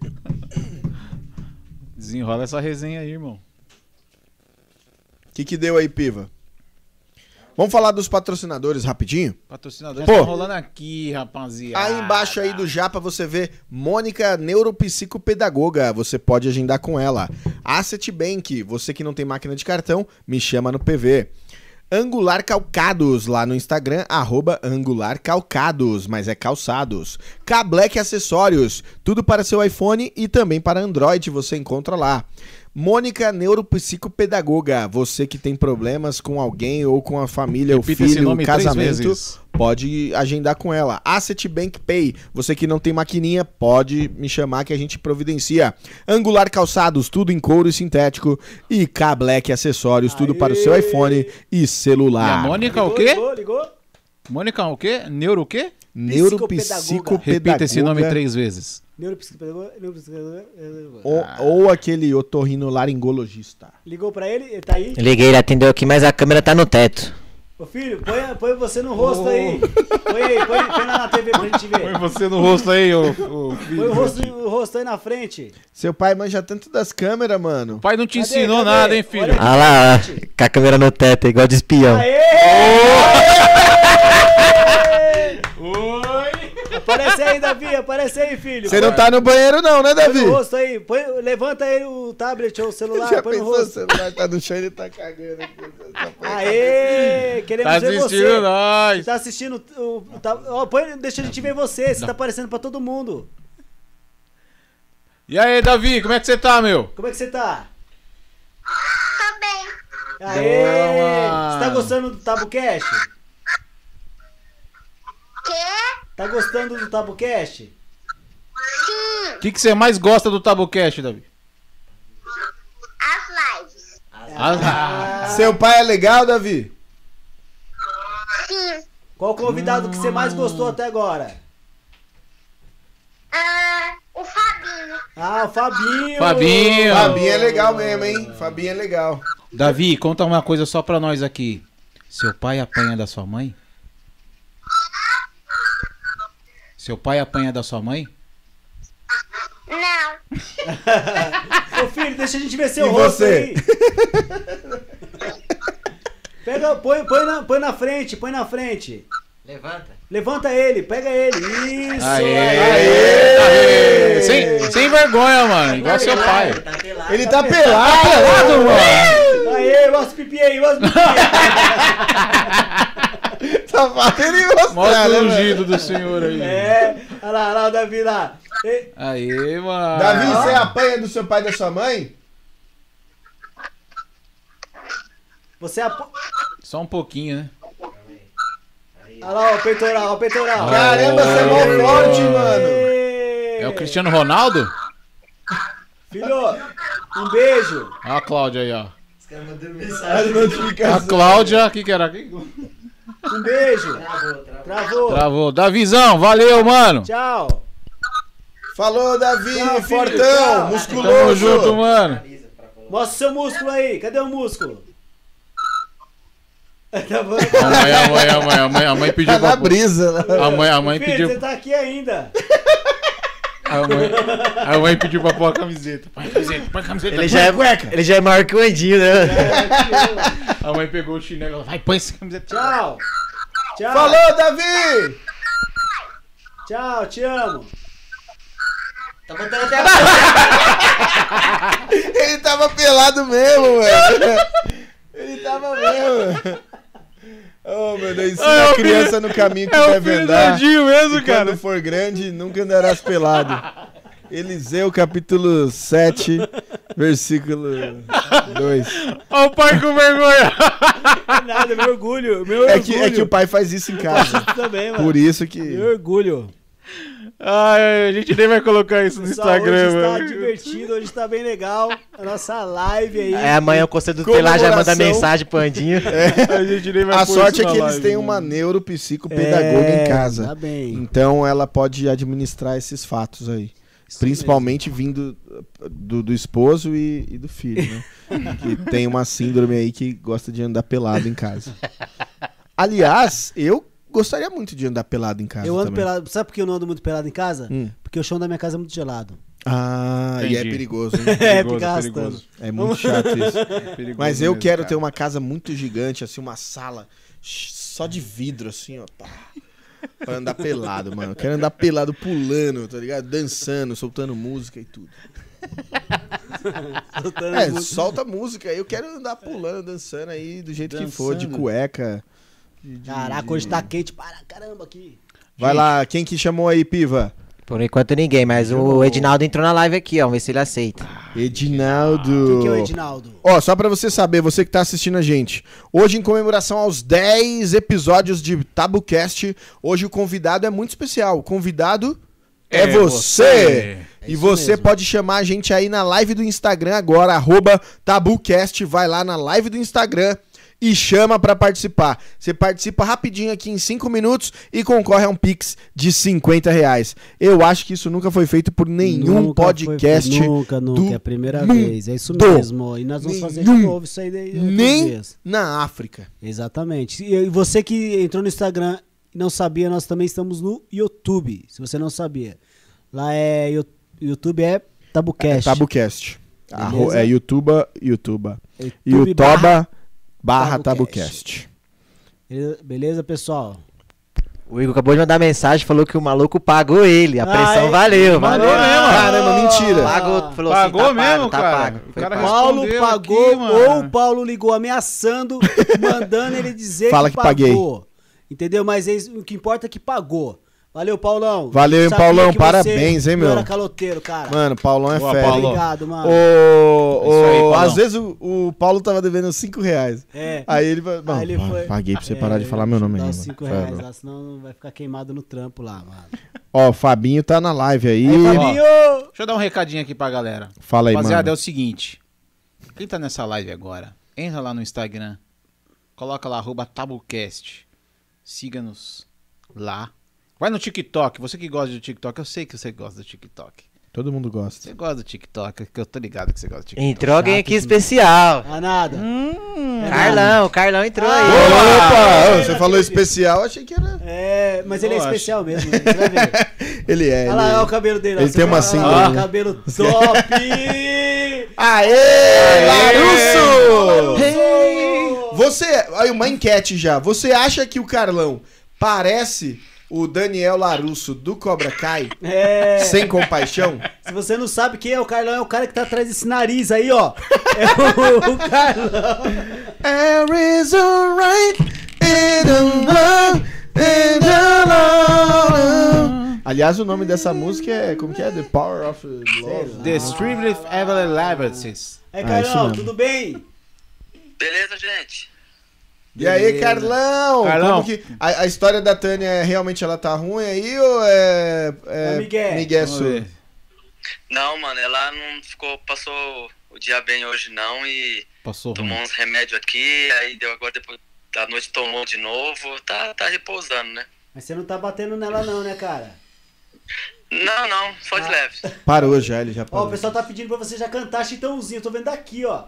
S1: Desenrola essa resenha aí, irmão.
S4: O que, que deu aí, Piva? Vamos falar dos patrocinadores rapidinho?
S1: Patrocinadores
S4: Pô. Ah.
S1: estão tá rolando aqui, rapaziada.
S4: Aí embaixo aí do Japa você vê Mônica Neuropsicopedagoga. Você pode agendar com ela. Asset Bank, você que não tem máquina de cartão, me chama no PV. Angular Calcados, lá no Instagram, arroba Angular Calcados, mas é calçados. Cableck Acessórios, tudo para seu iPhone e também para Android, você encontra lá. Mônica Neuropsicopedagoga, você que tem problemas com alguém ou com a família, o
S1: Repita esse
S4: filho, o
S1: nome três
S4: casamento,
S1: vezes.
S4: pode agendar com ela. Asset Bank Pay, você que não tem maquininha, pode me chamar que a gente providencia. Angular Calçados, tudo em couro e sintético. E K-Black Acessórios, tudo
S3: Aê!
S4: para o seu iPhone e
S1: E a
S4: celular.
S1: Mônica o
S3: ligou,
S1: quê?
S3: Ligou, ligou?
S1: Mônica o quê? Neuro o quê?
S4: Neuropsicopedagoga.
S1: Repita esse nome três vezes. Ah.
S3: Neuropsicopedagoga, neuropsicopedagoga.
S4: Ou, ou aquele otorrinolaringologista.
S3: Ligou pra ele? Ele tá aí?
S5: Liguei, ele atendeu aqui, mas a câmera tá no teto.
S3: Ô filho, põe, a- põe você no rosto aí. Põe aí, põe, põe lá na TV pra gente ver.
S1: você no rosto aí, ô,
S3: Põe o rosto, o rosto aí na frente.
S4: Seu pai manja tanto das câmeras, mano.
S1: O pai não te
S3: Cadê,
S1: ensinou
S3: cadê?
S1: nada, hein, filho?
S3: Olha
S5: Ah lá, com a câmera no teto, igual de espião.
S3: Aê!
S1: Oi!
S3: Aparece aí, Davi, aparece aí, filho.
S4: Você não tá no banheiro não, né,
S3: Põe
S4: Davi?
S3: no rosto aí, põe, levanta aí o tablet ou o celular,
S4: Já
S3: põe no
S4: pensou, o
S3: rosto.
S4: celular tá no chão e ele tá cagando. aqui.
S3: Aê! Queremos
S1: Tá
S3: ver
S1: assistindo
S3: você. Você
S1: nós!
S3: tá assistindo o. o- tá- ó, põe- deixa a gente ver você, você tá aparecendo pra todo mundo.
S1: E aí, Davi, como é que você tá, meu?
S3: Como é que você tá?
S7: Tô bem.
S3: Aê!
S1: Boa!
S3: Você tá gostando do TabuCast?
S7: Quê?
S3: Tá gostando do TabuCast?
S7: Sim,
S1: O que, que você mais gosta do TabuCast, Davi?
S7: as lives.
S1: Ah,
S4: Ah. Seu pai é legal, Davi?
S3: Qual o convidado que você
S4: Hum.
S3: mais gostou até agora?
S10: Ah, o Fabinho.
S3: Ah, o Fabinho.
S1: Fabinho!
S4: Fabinho é legal mesmo, hein? Fabinho é legal.
S1: Davi, conta uma coisa só pra nós aqui. Seu pai apanha da sua mãe? Seu pai apanha da sua mãe?
S10: Não.
S3: Ô filho, deixa a gente ver seu
S4: E
S3: rosto
S4: você?
S3: aí. Pega, põe, põe, na, põe na frente, põe na frente.
S5: Levanta.
S3: Levanta ele, pega ele. Isso
S1: Aê!
S3: aê.
S1: Aê! Sem, sem vergonha, mano. Igual seu pai.
S5: Tá pelado.
S4: Ele tá pelado, pelado, mano.
S3: Aê, mostra o pipi aí, mostra o pipi
S4: Tá fazendo ele mostrar,
S1: Mostra
S4: né,
S1: o
S4: mano?
S1: ungido do senhor aí.
S3: É, olha lá, olha lá o Davi lá. E-
S1: Aê, mano.
S4: Davi, você apanha do seu pai e da sua mãe?
S3: Você apo...
S1: Só um pouquinho, né?
S3: Olha lá, o peitoral, ó, o peitoral.
S4: Caramba, você é mó forte, mano.
S1: É o Cristiano Ronaldo?
S3: Filho, um beijo.
S1: Ó a Cláudia aí, ó.
S5: Os caras mandando
S4: As
S5: mensagem.
S1: A
S4: notificações.
S1: Cláudia, o que que era?
S3: Um beijo.
S5: Travou, travou.
S3: Travou.
S1: Travou. Davizão, valeu, mano.
S3: Tchau.
S4: Falou, Davi,
S3: Tchau, filho,
S4: fortão,
S3: tchau.
S1: Tamo
S4: musculoso.
S1: junto, mano.
S5: Avisa pra falar.
S3: Mostra o seu músculo aí. Cadê o músculo? Tá bom.
S1: Amanhã, amanhã, amanhã. amanhã. A mãe pediu
S4: Tá na
S1: pra.
S4: brisa, né?
S1: A mãe, a mãe
S3: Filho,
S1: pediu.
S3: você tá aqui ainda.
S1: A mãe, a mãe pediu pra pôr a camiseta. Põe a camiseta, põe a camiseta.
S5: Ele já, é, ele já é maior que o Andinho,
S3: é.
S5: né?
S1: É, A mãe pegou o chinelo e falou, vai, põe essa camiseta.
S3: Tchau. Tchau.
S4: Falou, Davi!
S3: Tchau, te amo.
S5: Tá botando até a
S4: Ele tava pelado mesmo, velho. Ele tá tava mesmo. Oh, meu Deus, ensina
S1: É o
S4: a criança no caminho que deve andar.
S1: mesmo,
S4: E quando for grande, nunca andarás pelado. Eliseu, capítulo 7, versículo 2.
S1: Olha o pai com vergonha.
S3: Nada, meu orgulho. Meu
S4: É
S3: orgulho.
S4: que, é que o pai faz isso em casa.
S3: Também, mano.
S4: Por isso que...
S3: Meu orgulho.
S1: Ai, a gente nem vai colocar isso no
S3: Pessoal,
S1: Instagram,
S3: hoje está
S1: mano.
S3: divertido, hoje está bem legal. A nossa live aí.
S5: É, amanhã o conselho do lá já manda
S4: Comemoração.
S5: mensagem pro Andinho.
S4: É.
S1: A gente nem vai
S4: A
S1: pôr
S4: sorte
S1: isso
S4: é
S1: na
S4: que eles
S1: live, né?
S4: têm
S1: mano.
S4: uma neuropsicopedagoga em casa.
S3: Tá bem.
S4: Então ela pode administrar esses fatos aí. Principalmente vindo uh, do, do esposo e, e do filho, né? que tem uma síndrome aí que gosta de andar pelado em casa. Aliás, eu gostaria muito de andar pelado em casa.
S3: Eu ando
S4: também.
S3: pelado. Sabe por que eu não ando muito pelado em casa?
S4: Hum.
S3: Porque o chão da minha casa é muito gelado.
S4: Ah, e é
S1: Entendi.
S4: perigoso, hein?
S3: É,
S1: Perigoso,
S3: fica
S1: perigoso.
S3: arrastando.
S4: É muito chato isso.
S1: Perigoso
S4: Mas eu
S1: mesmo,
S4: quero
S1: cara.
S4: ter uma casa muito gigante, assim, uma sala sh- só de vidro, assim, ó. Pá. Pra andar pelado, mano. Eu quero andar pelado pulando, tá ligado? Dançando, soltando música e tudo.
S3: Soltando
S4: É,
S3: muito.
S4: solta música. Eu quero andar pulando, dançando aí do jeito que for, de
S1: Dançando.
S4: cueca.
S3: Caraca, hoje tá quente para caramba aqui.
S4: Vai lá, quem que chamou aí, Piva?
S5: Por enquanto ninguém, mas o Edinaldo entrou na live aqui, ó. Vamos ver se ele aceita.
S4: Edinaldo.
S3: Quem que é o Edinaldo?
S4: Ó, só pra você saber, você que tá assistindo a gente, hoje em comemoração aos 10 episódios de Tabucast, hoje o convidado é muito especial. O convidado é,
S1: É
S4: você.
S1: você. É
S4: e você pode chamar a gente aí na live do Instagram agora, arroba Tabucast, vai lá na live do Instagram e chama pra participar. Você participa rapidinho aqui em 5 minutos e concorre a um Pix de 50 reais. Eu acho que isso nunca foi feito por nenhum
S3: Nunca
S4: podcast.
S3: Foi, nunca, nunca.
S4: do
S3: é a primeira
S4: mundo.
S3: vez. É isso mesmo. E nós vamos fazer de
S4: Nenhum.
S3: novo isso aí daí outros
S4: Nem
S3: dias.
S4: na África.
S3: Exatamente. E e você que entrou no Instagram e não sabia, nós também estamos no YouTube, se você não sabia. Lá é yo- YouTube é Tabucast.
S4: Tabucast. Arro-
S3: Beleza?
S4: É youtuba, youtuba.
S3: YouTube
S4: Youtuba barra
S3: Tabucast.
S4: tabucast.
S3: Beleza- Beleza, pessoal?
S5: O Igor acabou de mandar mensagem, falou que o maluco pagou ele. A
S3: Ah,
S5: pressão
S3: é?
S5: valeu,
S1: Mandou
S5: valeu.
S1: mesmo,
S4: Caramba, mentira.
S5: Pagou, falou assim,
S1: Pagou
S5: tá
S1: mesmo,
S5: pago, tá
S1: cara.
S5: pago.
S1: O
S5: Foi
S1: cara
S5: pago.
S3: Paulo
S1: Respondeu
S3: pagou
S1: aqui, mano.
S3: ou o Paulo ligou ameaçando, mandando ele dizer
S4: Fala que paguei.
S3: pagou. Entendeu? Mas é isso- o que importa é que pagou. Valeu, Paulão.
S4: Valeu, hein,
S3: Sabia
S4: Paulão.
S3: que você
S4: Parabéns, hein,
S3: não
S4: meu?
S3: Era caloteiro, cara.
S4: Mano, Paulão é
S1: Boa,
S4: fera.
S1: Paulão.
S3: Obrigado, mano.
S4: Ô,
S1: É isso aí,
S4: ô,
S1: Paulão.
S4: às vezes o, o Paulo tava devendo 5 reais.
S3: É.
S4: Aí ele vai. Bom,
S3: ele
S4: pa-
S3: foi-
S4: Paguei pra você
S3: É,
S4: parar de falar meu nome
S3: Dá
S4: aí,
S3: uns
S4: mano. é
S3: 5 reais
S4: Fera.
S3: lá, senão vai ficar queimado no trampo lá, mano.
S4: Ó, o Fabinho tá na live aí.
S3: Fabinho!
S1: Deixa eu dar um recadinho aqui pra galera.
S4: Fala aí,
S1: Rapaziada, é
S4: mano.
S1: o seguinte. Quem tá nessa live agora, entra lá no Instagram. Coloca lá, arroba Tabucast. Siga-nos lá. Vai no TikTok. Você que gosta do TikTok, eu sei que você gosta do TikTok.
S4: Todo mundo
S1: Você
S4: gosta.
S1: gosta do TikTok, que eu tô ligado que você gosta do TikTok.
S5: Entrou alguém aqui especial.
S3: Ah, nada.
S1: Hum,
S5: Carlão, o Carlão entrou aí.
S4: Opa!
S3: é,
S4: você
S3: é,
S4: falou
S3: é,
S4: especial, achei que era.
S3: É, mas ele é
S1: Eu acho.
S3: especial mesmo, né? você vai ver.
S4: Ele é.
S3: Olha lá,
S4: ele
S3: olha
S4: é.
S3: o cabelo dele. ó.
S4: Ele
S3: Você
S4: tem uma
S3: vai- olha lá,
S4: síndrome,
S3: ó,
S4: né?
S3: Cabelo top!
S4: Aê, Larusso!
S3: Larusso!
S4: Você, aí uma enquete já. Você acha que o Carlão parece o Daniel Larusso do Cobra Kai
S3: É,
S4: sem compaixão?
S3: se você não sabe quem é o Carlão, é o cara que tá atrás desse nariz aí, ó. É o, o Carlão.
S4: Air is alright in the love, in the love. Aliás, o nome dessa música é como que é? The Power of Love.
S1: The Strively Evelyn Leverses.
S3: É,
S4: Ah, isso
S3: Carlão,
S4: mesmo.
S3: tudo bem?
S11: Beleza, gente?
S4: E aí,
S1: Beleza.
S4: Carlão?
S1: Carlão.
S4: Como que a, a história da Tânia é- realmente ela tá ruim aí ou é
S3: É migué.
S4: Miguel
S1: Vamos ver.
S11: Não, mano, ela não ficou, passou o dia bem hoje não e
S1: Passou ruim.
S11: tomou uns remédios aqui, aí deu agora depois da noite tomou de novo, tá, tá repousando, né?
S3: Mas você não tá batendo nela não, né, cara?
S11: Não, não, só de leve.
S4: Parou já, ele já
S3: Ó,
S4: parou.
S3: o pessoal tá pedindo pra você já cantar Chitãozinho, eu tô vendo daqui, ó.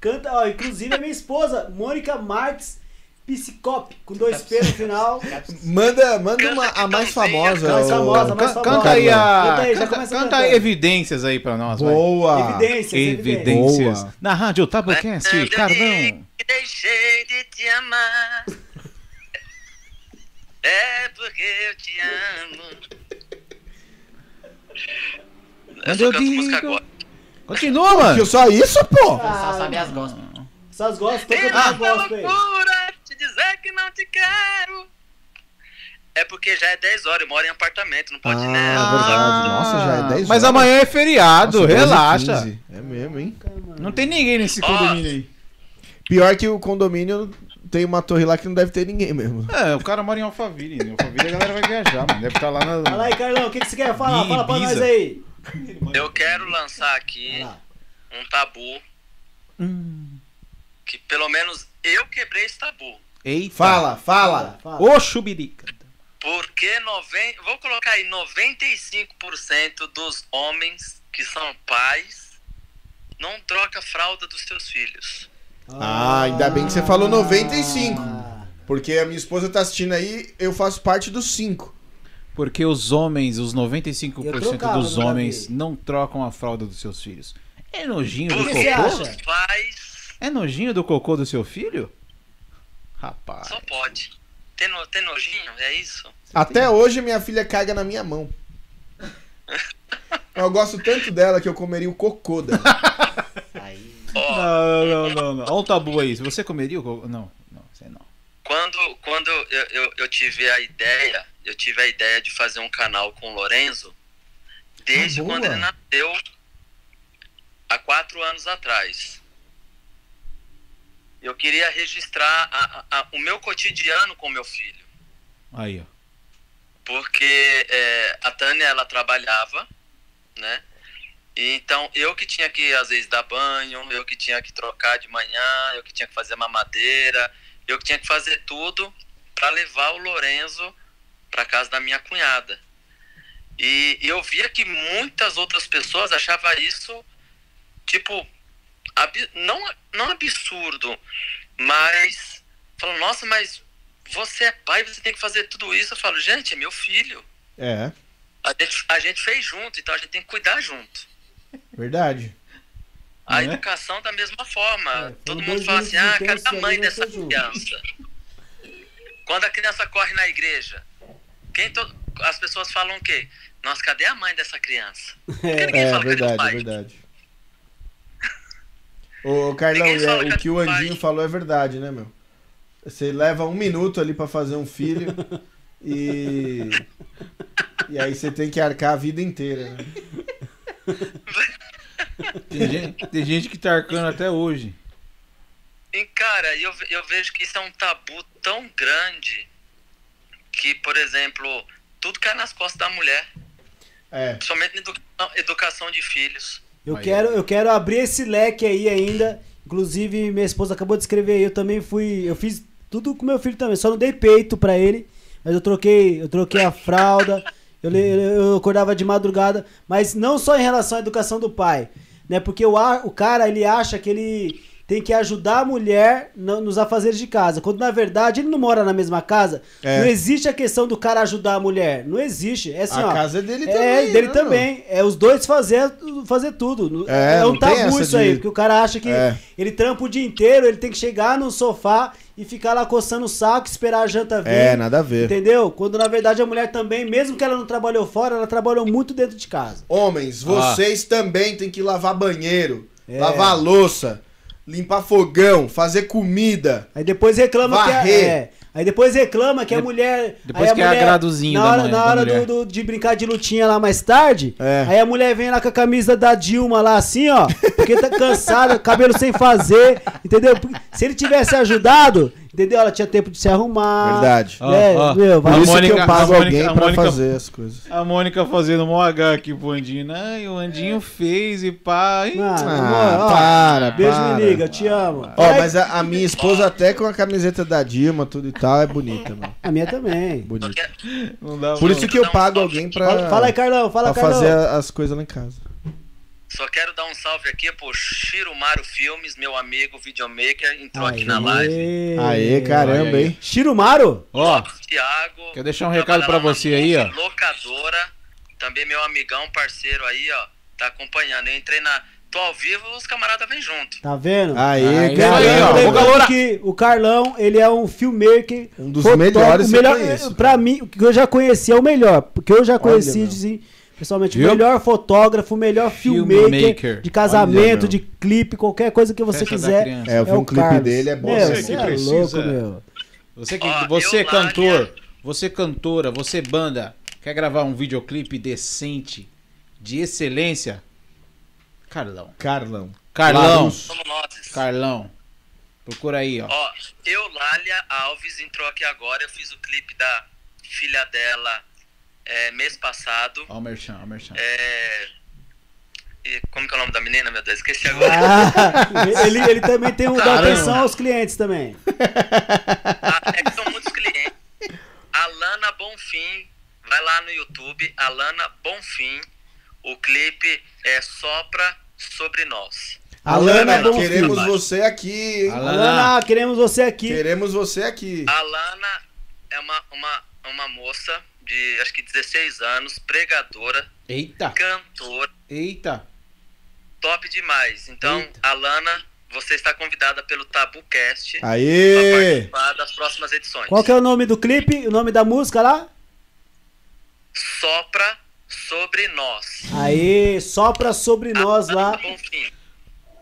S3: Canta, ó, inclusive a minha esposa, Mônica Marques Psicop, com dois P no final.
S4: Manda, manda uma a mais famosa.
S3: Mais
S4: ô-
S3: famosa, mais
S1: Can-
S3: famosa.
S1: Canta aí
S4: né?
S1: a.
S3: Canta aí, já
S1: canta-
S3: começa
S1: Canta
S3: cantando.
S1: aí evidências aí pra nós, vai.
S4: Boa.
S3: Evidências, evidências.
S1: Evidências.
S4: Boa.
S1: Na rádio tá Tabocast, Carlão.
S11: que deixei de te amar. É porque eu te amo. Eu
S1: Quando eu
S11: só canto música
S1: digo-
S11: agora.
S1: Continua,
S4: Que
S1: mano.
S4: só isso, pô?
S3: Ah,
S5: Só sabe as gospel.
S3: Só as gostas, tô
S11: Tem
S3: cantando as
S11: uma
S3: gospel aí.
S11: loucura te dizer que não te quero. É porque já é 10 horas, eu moro em apartamento, não pode, né?
S4: Ah, é verdade. Nossa, já é 10
S1: Mas
S4: horas.
S1: amanhã é feriado,
S4: Nossa, 12 e
S1: relaxa.
S4: 15. É mesmo, hein?
S1: Não tem ninguém nesse condomínio aí.
S4: Pior que o condomínio tem uma torre lá que não deve ter ninguém mesmo.
S1: É, o cara mora em Alphaville. Em Alphaville a galera vai viajar, mano. Deve estar lá na.
S3: Fala aí, Carlão, o que, que você quer falar?
S1: Bi-
S3: Fala pra
S1: Biza.
S3: nós aí.
S11: Eu quero lançar aqui
S3: Vai lá. Hum.
S11: um tabu. Que pelo menos eu quebrei esse tabu.
S1: Eita.
S4: Fala, fala.
S3: Fala.
S1: Ô, chubirica.
S11: Porque noven... vou colocar aí 95% dos homens que são pais não troca a fralda dos seus filhos.
S4: Ah, ainda bem que você falou 95.
S3: Ah.
S4: Porque a minha esposa tá assistindo aí, eu faço parte dos 5.
S1: Porque os homens, os 95%
S3: Eu trocava,
S1: dos
S3: não era
S1: homens
S3: dele.
S1: não trocam a fralda dos seus filhos. É nojinho do
S11: Por
S3: que
S1: cocô?
S3: você acha?
S11: Os pais
S1: É nojinho do cocô do seu filho? Rapaz.
S11: só pode. Tem, no... Tem nojinho? É isso?
S4: Até hoje minha filha caga na minha mão. Eu gosto tanto dela que eu comeria o cocô dela.
S1: Não, não, não, não. Olha um tabu aí. Você comeria o cocô? Não, não, você não.
S11: Quando, quando eu, eu, eu tive a ideia, eu tive a ideia de fazer um canal com o Lorenzo desde
S4: Ah, boa.
S11: quando ele nasceu há quatro anos atrás. Eu queria registrar a- a- a- o meu cotidiano com meu filho,
S1: Aí, ó.
S11: porque é, a Tânia ela trabalhava, né? E então eu que tinha que às vezes dar banho, eu que tinha que trocar de manhã, eu que tinha que fazer mamadeira, eu que tinha que fazer tudo para levar o Lorenzo para casa da minha cunhada. E, e eu via que muitas outras pessoas achavam isso tipo abi- não não absurdo, mas falam, nossa, mas você é pai, você tem que fazer tudo isso. Eu falo, gente, é meu filho.
S4: É,
S11: A gente, a gente fez junto, então a gente tem que cuidar junto.
S4: verdade. Né?
S11: A
S1: Não é?
S11: educação da mesma forma.
S3: Né? É, foram
S11: Todo
S3: dois
S11: mundo fala
S3: meses
S11: assim, ah, cadê
S3: intensos
S11: a
S3: aí
S11: mãe
S3: nessa
S11: dessa
S3: junta."
S11: criança? Quando a criança corre na igreja, quem to- as pessoas falam o quê? Nossa, cadê a mãe dessa criança? Porque ninguém
S4: É
S11: fala cadê o
S4: verdade, é
S11: pai.
S4: verdade. Ô, Carlão,
S11: Ninguém
S4: e é-
S11: fala
S4: o
S11: que
S4: que o
S11: é pai.
S4: Andinho falou é verdade, né, meu? Você leva um minuto ali pra fazer um filho e. E aí você tem que arcar a vida inteira, né?
S1: Tem gente, tem gente que tá arcando até hoje.
S11: E, cara, eu, ve- eu vejo que isso é um tabu tão grande que, por exemplo, tudo cai nas costas da mulher.
S4: É.
S11: Principalmente na educação, educação de filhos.
S3: Eu
S1: Aí,
S3: quero, eu quero abrir esse leque aí ainda. Inclusive, minha esposa acabou de escrever aí, eu também fui. Eu fiz Tudo com meu filho também. Só não dei peito pra ele. Mas eu troquei, eu troquei a fralda. Eu, le- eu acordava de madrugada. Mas não só em relação à educação do pai. Né? Porque o, a- o cara, ele acha que ele tem que ajudar a mulher no- nos afazeres de casa. Quando, na verdade, ele não mora na mesma casa.
S4: É.
S3: Não existe a questão do cara ajudar a mulher. Não existe. É assim,
S4: A
S3: ó,
S4: casa é dele
S3: É
S4: também,
S3: dele
S4: né,
S3: também. É os dois fazer, fazer tudo.
S4: É,
S3: É, um
S4: não tem
S3: tabu
S4: essa
S3: isso
S4: de-
S3: aí. Porque o cara acha que
S4: É.
S3: ele trampa o dia inteiro, ele tem que chegar no sofá e ficar lá coçando o saco, esperar a janta vir.
S4: É, nada a ver.
S3: Entendeu? Quando na verdade a mulher também, mesmo que ela não trabalhou fora, ela trabalhou muito dentro de casa.
S4: Homens, vocês também têm que lavar banheiro,
S3: É.
S4: lavar louça, limpar fogão, fazer comida.
S3: Aí depois reclama que a,
S4: Varrer.
S3: é, Aí depois reclama que a mulher.
S1: depois
S3: aí
S1: que é agradozinho
S3: na
S1: da
S3: hora,
S1: mãe-
S3: na
S1: da
S3: hora
S1: mulher.
S3: do- do- de brincar de lutinha lá mais tarde,
S4: É.
S3: aí a mulher vem lá com a camisa da Dilma lá assim, ó. Porque tá cansada, cabelo sem fazer, entendeu? Porque Se ele tivesse ajudado, entendeu? Ela tinha tempo de se arrumar.
S4: Verdade.
S1: Ó,
S3: É,
S1: ó,
S3: meu,
S4: Por
S3: vai-
S1: a
S4: isso que
S1: Mônica-
S4: eu pago
S1: a Mônica-
S4: alguém
S1: a
S4: pra
S1: Mônica-
S4: fazer as coisas.
S1: A Mônica fazendo um H aqui pro Andinho. Ai, o Andinho fez e pá. e-
S3: Ah, É. amor, ó,
S4: Ah, para,
S3: Beijo,
S4: para.
S3: me liga, te amo.
S4: Ó,
S3: Aí-
S1: é-
S4: mas a, a minha esposa até com a camiseta da Dilma, tudo e tal, é bonita, mano.
S3: A minha também.
S4: Bonita.
S11: é-
S1: Não dá
S4: Por isso que eu pago alguém pra,
S3: Fala, fala aí, Carlão, fala,
S4: pra
S3: Carlão.
S4: fazer a- as coisas lá em casa.
S11: Só quero dar um salve aqui pro Shirumaru Filmes, meu amigo videomaker, entrou aqui na
S3: Aê.
S11: live.
S4: Aê, caramba,
S1: Olha aí.
S4: hein?
S3: Shirumaro?
S1: Ó,
S11: Thiago.
S1: Quer deixar um recado pra você aí, ó?
S11: Locadora. Também meu amigão, parceiro aí, ó. Tá acompanhando. Eu entrei na. Tô ao vivo, os camaradas vêm junto.
S3: Tá vendo?
S4: Aê,
S1: Aê,
S4: caramba.
S1: aí, ó,
S3: Lembrando
S1: boca loura.
S3: que o Carlão, ele é um filmmaker.
S4: Um dos
S3: fotógrafo, o
S4: melhores é que
S3: melhor,
S4: eu conheço,
S3: Pra mim, o que eu já conheci é o melhor. Porque eu já conheci,
S4: meu.
S3: assim, pessoalmente,
S1: Viu?
S3: o melhor fotógrafo, o melhor filmmaker,
S1: Filmmaker.
S3: de
S4: Olha,
S3: casamento,
S4: meu.
S3: de clipe, qualquer coisa que você
S1: Festa da
S3: quiser.
S1: criança.
S4: É, eu vi
S3: o
S4: um clipe
S3: Carlos.
S4: dele, é bom.
S3: Meu,
S1: Você
S3: você
S1: que
S3: é
S1: precisa.
S3: louco, meu.
S1: Você, que,
S11: Ó,
S1: você
S11: eu lá,
S1: cantor,
S11: né?
S1: você cantora, você banda, quer gravar um videoclipe decente, de excelência? Carlão.
S4: Carlão.
S1: Carlão.
S4: Larus.
S11: Somos nós.
S1: Carlão. Procura aí, ó.
S11: Ó, Eulália Alves entrou aqui agora. Eu fiz o clipe da filha dela é, mês passado.
S1: Ó o merchan, ó o merchan.
S11: É, e como que é o nome da menina, meu Deus? Esqueci agora.
S3: Ah, ele, ele também tem um dá
S11: Caramba.
S3: atenção aos clientes também.
S11: Ah, é que são muitos clientes. Alana Bonfim, vai lá no YouTube, Alana Bonfim. O clipe é Sopra Sobre Nós.
S4: Alana,
S3: Alana, Bonfim.
S4: queremos você aqui, hein?
S1: Alana.
S3: Alana, queremos você aqui.
S4: Queremos você aqui.
S11: A Alana é uma, uma, uma moça de acho que 16 anos, pregadora,
S1: Eita,
S11: cantora,
S1: eita.
S11: top demais. Então, Alana, você está convidada pelo TabuCast para
S3: É.
S4: Aê!
S11: participar das próximas edições.
S3: Qual que é o nome do clipe? O nome da música lá?
S11: Sopra Sobre Nós. Tá
S3: Aê, sopra sobre nós lá.
S11: Alana Bonfim.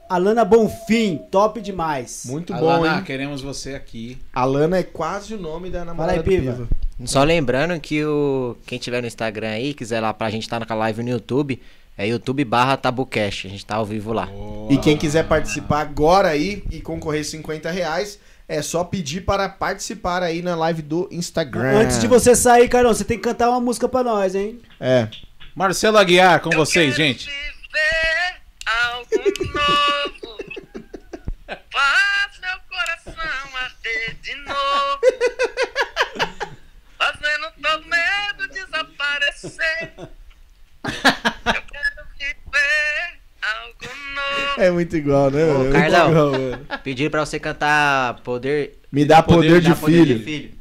S3: Alana Bonfim, top demais.
S4: Muito bom,
S1: Alana,
S4: hein?
S1: queremos você aqui.
S4: Alana é quase o nome da
S3: Fala
S4: namorada
S3: aí,
S4: do
S3: Piva.
S4: Piva.
S5: Só lembrando que o quem tiver no Instagram aí, quiser lá pra gente tá na live no YouTube, é YouTube barra Tabucast. A gente tá ao vivo lá.
S4: E quem quiser participar agora aí e concorrer 50 reais, é só pedir para participar aí na live do Instagram.
S3: Antes de você sair, Carlão, você tem que cantar uma música pra nós, hein?
S4: É.
S1: Marcelo Aguiar com
S11: Eu
S1: vocês,
S11: quero
S1: gente.
S11: Viver algo novo. Faz meu coração arder de novo. Fazendo teu medo desaparecer. Eu quero viver algo novo.
S4: É muito igual, né?
S5: Ô,
S4: velho? É muito
S5: Carlão.
S4: igual, mano.
S5: Pediram pra você cantar Poder,
S4: Me dá poder,
S5: poder
S4: de filho.
S5: filho.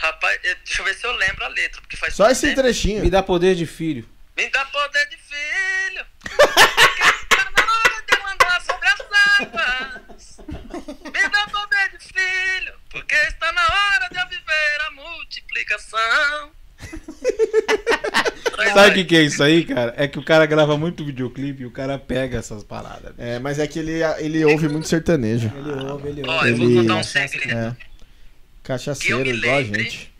S11: Rapaz, eh, deixa eu ver se eu lembro a letra, porque faz
S4: Só
S11: tanto
S4: esse
S11: tempo.
S4: trechinho.
S1: Me dá poder de filho.
S11: Me dá poder de filho. Porque tá na hora de eu andar sobre as águas. Me dá poder de filho. Porque está na hora de eu viver a multiplicação.
S1: Sabe o que, que é isso aí, cara? É que o cara grava muito videoclipe e o cara pega essas paradas. né?
S4: É, mas é que ele, ele ouve muito sertanejo.
S3: Ele ouve, ele
S11: Ó,
S3: ouve.
S11: eu vou
S4: Ele-
S11: contar um segredo.
S4: É. Cachaceiro,
S11: Que eu me
S4: igual a
S11: lembre.
S4: gente.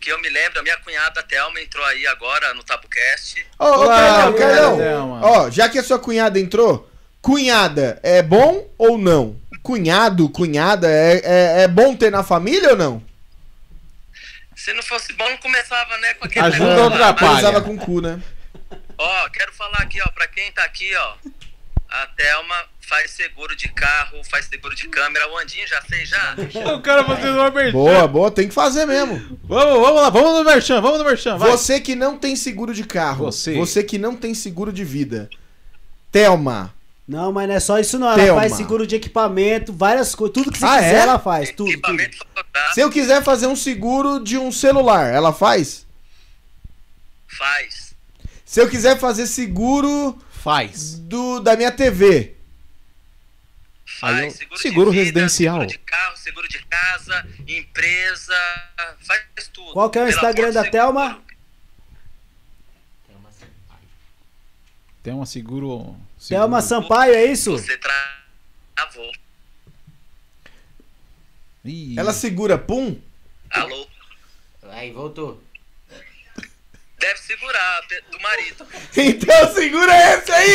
S11: Que eu me lembro, a minha cunhada Thelma entrou aí agora no Tabucast.
S4: Ô, ô, Carlão,
S1: Uau,
S4: Carlão.
S1: Carlão.
S4: Ó, já que a sua cunhada entrou, cunhada é bom ou não? Cunhado, cunhada, é, é, é bom ter na família ou não?
S11: Se não fosse bom, não começava, né, com aquele
S1: Ajuda
S11: negócio
S1: ou
S11: lá, né?
S1: atrapalha?
S4: Pesava com o cu, né?
S11: Ó, quero falar aqui, ó, pra quem tá aqui, ó. A Thelma faz seguro de carro, faz seguro de câmera. O Andinho já fez já?
S1: O cara fazendo uma merchan.
S4: Boa, boa, tem que fazer mesmo.
S1: Vamos, vamos lá, vamos no merchan, vamos no merchan, vai.
S4: Você que não tem seguro de carro,
S1: Você.
S4: você, que não tem seguro de vida, Thelma,
S3: Não, mas não é só isso não. Ela
S4: Thelma.
S3: faz seguro de equipamento, várias coisas. Tudo que você
S4: Ah,
S3: quiser,
S4: é?
S3: ela faz. Tudo, tudo.
S11: Equipamento fotográfico
S4: se eu quiser fazer um seguro de um celular, ela faz?
S11: faz.
S4: Se eu quiser fazer seguro
S1: Faz.
S4: do, da minha TV,
S1: Aí eu-
S11: Faz seguro,
S1: seguro
S11: de vida,
S1: residencial.
S11: Seguro de carro, seguro de casa, empresa, faz tudo.
S3: Qual que é o
S11: Pelo
S3: Instagram
S11: amor de
S3: da
S11: Deus.
S3: Thelma?
S1: Tem uma seguro. seguro.
S3: Thelma Sampaio, é isso?
S11: Você travou.
S1: Ih,
S4: ela segura pum?
S11: Alô?
S5: Aí, voltou.
S11: Deve segurar pe- do marido.
S4: Então segura esse aí!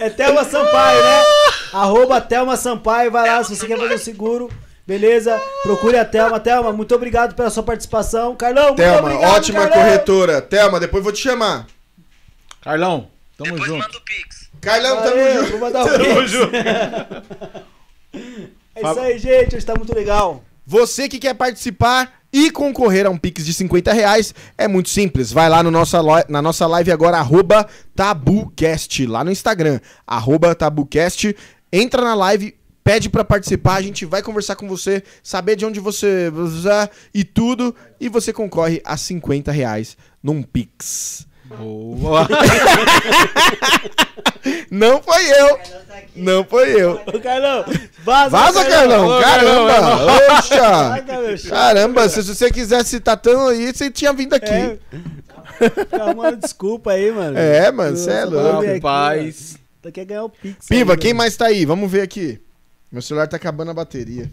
S3: É Thelma Sampaio, né? Arroba Thelma Sampaio, vai lá se você quer fazer um seguro. Beleza? Procure a Thelma. Thelma, muito obrigado pela sua participação. Carlão, muito
S4: Thelma,
S3: obrigado,
S4: ótima
S3: Carlão.
S4: corretora. Thelma, depois vou te chamar.
S1: Carlão, tamo
S11: Depois
S1: junto.
S11: manda o Pix.
S4: Carlão, tamo
S3: Valeu,
S4: junto.
S3: vou mandar um beijo. É isso aí, gente. Hoje tá muito legal.
S4: Você que quer participar e concorrer a um Pix de 50 reais, é muito simples. Vai lá no nossa lo- na nossa live agora, arroba TabuCast, lá no Instagram, arroba TabuCast. Entra na live, pede pra participar, a gente vai conversar com você, saber de onde você é e tudo, e você concorre a 50 reais num Pix.
S1: Boa.
S4: Não foi eu! Não foi eu!
S3: Ô, Carlão, vaza,
S4: Vaza, Carlão!
S1: Ô,
S3: é
S1: Carlão,
S4: Caramba! Oxa!
S3: Vaza, meu chato.
S4: Caramba, se você quisesse estar tão aí, você tinha vindo aqui.
S3: É. Tá, mano, desculpa aí, mano.
S4: É, mano, cê é
S3: Nossa,
S4: louco.
S3: mano,
S1: Rapaz.
S3: aqui, mano. Tá quer ganhar o Pix.
S4: Piva,
S3: aí,
S4: quem
S3: mano.
S4: mais tá aí? Vamos ver aqui. Meu celular tá acabando a bateria.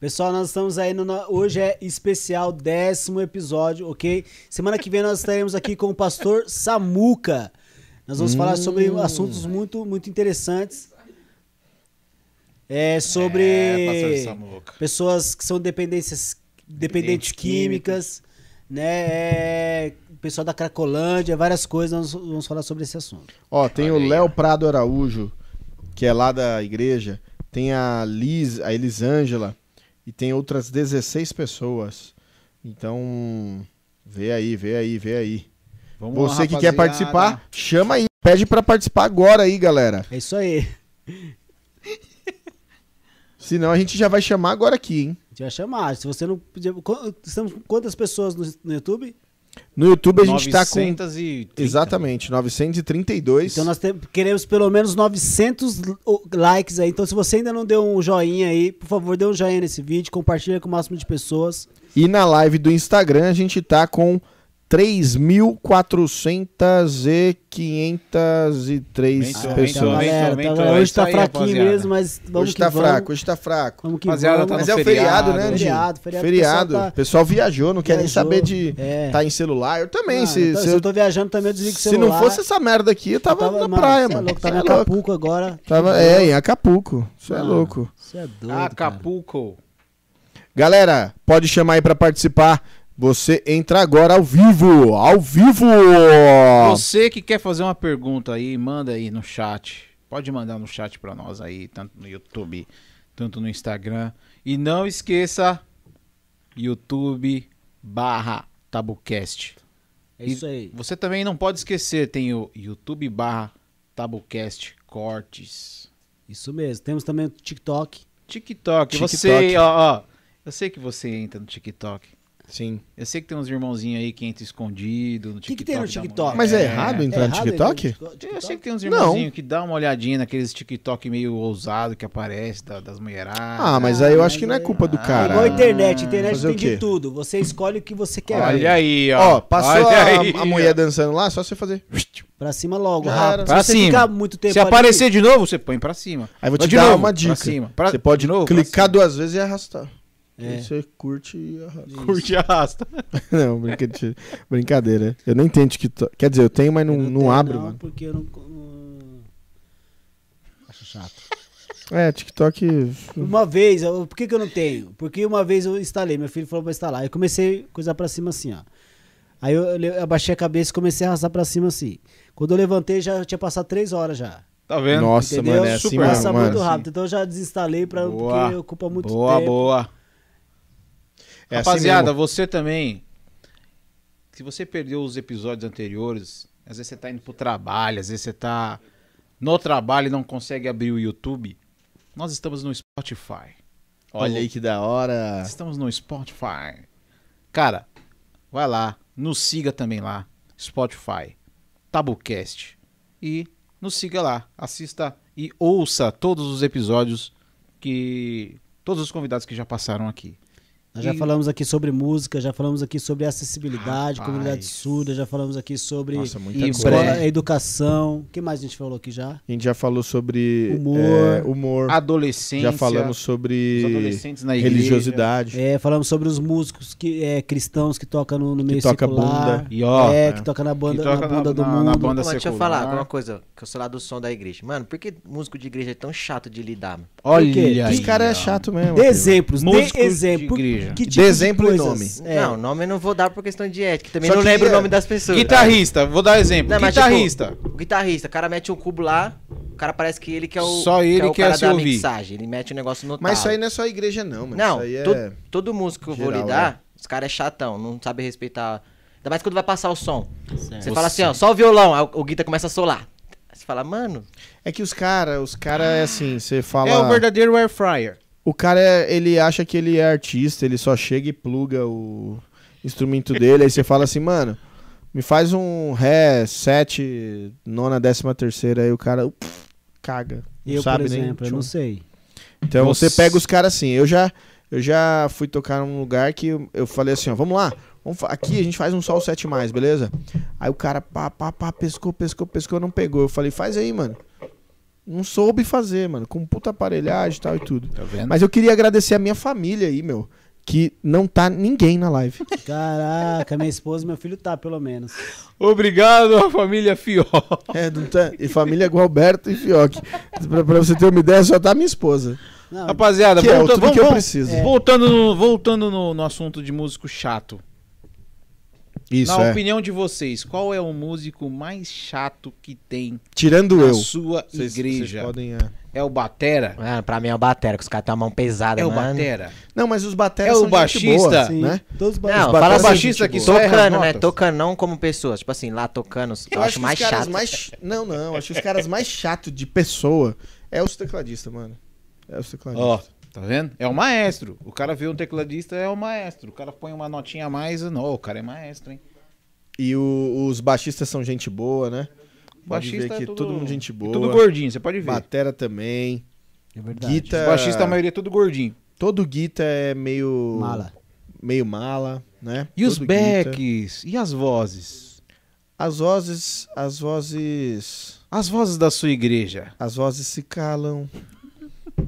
S3: Pessoal, nós estamos aí no. no- Hoje é especial, décimo episódio, ok? Semana que vem nós estaremos aqui com o pastor Samuca. Nós vamos falar sobre
S4: Hum.
S3: assuntos muito, muito interessantes. É sobre.
S1: É, pastor Samuca.
S3: pessoas que são dependências dependentes
S1: Dependentes
S3: químicas, né? É, pessoal da Cracolândia, várias coisas, nós vamos falar sobre esse assunto.
S4: Ó, tem o Léo Prado Araújo, que é lá da igreja. Tem a Liz, a Elisângela. E tem outras 16 pessoas. Então, vê aí, vê aí, vê aí.
S1: Vamos lá,
S4: Você que quer
S1: rapaziada.
S4: participar, chama aí. Pede pra participar agora aí, galera.
S3: É isso aí. A
S4: Senão a gente já vai chamar agora aqui, hein?
S3: gente vai chamar. Se você não podia. qu- Estamos com quantas pessoas no, no YouTube?
S4: No YouTube a gente tá com
S1: 930.
S4: Exatamente, 932.
S3: Então nós te- queremos pelo menos 900 l- o- likes aí. Então se você ainda não deu um joinha aí, por favor, dê um joinha nesse vídeo, compartilha com o máximo de pessoas.
S4: E na live do Instagram a gente tá com 3.403
S3: Ah, galera, tá-
S4: pessoas.
S1: Aumentou, aumentou. aumentou. É
S3: hoje
S1: isso
S3: tá
S1: aí,
S3: fraquinho
S1: rapaziada.
S3: mesmo, mas vamos
S4: Hoje
S3: que
S4: tá
S3: vamos.
S4: fraco, hoje tá fraco.
S3: Vamos que
S1: Rapaziada, tá
S3: vamos.
S4: Mas
S1: no
S4: é o feriado, né,
S1: feriado.
S4: Andy?
S3: Feriado, feriado, o
S4: Feriado.
S3: pessoal
S4: O
S3: tá-
S4: pessoal viajou, não quer nem
S3: Viajou,
S4: saber de
S3: é.
S4: tá em celular. Eu também,
S3: Mano,
S4: se,
S3: eu tô-
S4: se,
S3: se
S4: eu-
S3: eu tô viajando também, eu desligo o
S4: se
S3: celular.
S4: não fosse essa merda aqui, eu tava, na praia, mano.
S3: Louco, tá
S4: Cê
S3: tava em
S4: é louco.
S3: Acapulco agora.
S4: Tava- é, em Acapulco. Isso é
S3: Mano.
S4: louco.
S3: Você é doido. cara.
S1: Acapulco.
S4: Galera, pode chamar aí pra participar. Você entra agora ao vivo, ao vivo.
S1: Você que quer fazer uma pergunta aí, manda aí no chat. Pode mandar no chat pra nós aí, tanto no YouTube, tanto no Instagram. E não esqueça, YouTube barra Tabucast.
S3: É isso aí.
S1: Você também não pode esquecer, tem o YouTube barra Tabucast Cortes.
S3: Isso mesmo. Temos também o TikTok.
S1: TikTok,
S4: TikTok.
S1: você, ó, ó. Eu sei que você entra no TikTok.
S4: Sim.
S1: Eu sei que tem uns irmãozinhos aí que entra escondido no TikTok.
S3: Que que tem no
S1: dá uma
S3: TikTok?
S1: olhada.
S4: Mas é errado entrar
S3: É
S4: no
S3: errado
S4: TikTok?
S3: entrar no TikTok?
S1: Eu sei que tem uns
S4: Não.
S1: irmãozinhos que dá uma olhadinha naqueles TikTok meio ousado que aparece da- das mulheradas.
S4: Ah, mas aí eu acho que não é culpa do
S3: É
S4: cara.
S3: igual a internet. A internet
S4: Ah, Fazer
S3: tem
S4: o quê?
S3: de tudo. Você escolhe o que você quer ver.
S1: Olha aí, ó.
S4: Ó, passou
S1: Olha
S4: a,
S1: aí,
S4: a mulher
S1: ó.
S4: dançando lá, só você fazer.
S3: Pra cima logo,
S4: Já
S3: rápido.
S4: era.
S1: Pra
S3: você
S1: cima.
S3: ficar muito tempo
S1: Se
S3: ali-
S1: aparecer de novo, você põe pra cima.
S4: Aí vou
S1: Mas
S4: te
S1: de
S4: dar
S1: novo,
S4: uma dica.
S1: Pra cima. Pra-
S4: Você pode
S1: de novo, pra
S4: clicar
S1: cima.
S4: duas vezes e arrastar.
S3: É.
S4: Aí Você curte e arrasta.
S1: Curte e arrasta.
S4: Não, brincadeira. brincadeira. Eu nem tenho TikTok. Quer dizer, eu tenho, mas não,
S3: Eu
S4: não,
S3: tenho,
S4: abro,
S3: não,
S4: mano.
S3: porque eu não... não- Acho chato.
S4: É, TikTok.
S3: Uma vez, eu- por que, que eu não tenho? Porque uma vez eu instalei, meu filho falou pra instalar. Eu comecei a coisar pra cima assim, ó. Aí eu, le- abaixei a cabeça e comecei a arrastar pra cima assim. Quando eu levantei, já tinha passado três horas já.
S1: Tá vendo?
S4: Nossa,
S3: Entendeu?
S4: mano, é assim
S1: Super.
S4: mesmo,
S3: Passa
S4: mano.
S3: muito rápido. Então eu já desinstalei pra,
S1: Boa.
S3: porque ocupa muito
S1: boa,
S3: tempo.
S1: boa.
S4: É assim
S1: Rapaziada,
S4: mesmo.
S1: você também. Se você perdeu os episódios anteriores, às vezes você tá indo pro trabalho, às vezes você tá no trabalho e não consegue abrir o YouTube. Nós estamos no Spotify. Tá
S4: Olha aí que da hora.
S1: Estamos no Spotify. Cara, vai lá, nos siga também lá, Spotify, Tabucast e nos siga lá, assista e ouça todos os episódios que todos os convidados que já passaram aqui.
S3: Nós já
S1: E-
S3: falamos aqui sobre música, já falamos aqui sobre acessibilidade,
S1: Rapaz.
S3: comunidade surda, já falamos aqui sobre
S4: Nossa, muita
S1: E
S4: coisa.
S3: escola,
S1: breve.
S3: educação. O que mais a gente falou aqui já?
S4: A gente já falou sobre
S3: Humor.
S4: é, humor.
S1: Adolescência.
S4: Já falamos
S1: os
S4: sobre
S1: adolescentes na igreja.
S4: religiosidade.
S3: É, falamos sobre os músicos que, é, cristãos que tocam no, no meio
S4: toca
S3: secular.
S4: bunda.
S1: E ó,
S3: é,
S1: é.
S3: que toca na banda,
S1: toca
S3: na
S1: na-
S3: bunda do
S1: na-
S3: mundo.
S1: na banda-
S5: Mano, deixa eu
S1: secular.
S5: falar uma coisa que eu sou lá do som da igreja. Mano, por que músico de igreja é tão chato de lidar? mano?
S3: Por quê?
S1: Olha aí.
S4: Os caras é
S1: ó.
S4: chato mesmo.
S3: Dê exemplos, dê
S1: Músicos de
S3: exemplo.
S1: igreja.
S3: Que tipo
S4: Dê exemplo e
S3: de coisas? É,
S5: Não, nome eu não vou dar por questão de ética. Também
S4: Só
S5: não
S4: que
S5: lembro o
S4: é-
S5: nome das pessoas.
S1: Guitarrista, vou dar exemplo.
S5: Não, mas,
S1: Guitarrista.
S5: tipo, o guitarrista, o cara mete um cubo lá, o cara parece que ele que é o.
S1: Só ele
S5: que é o
S1: que é
S5: cara
S1: se
S5: da
S1: ouvir.
S5: mixagem. Ele mete um negócio no
S4: Mas isso
S5: talo.
S4: aí não é só igreja, não, mano.
S5: Não,
S4: isso aí
S5: to-
S4: é.
S5: todo músico que eu vou
S4: geral,
S5: lidar, os caras é chatão, não sabe respeitar. Ainda mais quando vai passar o som. Você
S1: Você-
S5: fala assim, ó, só o violão, aí o- o guita começa a solar. Aí Você fala, mano,
S4: É que os caras, os caras é assim, você fala.
S1: É o verdadeiro air fryer.
S4: O cara, é- ele acha que ele é artista, ele só chega e pluga o instrumento dele, aí você fala assim, mano, me faz um Ré, 7, nona, décima terceira, aí o cara pff, caga. Não
S3: eu, por
S4: sabe nem.
S3: exemplo, eu não sei.
S4: Então
S1: Nossa.
S4: você pega os caras assim, eu já, eu já fui tocar num lugar que eu, eu falei assim, ó, vamos lá, vamos fa- aqui a gente faz um sol 7 mais, beleza? Aí o cara pá, pá, pá, pescou, pescou, pescou, não pegou. Eu falei, faz aí, mano. Não soube fazer, mano, com puta aparelhagem e tal e tudo.
S1: Tá vendo?
S4: Mas eu queria agradecer a minha família aí, meu. Que não tá ninguém na live.
S3: Caraca, minha esposa e meu filho tá, pelo menos.
S1: Obrigado, à família Fió.
S4: É, não tá. E família Gualberto e Fioc. Pra, pra você ter uma ideia, só tá minha esposa.
S3: Não,
S1: Rapaziada,
S4: Que é
S1: volta-
S4: tudo
S1: vamos-
S4: que eu
S1: vamos- É.
S4: preciso.
S1: Voltando, no, voltando no, no assunto de músico chato.
S4: Isso,
S1: Na
S4: é.
S1: opinião de vocês, qual é o músico mais chato que tem
S4: Tirando
S1: na
S4: eu.
S1: sua
S4: Vocês-
S1: igreja?
S4: vocês podem, é.
S1: É o Batera?
S5: mano, pra mim é o batera, que os caras têm a mão pesada,
S1: É o
S5: mano.
S1: Batera.
S4: Não, mas os bateras
S1: É o
S4: são gente boa,
S1: baixista,
S3: sim,
S4: né?
S3: todos os
S5: Não,
S4: Os
S5: fala
S4: bateras
S5: assim,
S4: são
S1: baixista
S4: gente
S1: que
S4: boa.
S1: só-
S3: É,
S1: erra as
S5: tocando, né?
S1: notas.
S5: Tocando não como pessoas. Tipo assim, lá tocando, eu, acho
S4: que
S5: mais
S4: os caras
S5: chato.
S4: mais ch- Não, não. Acho que os caras mais chato de pessoa é os tecladistas, mano. É os tecladistas.
S1: Ó, tá vendo? É o maestro. O cara vê um tecladista, é o maestro. O cara põe uma notinha a mais, não, o cara é maestro, hein?
S4: E o- os baixistas são gente boa, né? Pode ver
S1: é
S4: que
S1: tudo-
S4: todo mundo gente
S1: e
S4: boa.
S1: Tudo gordinho, você pode ver.
S4: Batera também.
S3: É verdade.
S4: Guita.
S1: Os baixistas, a maioria é tudo gordinho.
S4: Todo guita é meio.
S3: Mala.
S4: Meio mala, né?
S1: E os
S4: Todo guita.
S1: backs? E as vozes?
S4: As vozes. As vozes.
S1: As vozes da sua igreja.
S4: As vozes se calam.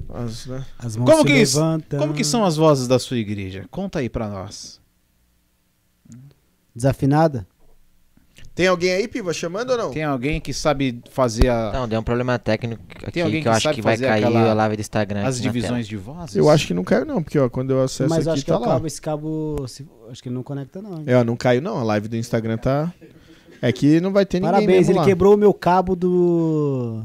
S4: As, né?
S3: As mãos
S1: Como
S3: se
S1: que é isso-
S3: levantam.
S1: Como que são as vozes da sua igreja? Conta aí pra nós.
S3: Desafinada?
S4: Tem alguém aí, Piva, chamando ou não?
S1: Tem alguém que sabe fazer a-
S5: Não, deu um problema técnico aqui
S1: alguém
S5: que eu
S1: que
S5: acho
S1: sabe
S5: que vai
S1: fazer
S5: cair
S1: aquela-
S5: a live do Instagram.
S1: as
S5: aqui na
S1: divisões de vozes?
S4: Eu acho que não caiu, não, porque ó, quando eu acesso
S3: Mas eu
S4: aqui,
S3: acho que
S4: tá
S3: é o
S4: lá.
S3: cabo, esse cabo. se- acho que ele não conecta, não. hein?
S4: É, ó, não caiu não. A live do Instagram tá. É que não vai ter ninguém
S3: Parabéns,
S4: mesmo
S3: ele
S4: lá.
S3: quebrou o meu cabo do.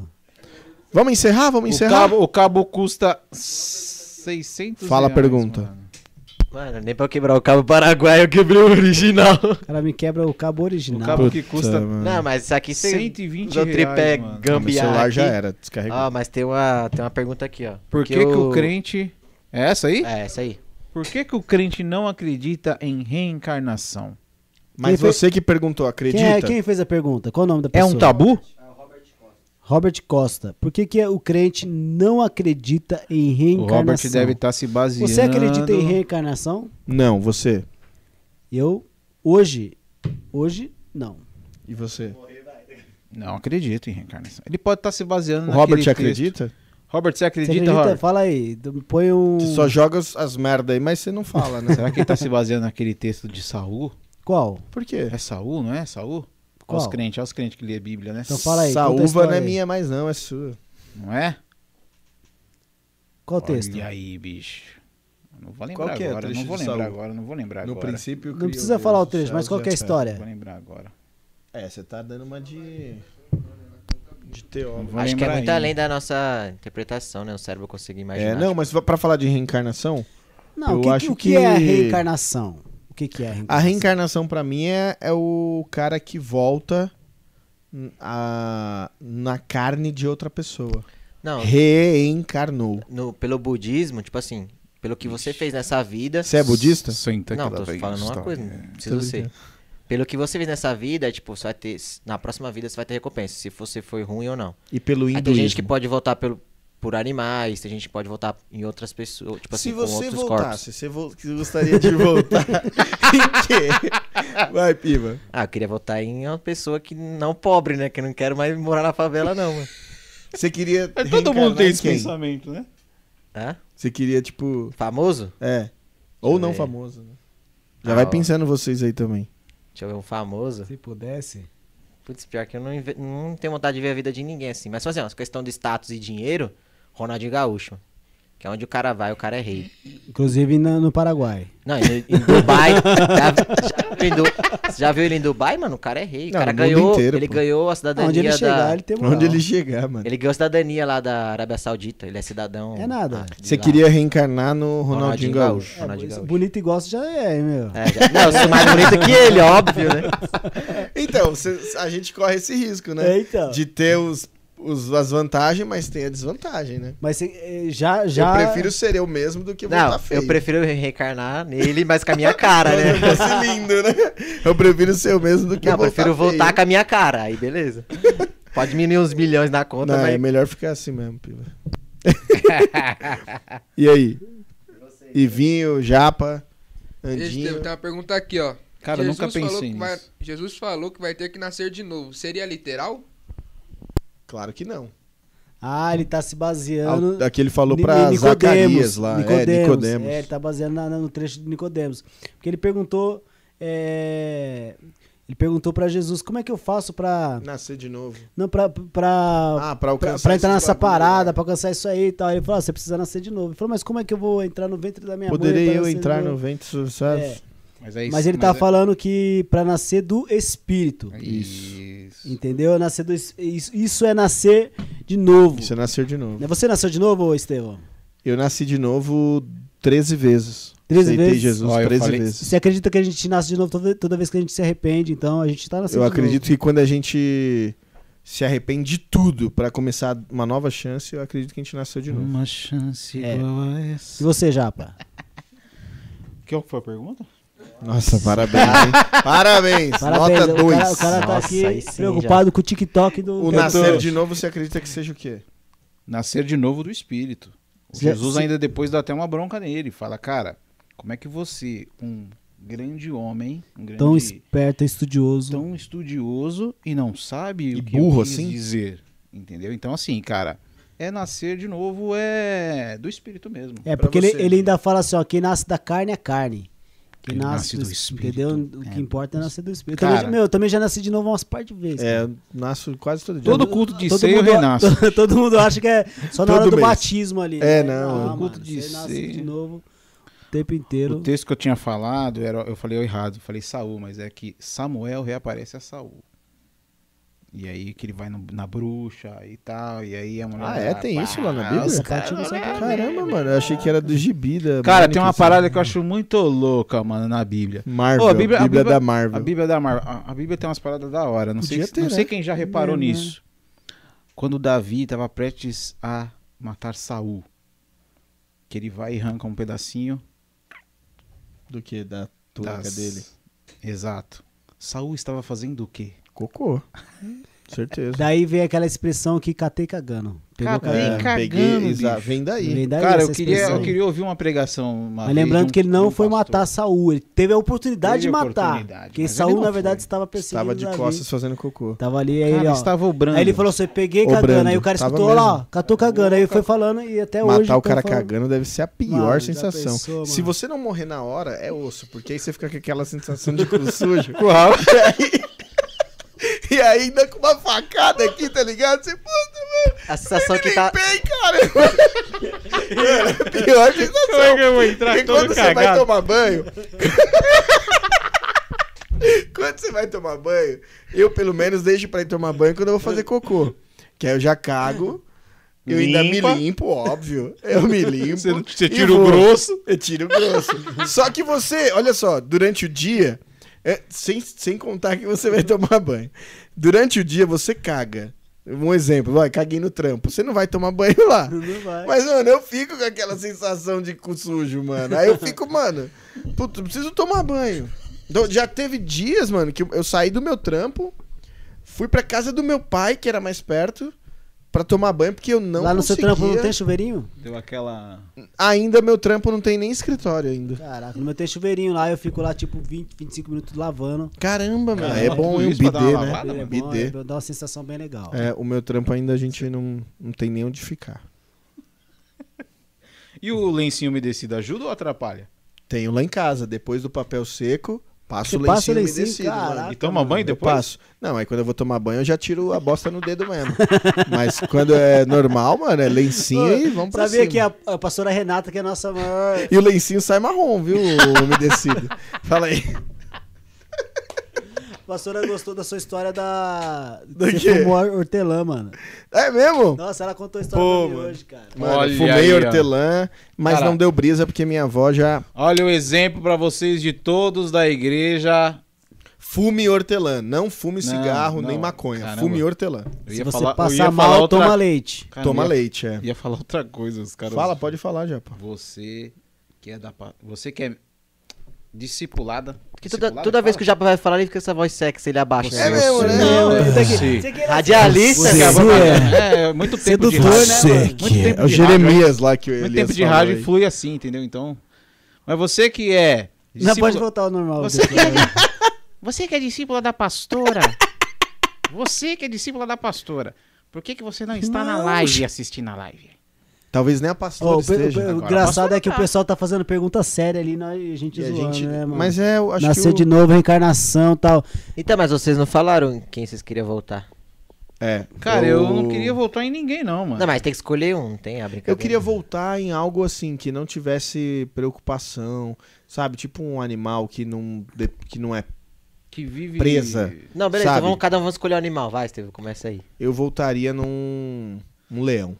S4: Vamos encerrar? Vamos
S1: O
S4: encerrar?
S1: cabo, o cabo custa 600
S4: Fala a
S1: reais,
S4: pergunta.
S1: mano. É
S5: tela. Mano, nem pra eu quebrar o cabo paraguaio, eu quebrei o original.
S3: O cara me quebra o cabo
S1: O
S3: original.
S1: cabo que
S4: Puta,
S1: custa
S4: mano.
S5: Não, mas isso aqui você
S1: 120
S5: usou tripé
S1: reais, mano.
S4: Meu
S5: gambiarra
S4: celular já
S5: aqui.
S4: era, descarregou.
S5: Ó, mas tem uma, tem uma pergunta aqui, ó.
S1: Por que, que o crente... É essa aí?
S5: É, essa aí.
S1: Por que, que o crente não acredita em reencarnação?
S4: Mas
S3: quem foi-
S4: você que perguntou,
S3: quem,
S4: acredita?
S3: é- quem fez a pergunta? Qual o nome da pessoa?
S1: É um tabu?
S3: Robert Costa. Por que, que o crente não acredita em
S1: O
S3: reencarnação?
S1: Robert deve
S4: tá
S1: estar se baseando...
S3: Você acredita em reencarnação?
S4: Não, você.
S3: Eu, hoje, hoje, não.
S4: E você?
S1: Não acredito em reencarnação. Ele pode
S4: tá
S1: estar se baseando
S4: O
S1: naquele
S4: Robert
S1: texto.
S4: acredita?
S1: Robert, você
S3: Você
S1: acredita,
S3: acredita?
S1: Robert?
S3: Fala aí. Põe um.
S4: Você só joga as, as merda aí, mas você não fala, né?
S1: Será que ele está se baseando naquele texto de Saul?
S3: Qual?
S4: Por quê?
S1: É Saul, não é? Saul? Olha
S3: Qual?
S1: os crentes, olha os crentes que lê a Bíblia, né?
S3: Então fala aí.
S4: Essa
S3: conta a
S4: uva
S3: história
S4: não é
S3: aí.
S4: minha mais não, é sua.
S1: Não é?
S3: Qual o texto?
S1: Olha aí, bicho. Não vou lembrar
S4: Qual que é o
S1: agora,
S4: trecho
S1: não vou
S4: de
S1: lembrar
S4: Saul?
S1: agora, não vou lembrar
S4: No
S1: agora.
S4: princípio,
S3: Não
S4: criou
S3: precisa
S4: Deus
S3: falar o
S4: os
S3: trecho, mas
S4: céus
S3: qual
S4: e
S3: que é a
S4: terra.
S3: história?
S1: Vou lembrar agora.
S4: É, você tá dando uma de. de teólogo.
S1: Vou
S5: Acho que é
S1: lembrar
S5: muito
S1: ainda.
S5: além da nossa interpretação, né? O cérebro consegue
S4: É,
S5: imaginar.
S4: não, mas pra falar de reencarnação,
S3: Não,
S4: Eu
S3: o que,
S4: acho
S3: que- o que é a
S4: que-
S3: reencarnação? O que, que é a
S4: a
S3: reencarnação?
S4: reencarnação pra mim é, é o cara que volta n- a- na carne de outra pessoa.
S5: Não,
S4: Reencarnou.
S5: no- pelo budismo, tipo assim, pelo que você fez nessa vida.
S4: Você é budista?
S1: Senta
S5: Não,
S1: que lá
S5: tô
S1: vem
S5: falando uma
S1: história.
S5: coisa, não preciso ser. Pelo que você fez nessa vida, tipo, você vai ter. Na próxima vida você vai ter recompensa, se você foi ruim ou não.
S4: E pelo
S5: Aí tem gente que
S4: hinduísmo.
S5: pode voltar pelo, por animais, tem gente que pode voltar em outras pessoas, tipo assim,
S4: Se
S5: com
S4: você
S5: outros corpos.
S4: voltasse, você vo- que gostaria de voltar em quê? Vai, Piva.
S5: Ah, eu queria votar em uma pessoa que não pobre, né? Que eu não quero mais morar na favela, não, mano.
S4: Você queria.
S1: Mas É todo
S4: reencarnar
S1: mundo tem
S4: em
S1: esse
S4: quem?
S1: pensamento, né?
S5: Hã?
S4: Você queria, tipo.
S5: Famoso?
S4: É. Ou
S5: eu
S4: não
S5: ver.
S4: famoso, né? Já
S5: Ah,
S4: vai
S5: ó.
S4: pensando vocês aí também.
S5: Deixa eu ver um famoso.
S3: Se pudesse.
S5: Putz, pior que eu não, inve- não tenho vontade de ver a vida de ninguém assim. Mas, assim, ó, questão de status e dinheiro, Ronaldinho Gaúcho. Que é onde o cara vai, o cara é rei.
S3: Inclusive na- no Paraguai.
S5: Não, e no- em Dubai. já, já viu ele em Du- já viu ele em Dubai, mano? O cara é rei. O
S4: Não,
S5: cara
S4: no mundo
S5: ganhou.
S4: inteiro,
S5: ele
S4: pô.
S5: ganhou a cidadania
S3: Onde ele
S5: da.
S3: chegar, ele
S5: ele...
S3: tem moral.
S4: Onde ele chegar, mano.
S5: ganhou a cidadania lá da Arábia Saudita. Ele é cidadão.
S3: É nada.
S5: ah, de
S4: Você
S5: lá.
S4: queria reencarnar no Ronaldinho, Gaúcho.
S3: É,
S5: Ronaldinho Gaúcho.
S3: bonito e gosto já é, meu.
S5: É, já- Não, eu sou mais bonito que ele, óbvio, né?
S4: Então, cê- a gente corre esse risco, né?
S3: É, então.
S4: De ter os, os- as vantagens, mas tem a desvantagem, né?
S3: Mas cê, eh, já, já.
S4: Eu prefiro ser eu mesmo do que voltar
S5: Não,
S4: feio.
S5: eu prefiro reencarnar nele, mas com a minha cara, né?
S4: Eu fosse lindo, né? Eu prefiro ser eu mesmo do que
S5: Não, eu
S4: voltar
S5: prefiro voltar
S4: feio.
S5: com a minha cara, aí beleza. Pode diminuir uns milhões na conta,
S4: Não, é
S5: mas...
S4: melhor ficar assim mesmo, Piva. e aí? Ivinho, Japa,
S9: Deixa eu-
S4: Andinho.
S9: Tem uma pergunta aqui, ó.
S1: Cara, eu nunca
S9: falou
S1: pensei
S9: que vai-
S1: nisso.
S9: Jesus falou que vai ter que nascer de novo. Seria literal?
S4: Claro que não. Ah,
S3: Ah, ele tá se baseando.
S4: Aqui Aquele falou
S3: Ni-
S4: pra
S3: Ni-
S4: Zacarias lá. É, Nicodemos.
S3: É, ele tá baseando na- na- no trecho de Nicodemos. Porque ele perguntou. é, Ele perguntou pra Jesus, como é que eu faço pra.
S4: Nascer de novo.
S3: Não, pra. pra
S4: Ah, pra
S3: pra,
S4: alcançar
S3: pra entrar
S4: esses
S3: nessa
S4: bagulho,
S3: parada,
S4: né?
S3: pra alcançar isso aí e tal. Ele falou, ah, você precisa nascer de novo. Ele falou, mas como é que eu vou entrar no ventre da minha mãe?
S4: Poderia
S3: pra
S4: eu
S3: nascer de
S4: entrar
S3: novo?"
S4: no vento sucesso?
S3: É.
S1: Mas, é isso,
S3: Mas ele tá
S1: é-
S3: falando que pra nascer do espírito.
S1: Isso.
S3: Entendeu? Nascer do, es- isso, isso é nascer de novo.
S4: Você nasceu é de novo.
S3: Você nasceu de novo, Estevão?
S4: Eu nasci de novo 13 vezes.
S3: 13
S4: Aceitei
S3: vezes?
S4: Jesus
S1: Ó, eu
S4: 13
S1: falei-
S4: vezes.
S3: Você acredita que a gente nasce de novo toda, toda vez que a gente se arrepende, então a gente tá nascendo
S4: Eu
S3: de
S4: acredito
S3: novo.
S4: que quando a gente se arrepende de tudo pra começar uma nova chance, eu acredito que a gente nasceu de novo.
S1: Uma chance
S3: É.
S1: igual a
S3: E
S1: essa.
S3: você, Japa?
S1: Que foi a pergunta?
S4: Nossa, parabéns. hein? parabéns.
S3: Parabéns.
S4: Nota
S3: o, cara, o
S4: 2.
S3: cara tá
S5: Nossa, aí
S3: aqui
S5: sim,
S3: preocupado com o TikTok do... do-
S4: O nascer de novo você acredita que seja o quê?
S1: Nascer de novo do espírito. O
S3: Se-
S1: Jesus
S3: se-
S1: ainda depois dá até uma bronca nele. Fala, cara, como é que você, um grande homem, um grande
S3: Tão esperto, estudioso.
S1: tão estudioso e não sabe
S4: E
S1: o que
S4: burro
S1: eu quis
S4: assim?
S1: dizer, entendeu? Então assim, cara, é nascer de novo é do espírito mesmo.
S3: é,
S4: pra
S3: porque ele,
S4: você.
S3: ele ainda fala assim, ó, quem nasce da carne é carne. Quem
S1: Quem
S3: nasce,
S1: nasce
S3: do
S1: do
S3: espírito. Entendeu?
S1: espírito,
S3: O que
S1: é.
S3: importa é nascer do espírito.
S1: Cara-
S3: Também já- meu, eu também já nasci de novo umas par de vezes.
S4: É, eu nasço quase todo dia.
S1: Todo culto de
S3: Todo
S1: seio
S3: mundo,
S1: renasce.
S3: todo mundo acha que é só na
S4: Todo
S3: hora do
S4: mês.
S3: batismo ali.
S4: É,
S3: né?
S4: não,
S1: o culto
S3: mano,
S1: de
S3: você nasce
S1: ceia.
S3: de novo o tempo inteiro.
S1: O texto que eu tinha falado, era, eu falei errado, eu falei Saul, mas é que Samuel reaparece a Saul. E aí que ele vai no- na bruxa e tal, e aí a mulher...
S4: Ah, é? Tem isso lá na
S1: Ah,
S4: Bíblia?
S1: os
S3: Essa parte eu não sei também.
S4: Caramba, mano. Eu achei que era do gibi da
S1: Cara,
S4: Mônica,
S1: tem uma
S4: assim.
S1: parada que eu acho muito louca, mano, na Bíblia.
S4: Marvel,
S1: Ô,
S4: Bíblia, da Marvel.
S1: A Bíblia da Marvel. A, a Bíblia tem umas paradas da hora. Não, sei,
S4: Podia
S1: se-
S4: ter,
S1: não
S4: né?
S1: sei quem já reparou
S3: É, né?
S1: nisso. Quando Davi estava prestes a matar Saul, que ele vai e arranca um pedacinho
S4: Do que? Da túnica
S1: das...
S4: dele?
S1: Exato. Saul estava fazendo o quê?
S4: Cocô. Certeza.
S3: Daí vem aquela expressão que catei cagando. Pegou
S1: Catei
S3: cagando.
S1: cagando, bicho.
S4: exato, vem daí.
S3: Vem daí
S1: Cara,
S3: essa
S1: eu queria,
S3: expressão
S1: eu
S3: aí.
S1: queria ouvir uma pregação.
S3: Mas
S1: Uma vez
S3: lembrando
S1: de um-
S3: que ele
S1: de
S3: não
S1: um
S3: foi
S1: pastor.
S3: matar Saul, ele teve a oportunidade
S1: Teve
S3: de
S1: a
S3: matar.
S1: oportunidade,
S3: Porque
S1: mas ele
S3: Saul,
S1: não
S3: na
S1: foi.
S3: verdade, estava perseguindo
S4: Estava de
S3: Davi.
S4: costas fazendo cocô.
S3: Tava ali, aí
S1: Cara,
S3: ele, ó.
S1: estava obrando.
S3: Aí ele falou assim, eu peguei
S4: Obrando.
S3: cagando. Aí o cara
S4: Tava
S3: escutou, ó
S4: mesmo.
S3: lá, ó, catou cagando. Aí foi falando e até hoje...
S4: Matar o
S3: tá
S4: cara
S3: falando-
S4: cagando deve ser a pior
S3: Mano, já
S4: sensação.
S3: pensou,
S4: Se
S3: mano?
S4: você não morrer na hora, é osso, porque aí você fica com aquela sensação de cu sujo.
S1: Qual?
S4: e aí ainda com uma facada aqui, tá ligado? Você, puta, mano,
S5: A sensação que tá...
S4: limpei, cara. Mano, pior sensação.
S12: Como é que eu vou entrar
S4: Porque
S12: todo
S4: quando você vai
S12: cagado?
S4: tomar banho. quando você vai tomar banho, eu pelo menos deixo pra ir tomar banho quando eu vou fazer cocô. Que aí eu já cago. Eu ainda
S12: Limpa.
S4: me limpo, óbvio. Eu me limpo.
S12: Você- você
S4: e
S12: tira o
S4: vou.
S12: grosso.
S4: Eu tiro o grosso. só que você, olha só, durante o dia, é, sem, sem contar que você vai tomar banho. Durante o dia você caga. Um exemplo, vai, caguei no trampo. Você não vai tomar banho lá. Mas, mano, eu fico com aquela sensação de cu sujo, mano. Aí eu fico, mano, puto, preciso tomar banho. Então, já teve dias, mano, que eu, eu saí do meu trampo, fui pra casa do meu pai, que era mais perto, pra tomar banho, porque eu não
S3: Lá no seu
S4: conseguia.
S3: trampo não tem chuveirinho?
S1: Deu aquela.
S4: Ainda meu trampo não tem nem escritório ainda.
S3: Caraca, no meu tem chuveirinho lá, eu fico lá tipo 20, 25 minutos lavando.
S4: Caramba, mano.
S3: Caramba,
S4: é bom
S3: tudo
S4: e um
S3: isso pra dar
S4: bidê,
S3: uma
S4: né?
S3: lavada, mano?
S4: bidê.
S3: É bom, é- dá uma sensação bem legal.
S4: É, o meu trampo ainda a gente não, não tem nem onde ficar.
S1: E o lencinho umedecido ajuda ou atrapalha?
S4: Tenho lá em casa, depois do papel seco, passo
S1: Você
S4: o lencinho
S1: passa o lencinho?
S4: umedecido, mano.
S1: Caraca, E toma banho
S4: Eu
S1: depois?
S4: passo. Não, aí quando eu vou tomar banho eu já tiro a bosta no dedo mesmo. Mas quando é normal, mano, é lencinho e vamos pra
S3: Sabia
S4: cima.
S3: que a, a pastora Renata, que é a nossa maior.
S4: E o lencinho sai marrom, viu, o umedecido. Fala aí.
S3: A pastora gostou da sua história da.
S4: Do
S3: Você
S4: quê?
S3: fumou hortelã, mano.
S4: É mesmo?
S3: Nossa, ela contou a história
S4: Pô,
S3: pra mim
S4: mano.
S3: hoje, cara.
S4: Mano,
S1: Olha
S4: fumei
S1: aí, ó.
S4: hortelã, mas
S1: Cara.
S4: não deu brisa porque minha avó já
S1: Olha o exemplo pra vocês de todos da igreja.
S4: Fume hortelã, não fume
S1: Não,
S4: cigarro nem
S1: não,
S4: maconha.
S1: caramba.
S4: Fume hortelã.
S1: Eu
S3: Se
S1: ia
S3: você
S1: falar- eu
S3: passar
S1: ia
S3: mal,
S1: falar outra-
S3: toma leite.
S1: Cara,
S4: Toma
S1: ia-
S4: leite, é.
S1: Ia falar outra coisa, os caras.
S4: Fala, pode falar, Japa.
S1: Você que é da. pa- Você que é discipulada.
S5: Porque toda, toda vez que o Japa vai falar, ele fica com essa voz sexy, ele abaixa.
S1: Você, É mesmo, você, né?
S5: Não,
S1: né?
S5: isso aqui-
S1: Você.
S5: isso aqui era- é Radialista,
S1: Você.
S5: acabou
S1: É, é, muito tempo de
S3: Sedutor,
S1: rádio,
S3: né,
S1: né,
S3: mano?
S1: mano? Muito tempo
S4: é o
S1: de rádio, né?
S4: Jeremias lá que o
S1: Muito
S4: Elias
S1: tempo de
S4: falou
S1: rádio
S4: aí.
S1: flui assim, entendeu? Então. Mas você que é.
S3: Não,
S1: discípula-
S3: pode voltar ao normal.
S1: Você é
S3: Deus, cara.
S1: Você que é discípula da pastora. você que é discípula da pastora. Por que, que você não está na live assistindo a live?
S4: Talvez nem a pastora
S3: Ó, o pe- o,
S4: esteja. né?
S3: pe- o
S1: agora.
S3: engraçado é que o
S1: Posso
S3: pessoal tá fazendo pergunta séria ali, nós- e a gente
S4: E a
S3: zoando,
S4: gente-
S3: né, mano?
S4: Mas é, eu acho
S3: Nasceu
S4: que.
S3: de
S4: o-
S3: novo, reencarnação e tal.
S5: Então, mas vocês não falaram em quem vocês queriam voltar.
S4: É.
S1: Cara, eu não queria voltar em ninguém, não, mano.
S5: Não, mas tem que escolher um, tem a brincadeira.
S4: Eu
S1: é
S4: queria voltar em algo assim, que não tivesse preocupação, sabe? Tipo um animal que não, de- que não é
S1: Que vive.
S4: presa.
S5: Não, beleza,
S4: sabe?
S5: então vamos, cada um vamos escolher um animal. Vai, Esteve, começa aí.
S4: Eu voltaria num um leão.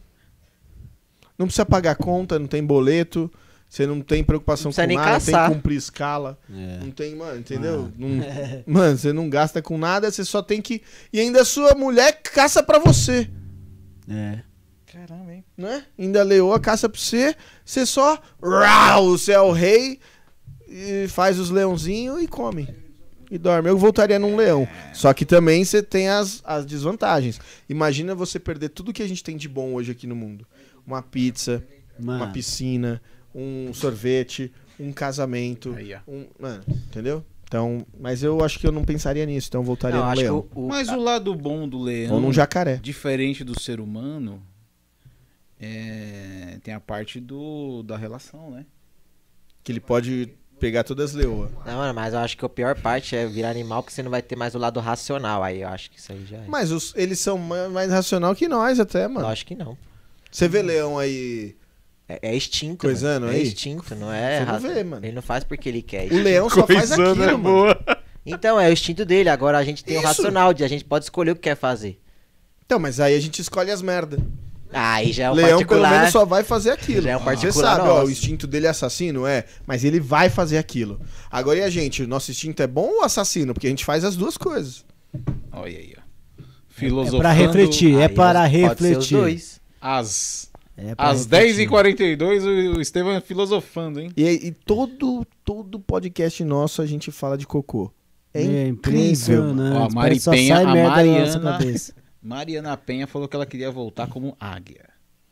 S4: Não precisa pagar conta, não tem boleto, você não tem preocupação
S5: Não
S4: com
S5: precisa nem
S4: nada, tem
S5: caçar.
S4: que cumprir escala.
S3: É.
S4: Não tem, mano, entendeu? Não- Mano, você não gasta com nada, você só tem que. E ainda a sua mulher caça pra você.
S3: É.
S1: Caramba, hein?
S4: né? Ainda a leoa caça pra você, você só. Rau, você é o rei, e faz os leãozinhos e come. E dorme. Eu voltaria num leão. Só que também você tem as, as desvantagens. Imagina você perder tudo que a gente tem de bom hoje aqui no mundo: uma pizza,
S3: Mano.
S4: uma piscina, um sorvete, um casamento.
S1: Aí, ó.
S4: um- mano, entendeu? Então, mas eu acho que eu não pensaria nisso, então eu voltaria
S5: Não,
S4: num
S5: acho que
S4: leão.
S5: o, o-
S1: Mas o lado bom do leão.
S4: Ou num jacaré.
S1: diferente do ser humano, é, tem a parte do, da relação, né?
S4: Que ele pode pegar todas as leoas.
S5: Não, mano, mas eu acho que a pior parte é virar animal que você não vai ter mais o lado racional. Aí eu acho que isso aí já é.
S4: Mas os- eles são ma- mais racional que nós até,
S5: eu
S4: mano.
S5: acho que não.
S4: Você vê leão aí.
S5: É, é extinto.
S4: Coisando
S5: mano. É
S4: aí?
S5: extinto, não é.
S4: Você não
S5: raça-
S4: vê, mano.
S5: Ele não faz porque ele quer. é
S4: O
S5: extinto.
S4: leão só faz aquilo, mano.
S5: Então, é o instinto dele. Agora a gente tem o
S4: Isso.
S5: racional, de a gente pode escolher o que quer fazer.
S4: Então, mas aí a gente escolhe as merda.
S5: Aí já é um
S4: leão, pelo
S5: particular.
S4: menos, só vai fazer aquilo.
S5: Já é um particular
S4: Você sabe, ó,
S5: nosso.
S4: o instinto dele é assassino, é, mas ele vai fazer aquilo. Agora e a gente? O nosso instinto é bom ou assassino? Porque a gente faz as duas coisas.
S1: Olha aí, ó.
S3: É
S1: Filosofando
S3: pra refletir, é
S5: Aí
S3: para
S5: você pode ser os
S3: refletir.
S5: dois.
S1: Às,
S3: É pra
S1: às
S3: refletir.
S1: 10h42, o Estevam é filosofando, hein?
S4: E, e todo, todo podcast nosso a gente fala de cocô. É, incrível. mano.
S3: impressionante.
S1: Ó, a
S3: Parece
S1: Mari
S3: que só
S1: Penha-
S3: sai
S1: a
S3: merda da
S1: Mariana-
S3: nossa cabeça.
S1: Mariana Penha falou que ela queria voltar como águia.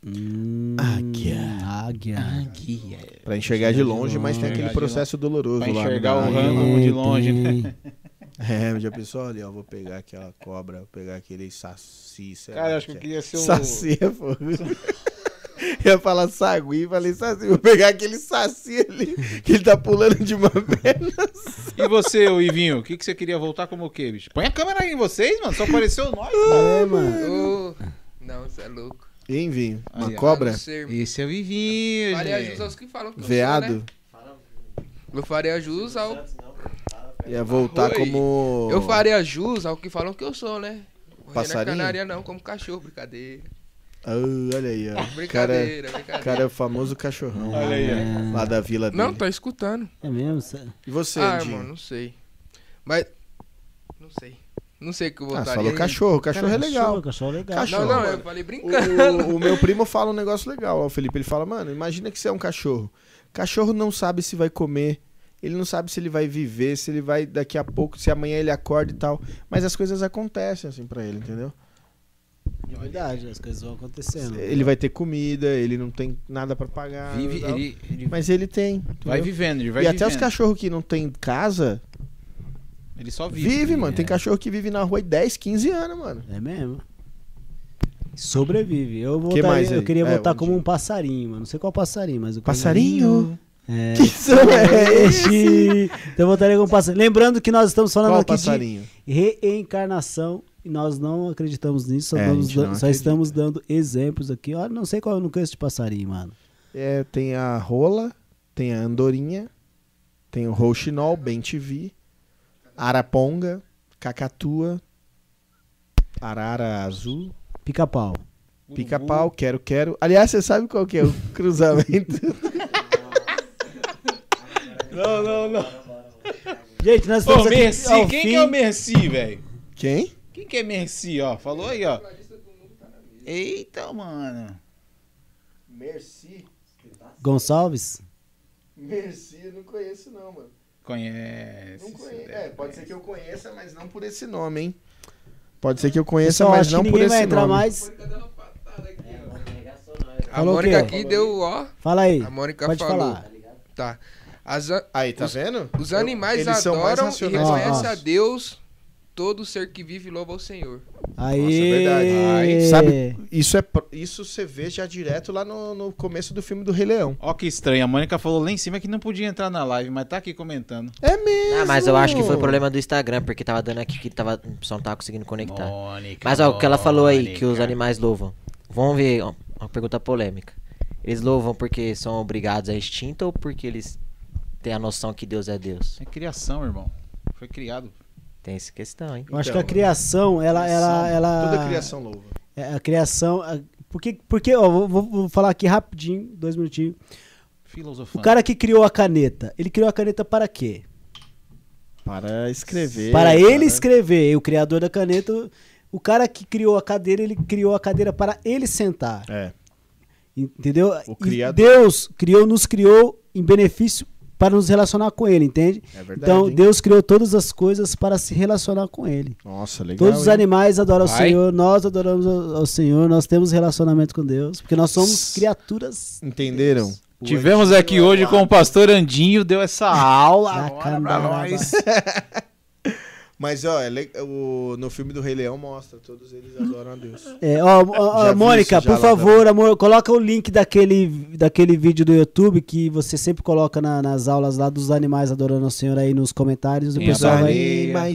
S3: Hum,
S4: Águia.
S3: Águia.
S1: Águia.
S4: Pra enxergar de longe, mas tem
S1: longe.
S4: aquele processo doloroso
S1: Pra
S4: lá.
S1: enxergar
S4: né?
S1: o ramo de
S3: Tem,
S1: longe, né?
S3: tem.
S4: É, já pensou ali, ó, vou pegar aquela cobra, vou pegar aquele saci, sei lá
S1: Cara, acho que
S4: o
S1: eu
S4: é.
S1: queria ser um.
S4: Saci é fogo. Eu ia falar sagui, falei saci. Vou pegar aquele saci ali, que ele tá pulando de uma perna.
S1: E você, ô Ivinho, o que, que você queria voltar como o quê, bicho? Põe a câmera aí em vocês, mano. Só apareceu nós.
S3: É,
S9: Ô,
S3: mano.
S9: não, você é louco.
S4: Hein, Vinho?
S1: Aí,
S4: Uma
S1: ó.
S4: cobra?
S1: Esse é o Vivinho,
S9: Faria
S1: gente.
S9: jus aos que falam que eu sou, né?
S4: Veado?
S9: Eu faria jus ao.
S4: Ia
S9: Oi.
S4: voltar Tá como...
S9: Eu faria jus ao que falam que eu sou, né? Morrer
S4: Passarinho?
S9: na canaria não, como cachorro, brincadeira.
S4: Ah, olha aí, ó. O cara,
S9: Brincadeira, brincadeira.
S4: o cara é o famoso cachorrão.
S9: Olha aí,
S4: né? Lá da vila dele.
S9: Não, tô escutando.
S3: É mesmo? sério?
S4: E você,
S9: ah,
S4: Andinho?
S9: mano, não sei. Mas. Não sei. Não sei o que eu
S4: Ah,
S9: votaria.
S4: você falou cachorro. Cachorro é
S3: Cachorro,
S4: legal.
S3: cachorro é legal.
S4: Cachorro,
S9: Não, não, eu
S4: mano.
S9: falei brincando.
S4: O, o meu primo fala um negócio legal. ó, O Felipe, ele fala, mano, imagina que você é um cachorro. Cachorro não sabe se vai comer. Ele não sabe se ele vai viver, se ele vai daqui a pouco, se amanhã ele acorda e tal. Mas as coisas acontecem assim pra ele, entendeu?
S3: De verdade, as coisas vão acontecendo.
S4: Ele vai ter comida, ele não tem nada pra pagar.
S1: Vive,
S4: tal.
S1: ele, ele
S4: Mas ele tem. entendeu?
S1: vai vivendo, ele vai
S4: e
S1: vivendo.
S4: até os cachorros que não tem casa,
S1: Ele só vive.
S4: vive, mano. Tem
S1: É.
S4: cachorro que vive na rua há 10, 15 anos, mano.
S3: É mesmo. Sobrevive. Eu,
S4: Que
S3: voltaria,
S4: mais aí?
S3: eu queria
S4: É,
S3: voltar
S4: um
S3: como
S4: dia.
S3: um passarinho, mano. Não sei qual passarinho, mas o
S4: Passarinho?
S3: É.
S4: Que som é esse?
S3: Ixi, Então eu voltaria como passarinho. Lembrando que nós estamos falando
S4: Qual
S3: aqui
S4: passarinho?
S3: de reencarnação e nós não acreditamos nisso, só,
S4: É, a
S3: damos-
S4: gente não
S3: só
S4: acredita.
S3: estamos dando exemplos aqui. Olha, não sei qual, é eu não conheço de passarinho, mano.
S4: É, tem a rola, tem a andorinha, tem o rouxinol, bentivi, araponga, cacatua, arara azul,
S3: Pica-pau.
S4: pica-pau, quero-quero. Aliás, você sabe qual que é o cruzamento?
S1: Não, não, não.
S3: Gente, nós
S1: Ô,
S3: estamos aqui
S1: Merci,
S3: ao
S1: quem
S3: fim.
S1: que é o Merci, velho?
S4: Quem?
S1: Quem que é Merci, ó? Falou aí, ó. Eita, mano.
S2: Merci.
S3: Gonçalves?
S2: Merci, eu não conheço não, mano.
S1: Conhece.
S2: Não conheço.
S1: se
S2: É,
S1: deve.
S2: pode ser que eu conheça, mas não por esse nome.
S4: Nome, hein? Pode ser que eu conheça,
S3: Pessoal,
S4: mas
S3: acho que
S4: não por
S3: ninguém vai
S4: esse
S3: entrar
S4: nome.
S3: mais.
S9: A
S3: Falou o
S9: Mônica
S3: quê?
S9: aqui deu, ó.
S3: Fala aí.
S9: A Mônica
S3: Pode
S9: falou.
S3: falar.
S9: Tá. As a-
S4: Aí, tá
S9: Os-
S4: vendo?
S9: Os animais
S4: Eles são mais
S9: adoram e
S4: racionais.
S9: reconhecem
S3: Ó, ó.
S9: a Deus. Todo ser que vive louva ao Senhor.
S3: Aí.
S4: Nossa, é verdade. Ai, sabe, isso, é, pro- isso você vê já é direto lá no, no começo do filme do Rei Leão.
S1: Ó que estranho, a Mônica falou lá em cima que não podia entrar na live, mas tá aqui comentando.
S4: É mesmo!
S5: Ah, mas eu acho que foi problema do Instagram, porque tava dando aqui que tava, o pessoal não tava conseguindo conectar.
S1: Mônica.
S5: Mas ó, o que ela falou aí, que os
S1: Mônica.
S5: animais louvam. Vamos ver, ó, uma pergunta polêmica. Eles louvam porque são obrigados à extinta ou porque eles têm a noção que Deus é Deus?
S1: É criação, irmão. Foi criado.
S5: Tem essa questão, hein?
S3: Eu acho que
S4: Então,
S3: a criação, ela. ela, ela
S4: Toda criação louva.
S3: é, A criação. a- Porque, porque ó, vou, vou- vou falar aqui rapidinho, dois minutinhos. O
S1: Filosofando.
S3: cara que criou a caneta, ele criou a caneta para quê?
S4: Para escrever.
S3: Para ele escrever, e o criador da caneta. o- O cara que criou a cadeira, ele criou a cadeira para ele sentar.
S4: É.
S3: Entendeu?
S4: O
S3: E
S4: criador.
S3: Deus criou, nos criou em benefício para nos relacionar com ele, entende?
S4: É verdade,
S3: então,
S4: hein?
S3: Deus criou todas as coisas para se relacionar com ele.
S4: Nossa, legal.
S3: Todos os
S4: hein?
S3: animais adoram o
S1: Vai.
S3: Senhor, nós adoramos ao ao Senhor, nós temos relacionamento com Deus, porque nós somos criaturas
S4: Entenderam?
S1: Tivemos aqui hoje com o pastor Andinho, deu essa aula
S3: da
S1: agora pra
S3: Candaraba.
S1: nós.
S4: Mas, ó, é le- o- no filme do Rei Leão mostra, todos eles adoram a Deus.
S3: É, ó, ó, ó,
S4: Já vi
S3: Mônica,
S4: isso já
S3: por
S4: lá
S3: favor, amor, coloca o link daquele, daquele vídeo do YouTube que você sempre coloca na- nas aulas lá dos animais adorando ao Senhor aí nos comentários. O
S1: Tem
S3: pessoal
S1: as
S3: vai, vai,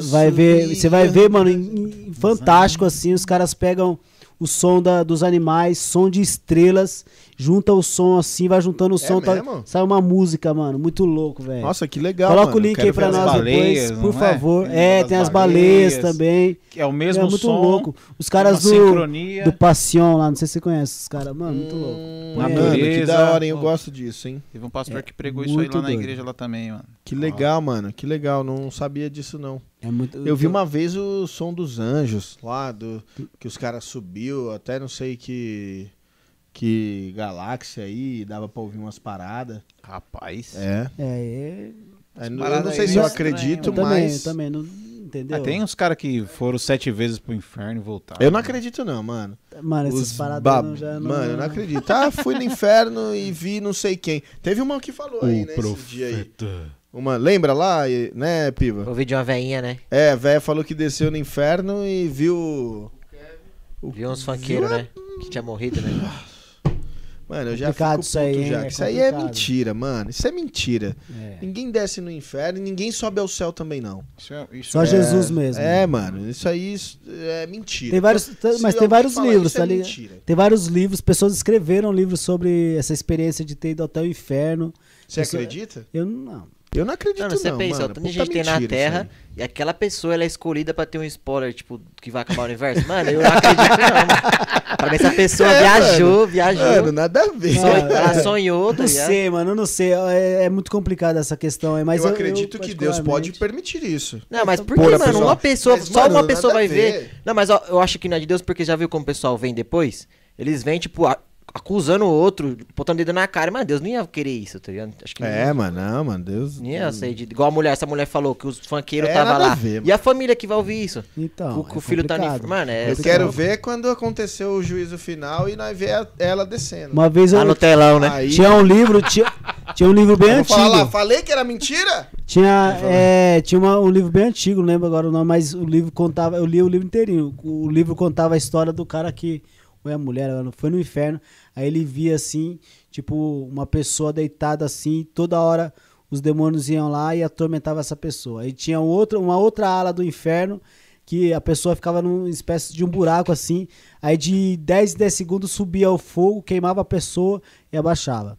S3: vai ver, você vai ver, mano, em- em- fantástico assim, os caras pegam o som da- dos animais, som de estrelas, junta o som assim, vai juntando o som, tá-
S4: É mesmo?
S3: sai uma música, mano, muito louco, velho.
S4: Nossa, que legal.
S3: Coloca o
S4: mano.
S3: link
S4: Quero
S3: aí pra
S4: ver
S1: as
S3: nós
S1: baleias,
S3: depois,
S1: não
S3: por
S1: é?
S3: favor.
S1: Tem
S3: É,
S1: das
S3: tem as baleias,
S1: baleias.
S3: também.
S1: Que É o mesmo
S3: é muito
S1: som,
S3: louco. Os caras
S1: uma
S3: do,
S1: sincronia.
S3: do Passion lá, não sei se você conhece os caras, mano, muito louco. é,
S4: Hum,
S3: Põe aí.
S4: mano, que
S1: Natureza.
S4: da hora, hein? Eu
S1: Pô.
S4: gosto disso, hein?
S1: Teve um pastor
S3: É,
S1: que pregou isso aí
S3: muito
S1: lá na
S3: doido.
S1: igreja lá também, mano.
S4: Que legal, mano. Que legal. Não sabia disso, não.
S3: É muito,
S4: Eu vi uma vez o som dos anjos lá, do, que os caras subiu, até não sei que. Que galáxia aí, dava pra ouvir umas paradas.
S1: Rapaz.
S4: É.
S3: É, é-
S4: Eu
S1: paradas
S4: não
S1: aí
S4: sei se eu
S1: meio
S4: acredito,
S3: eu
S1: estranho,
S3: também,
S4: mas.
S3: eu também, não entendeu?
S1: Ah, tem uns caras que foram sete vezes pro inferno e voltaram.
S4: Eu não acredito, não, mano.
S3: Mano, essas
S4: Os
S3: paradas
S4: bab-
S3: não, já não...
S4: Mano, eu não acredito. Ah, fui no inferno e vi não sei quem. Teve uma que falou aí, né, esse dia aí. Uma, lembra lá, e- né, Piva?
S5: Ouvi de uma veinha, né?
S4: É, a véia falou que desceu no inferno e viu...
S5: Viu uns funkeiros, né? Que tinha morrido, né?
S4: Mano, eu já
S3: Complicado
S4: fico
S3: isso aí,
S4: puto
S3: hein?
S4: já.
S3: É
S4: que isso aí é
S3: complicado.
S4: mentira, mano. Isso é mentira.
S3: É.
S4: Ninguém desce no inferno e ninguém sobe ao céu também, não.
S1: Isso é- isso
S3: Só
S1: é-
S3: Jesus mesmo.
S4: É, mano. Isso aí isso é mentira.
S3: Tem vários,
S4: Então,
S3: tem-
S4: se
S3: mas tem
S4: alguém
S3: vários
S4: falar
S3: livros,
S4: isso,
S3: tá
S4: é
S3: ligado?
S4: mentira.
S3: Tem vários livros, pessoas escreveram livros sobre essa experiência de ter ido até o inferno.
S4: Você
S3: Pessoa-
S4: acredita?
S3: Eu não.
S4: Eu não acredito,
S5: Não,
S4: não.
S5: mas você pensa, o
S4: mano.
S5: tanto de
S4: Puta
S5: gente tem na
S4: mentira isso
S5: Terra
S4: aí.
S5: e aquela pessoa ela é escolhida pra ter um spoiler, tipo, que vai acabar o universo. Mano, eu não acredito não, mano. Pra mim essa pessoa
S4: É,
S5: viajou,
S4: mano.
S5: viajou.
S4: Mano, nada a ver.
S5: Só- ela sonhou,
S3: Eu
S5: tá
S3: é. não
S5: ligado?
S3: sei, mano, eu não sei. É, é muito complicada essa questão aí, mas
S4: eu, acredito que Deus pode
S3: particularmente-
S4: permitir isso.
S5: Não, mas por
S4: Pô,
S5: que,
S4: a
S5: mano?
S4: pessoa-
S5: Uma pessoa,
S4: Mas,
S5: só
S4: mano,
S5: uma pessoa
S4: nada a
S5: vai ver.
S4: ver.
S5: Não, mas ó, eu acho que não é de Deus, porque já viu como o pessoal vem depois? Eles vêm, tipo, a- acusando o outro, botando o dedo na cara. Mas Deus não ia querer isso, tá ligado? Acho que
S4: É,
S5: não,
S4: mano, não, mano, Deus.
S5: não ia ser de... Igual a mulher, essa mulher falou que os funkeiros
S4: É,
S5: tava
S4: nada a
S5: lá.
S4: ver, mano.
S5: e a família que vai ouvir isso?
S3: Então,
S5: o,
S3: é
S5: o filho tá no...
S3: complicado.
S5: infer- Mano, é...
S4: Eu quero ver quando aconteceu o juízo final e nós ver a- ela descendo.
S3: Uma vez eu
S5: Lá no telão, né?
S4: Aí,
S3: tinha um livro, tinha, tinha um livro bem
S4: eu vou
S3: antigo.
S4: falar lá, falei que era mentira?
S3: Tinha, é, tinha uma- um livro bem antigo, não lembro agora o nome, mas o livro contava, eu li o livro inteirinho. O livro contava a história do cara que, ou é a mulher, agora não foi no inferno. Aí ele via assim, tipo, uma pessoa deitada assim, toda hora os demônios iam lá e atormentava essa pessoa. Aí tinha outra, uma outra ala do inferno que a pessoa ficava numa espécie de um buraco assim, aí de 10 em 10 segundos subia o fogo, queimava a pessoa e abaixava.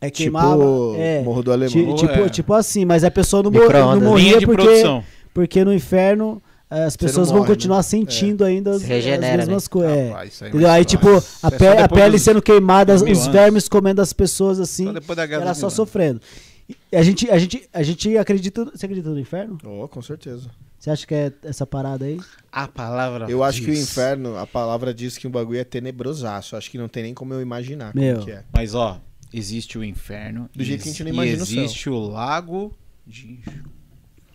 S3: Aí queimava, é,
S4: Tipo Morro do
S3: Ti-
S4: Alemão.
S3: tipo,
S1: é.
S3: tipo assim, mas a pessoa não, mor-
S5: Micro-ondas.
S3: não
S1: Linha
S3: morria
S1: de
S3: porque,
S1: produção.
S3: porque no inferno eh, as pessoas
S4: não
S3: vão
S4: morre,
S3: continuar sentindo ainda as,
S5: Se regenera,
S3: as mesmas coisas.
S1: Rapaz, isso aí
S3: Entendeu?
S1: vai-
S3: Aí, tipo, a,
S1: só
S3: pe- a
S1: depois
S3: pele
S1: dos
S3: sendo queimada, os
S1: mil anos.
S3: vermes comendo as pessoas assim,
S1: Só depois da
S3: ela só
S1: gasolina.
S3: sofrendo. E A gente, a, gente, a gente acredita. Você acredita no inferno?
S4: Oh, com certeza.
S3: Você acha que é essa parada aí?
S1: A palavra.
S4: Eu acho que o
S1: diz.
S4: inferno, a palavra diz que o bagulho é tenebrosaço. Acho que não tem nem como eu imaginar
S3: Meu.
S4: como que é.
S1: Mas ó, existe o inferno.
S4: Do
S1: e
S4: jeito que a gente não
S1: ex- e
S4: imagina o céu.
S1: Existe o lago de enxofre.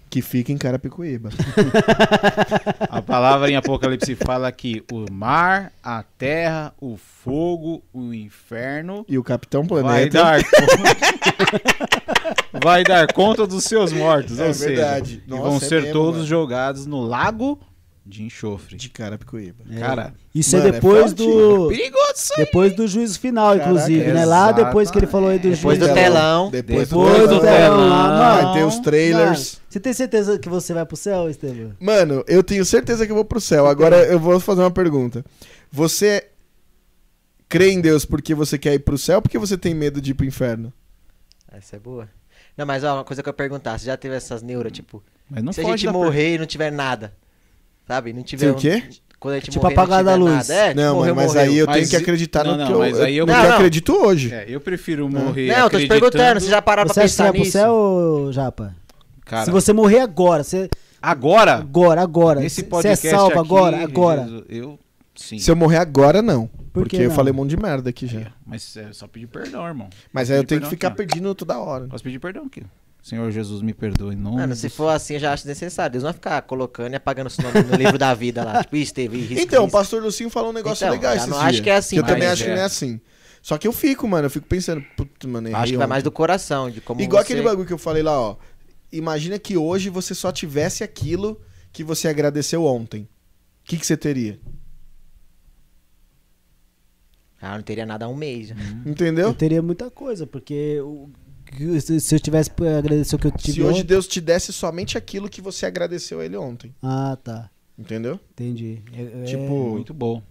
S4: Que fica em Carapicuíba.
S1: A palavra em Apocalipse fala que o mar, a terra, o fogo, o inferno
S4: E o Capitão
S1: vai
S4: Planeta.
S1: dar conta, vai dar conta dos seus mortos,
S4: É
S1: ou seja,
S4: verdade.
S1: e
S4: Nossa,
S1: vão
S4: é
S1: ser
S4: mesmo,
S1: todos
S4: mano.
S1: jogados no lago de enxofre.
S4: De Carapicuíba.
S1: Cara,
S3: Isso
S4: Mano,
S3: é
S4: é
S3: depois
S4: forte,
S3: do.
S1: perigoso isso aí.
S3: Depois do juízo final,
S4: Caraca,
S3: inclusive, né? Lá depois que ele falou aí do
S5: Depois
S3: juízo.
S5: do telão.
S4: Depois,
S3: Depois do telão lá, mano.
S4: Vai ter os trailers.
S3: Mano, você tem certeza que você vai pro céu, Estevam?
S4: Mano, eu tenho certeza que eu vou pro céu. Agora eu vou fazer uma pergunta. Você crê em Deus porque você quer ir pro céu ou porque você tem medo de ir pro inferno?
S5: Essa é boa. Não, mas ó, uma coisa que eu ia perguntar, você já teve essas neuras, tipo,
S1: Mas não
S5: se a
S1: foge
S5: gente
S1: da
S5: morrer e não tiver nada, sabe? Não tiver um
S4: Tem o quê?
S5: Quando a gente
S3: Tipo,
S5: morrer,
S3: apagar
S5: não tiver
S3: da luz.
S5: Nada. É,
S4: não,
S5: morreu,
S4: mano, mas
S5: morreu.
S4: aí eu
S1: Mas
S4: tenho que
S1: e-
S4: acreditar
S1: não,
S4: no
S1: não,
S4: que eu,
S1: mas aí eu-
S4: no que
S5: Não, não.
S4: acredito hoje.
S1: É, eu prefiro morrer
S5: Não, eu tô te
S1: acreditando.
S5: perguntando, você já pararam pra
S3: Você acha que
S5: pensar
S3: vai pro
S5: nisso?
S3: céu, Japa?
S1: Cara,
S3: Se você morrer agora, você.
S1: agora,
S3: Agora, agora. você
S1: nesse
S3: é
S1: podcast
S3: salvo
S1: aqui,
S3: agora, agora.
S1: Jesus, eu sim.
S4: Se eu morrer agora, não. porque
S3: que
S4: eu
S3: não?
S4: falei um monte de merda aqui já.
S1: Mas é só pedir perdão, irmão.
S4: Mas aí eu
S1: Pedir
S4: tenho que
S1: perdão
S4: ficar
S1: aqui, ó.
S4: pedindo toda hora.
S1: Posso pedir perdão aqui. Senhor Jesus, me perdoe. em nome
S5: Mano,
S1: do
S5: se for assim, eu já acho necessário. Deus não vai ficar colocando e apagando os nomes no livro da vida lá. Tipo, isso teve risco.
S4: Então, o
S5: risco.
S4: pastor Lucinho falou um negócio
S5: Então,
S4: legal
S5: já
S4: esses
S5: não
S4: dias,
S5: acho que é assim
S4: Eu também
S1: mais,
S4: acho que
S1: é.
S4: não é assim. Só que eu fico, mano, eu fico pensando, puto, mano, errei
S5: Acho que vai
S4: ontem.
S5: mais do coração, de como
S4: assim. Igual
S5: você...
S4: aquele bagulho que eu falei lá, ó. Imagina que hoje você só tivesse aquilo que você agradeceu ontem. O que, que você teria?
S5: Ah, não teria nada há um mês. já.
S3: Eu
S4: Entendeu?
S3: teria muita coisa, porque o- que- se se eu tivesse pra agradecer o que eu tive.
S4: Se hoje
S3: ontem-
S4: Deus te desse somente aquilo que você agradeceu a ele ontem.
S3: Ah, tá.
S4: Entendeu?
S3: Entendi. É- é-
S1: Senhor.
S4: Tipo.
S1: Muito bom.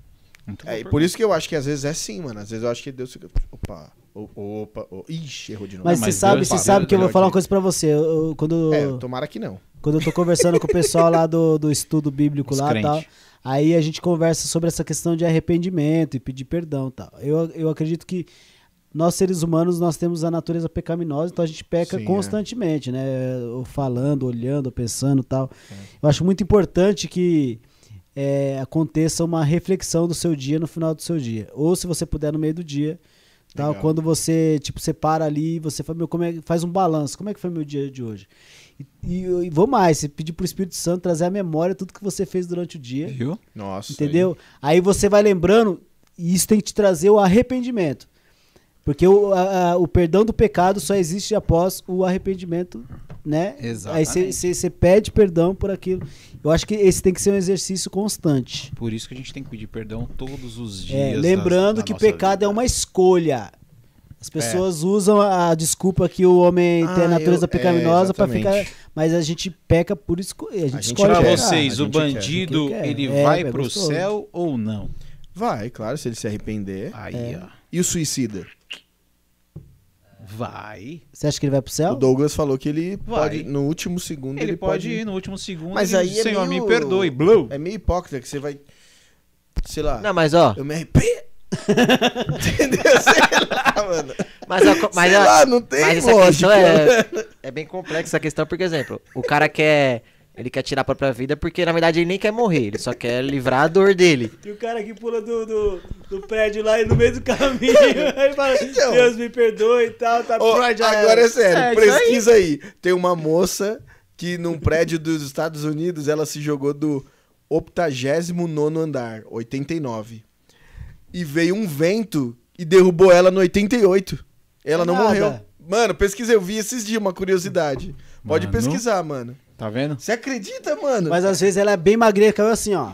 S1: Muito
S4: É, e
S1: bom.
S4: por isso que eu acho que às vezes é sim, mano. Às vezes eu acho que Deus fica. Opa, o- opa, o- ixi, errou de novo.
S3: Mas
S1: Não,
S3: você
S1: mas
S3: sabe,
S1: Deus
S3: você
S1: fala.
S3: sabe que eu vou
S4: Melhor
S3: falar uma
S4: de-
S3: coisa pra você. Eu- eu- quando,
S4: É, tomara que não.
S3: quando eu tô conversando com o pessoal lá do, do estudo bíblico
S1: Os
S3: lá e
S1: crente.
S3: tal, aí a gente conversa sobre essa questão de arrependimento e pedir perdão e tal. Eu, eu acredito que nós seres humanos, nós temos a natureza pecaminosa, então a gente peca
S4: Sim, é.
S3: constantemente, né? Ou falando, olhando, pensando e tal.
S4: É.
S3: Eu acho muito importante que é, aconteça uma reflexão do seu dia no final do seu dia. Ou se você puder no meio do dia, tal,
S4: Legal.
S3: quando você, tipo, você para ali, você fala, meu, como é, que- faz um balanço, como é que foi meu dia de hoje? E, e, e vou mais, você pedir pro Espírito Santo trazer à memória tudo que você fez durante o dia.
S1: Viu?
S4: Nossa.
S3: Entendeu? Aí. você vai lembrando, e isso tem que te trazer o arrependimento. Porque o, a- a- o perdão do pecado só existe após o arrependimento, né? Aí
S1: Exatamente.
S3: você pede perdão por aquilo. Eu acho que esse tem que ser um exercício constante.
S1: Por isso que a gente tem que pedir perdão todos os dias.
S3: É,
S1: da-
S3: lembrando
S1: da
S3: que
S1: nossa
S3: pecado é uma escolha. As pessoas usam a a desculpa que o homem tem
S4: Ah,
S3: a natureza
S4: eu- é,
S3: pecaminosa pra ficar.
S4: exatamente.
S3: Mas a gente peca por escolha. A gente,
S4: gente
S3: escolhe
S1: Pra
S4: quer.
S3: pecar.
S1: vocês,
S4: Ah, a
S1: o
S4: gente quer.
S1: bandido,
S3: Quem quer?
S1: ele
S3: É,
S1: vai
S3: é
S1: pro
S3: gostoso.
S1: céu ou não?
S4: Vai, claro, se ele se arrepender.
S1: Aí,
S3: É.
S1: ó.
S4: E o suicida?
S1: Vai.
S3: Você acha que ele vai pro
S4: O
S3: céu?
S4: Douglas falou que ele
S1: Vai.
S4: pode, no último segundo,
S1: Ele,
S4: ele,
S1: pode ir no último segundo
S4: Mas
S1: e
S4: aí é
S1: Senhor,
S4: meio-
S1: me perdoe. Blow.
S4: É meio hipócrita que você vai. Sei lá.
S5: Não, mas ó,
S4: Eu me arrependo. Entendeu? Sei lá, mano.
S5: mas ó, co- mas,
S4: Sei
S5: ó,
S4: lá, não tem
S5: mas essa questão
S4: lógica.
S5: é, é bem complexa essa questão, porque, exemplo, o cara quer, ele quer tirar a própria vida porque, na verdade, ele nem quer morrer, ele só quer livrar a dor dele.
S3: E o cara que pula do, do, do prédio lá e no meio do caminho, ele fala,
S4: Então.
S3: Deus me perdoe e tal, tá
S4: Ô,
S3: pronto, já
S4: agora
S3: era."
S4: é sério,
S3: É, isso aí.
S4: pesquisa aí. Tem uma moça que num prédio dos Estados Unidos ela se jogou do 89 andar, 89. E veio um vento e derrubou ela no 88. Ela não
S3: Nada.
S4: morreu. Mano, pesquisa, eu vi esses dias uma curiosidade. Pode
S1: Mano.
S4: pesquisar, mano.
S1: Tá vendo?
S4: Você acredita, mano?
S3: Mas às vezes ela é bem magrinha, caiu assim, ó.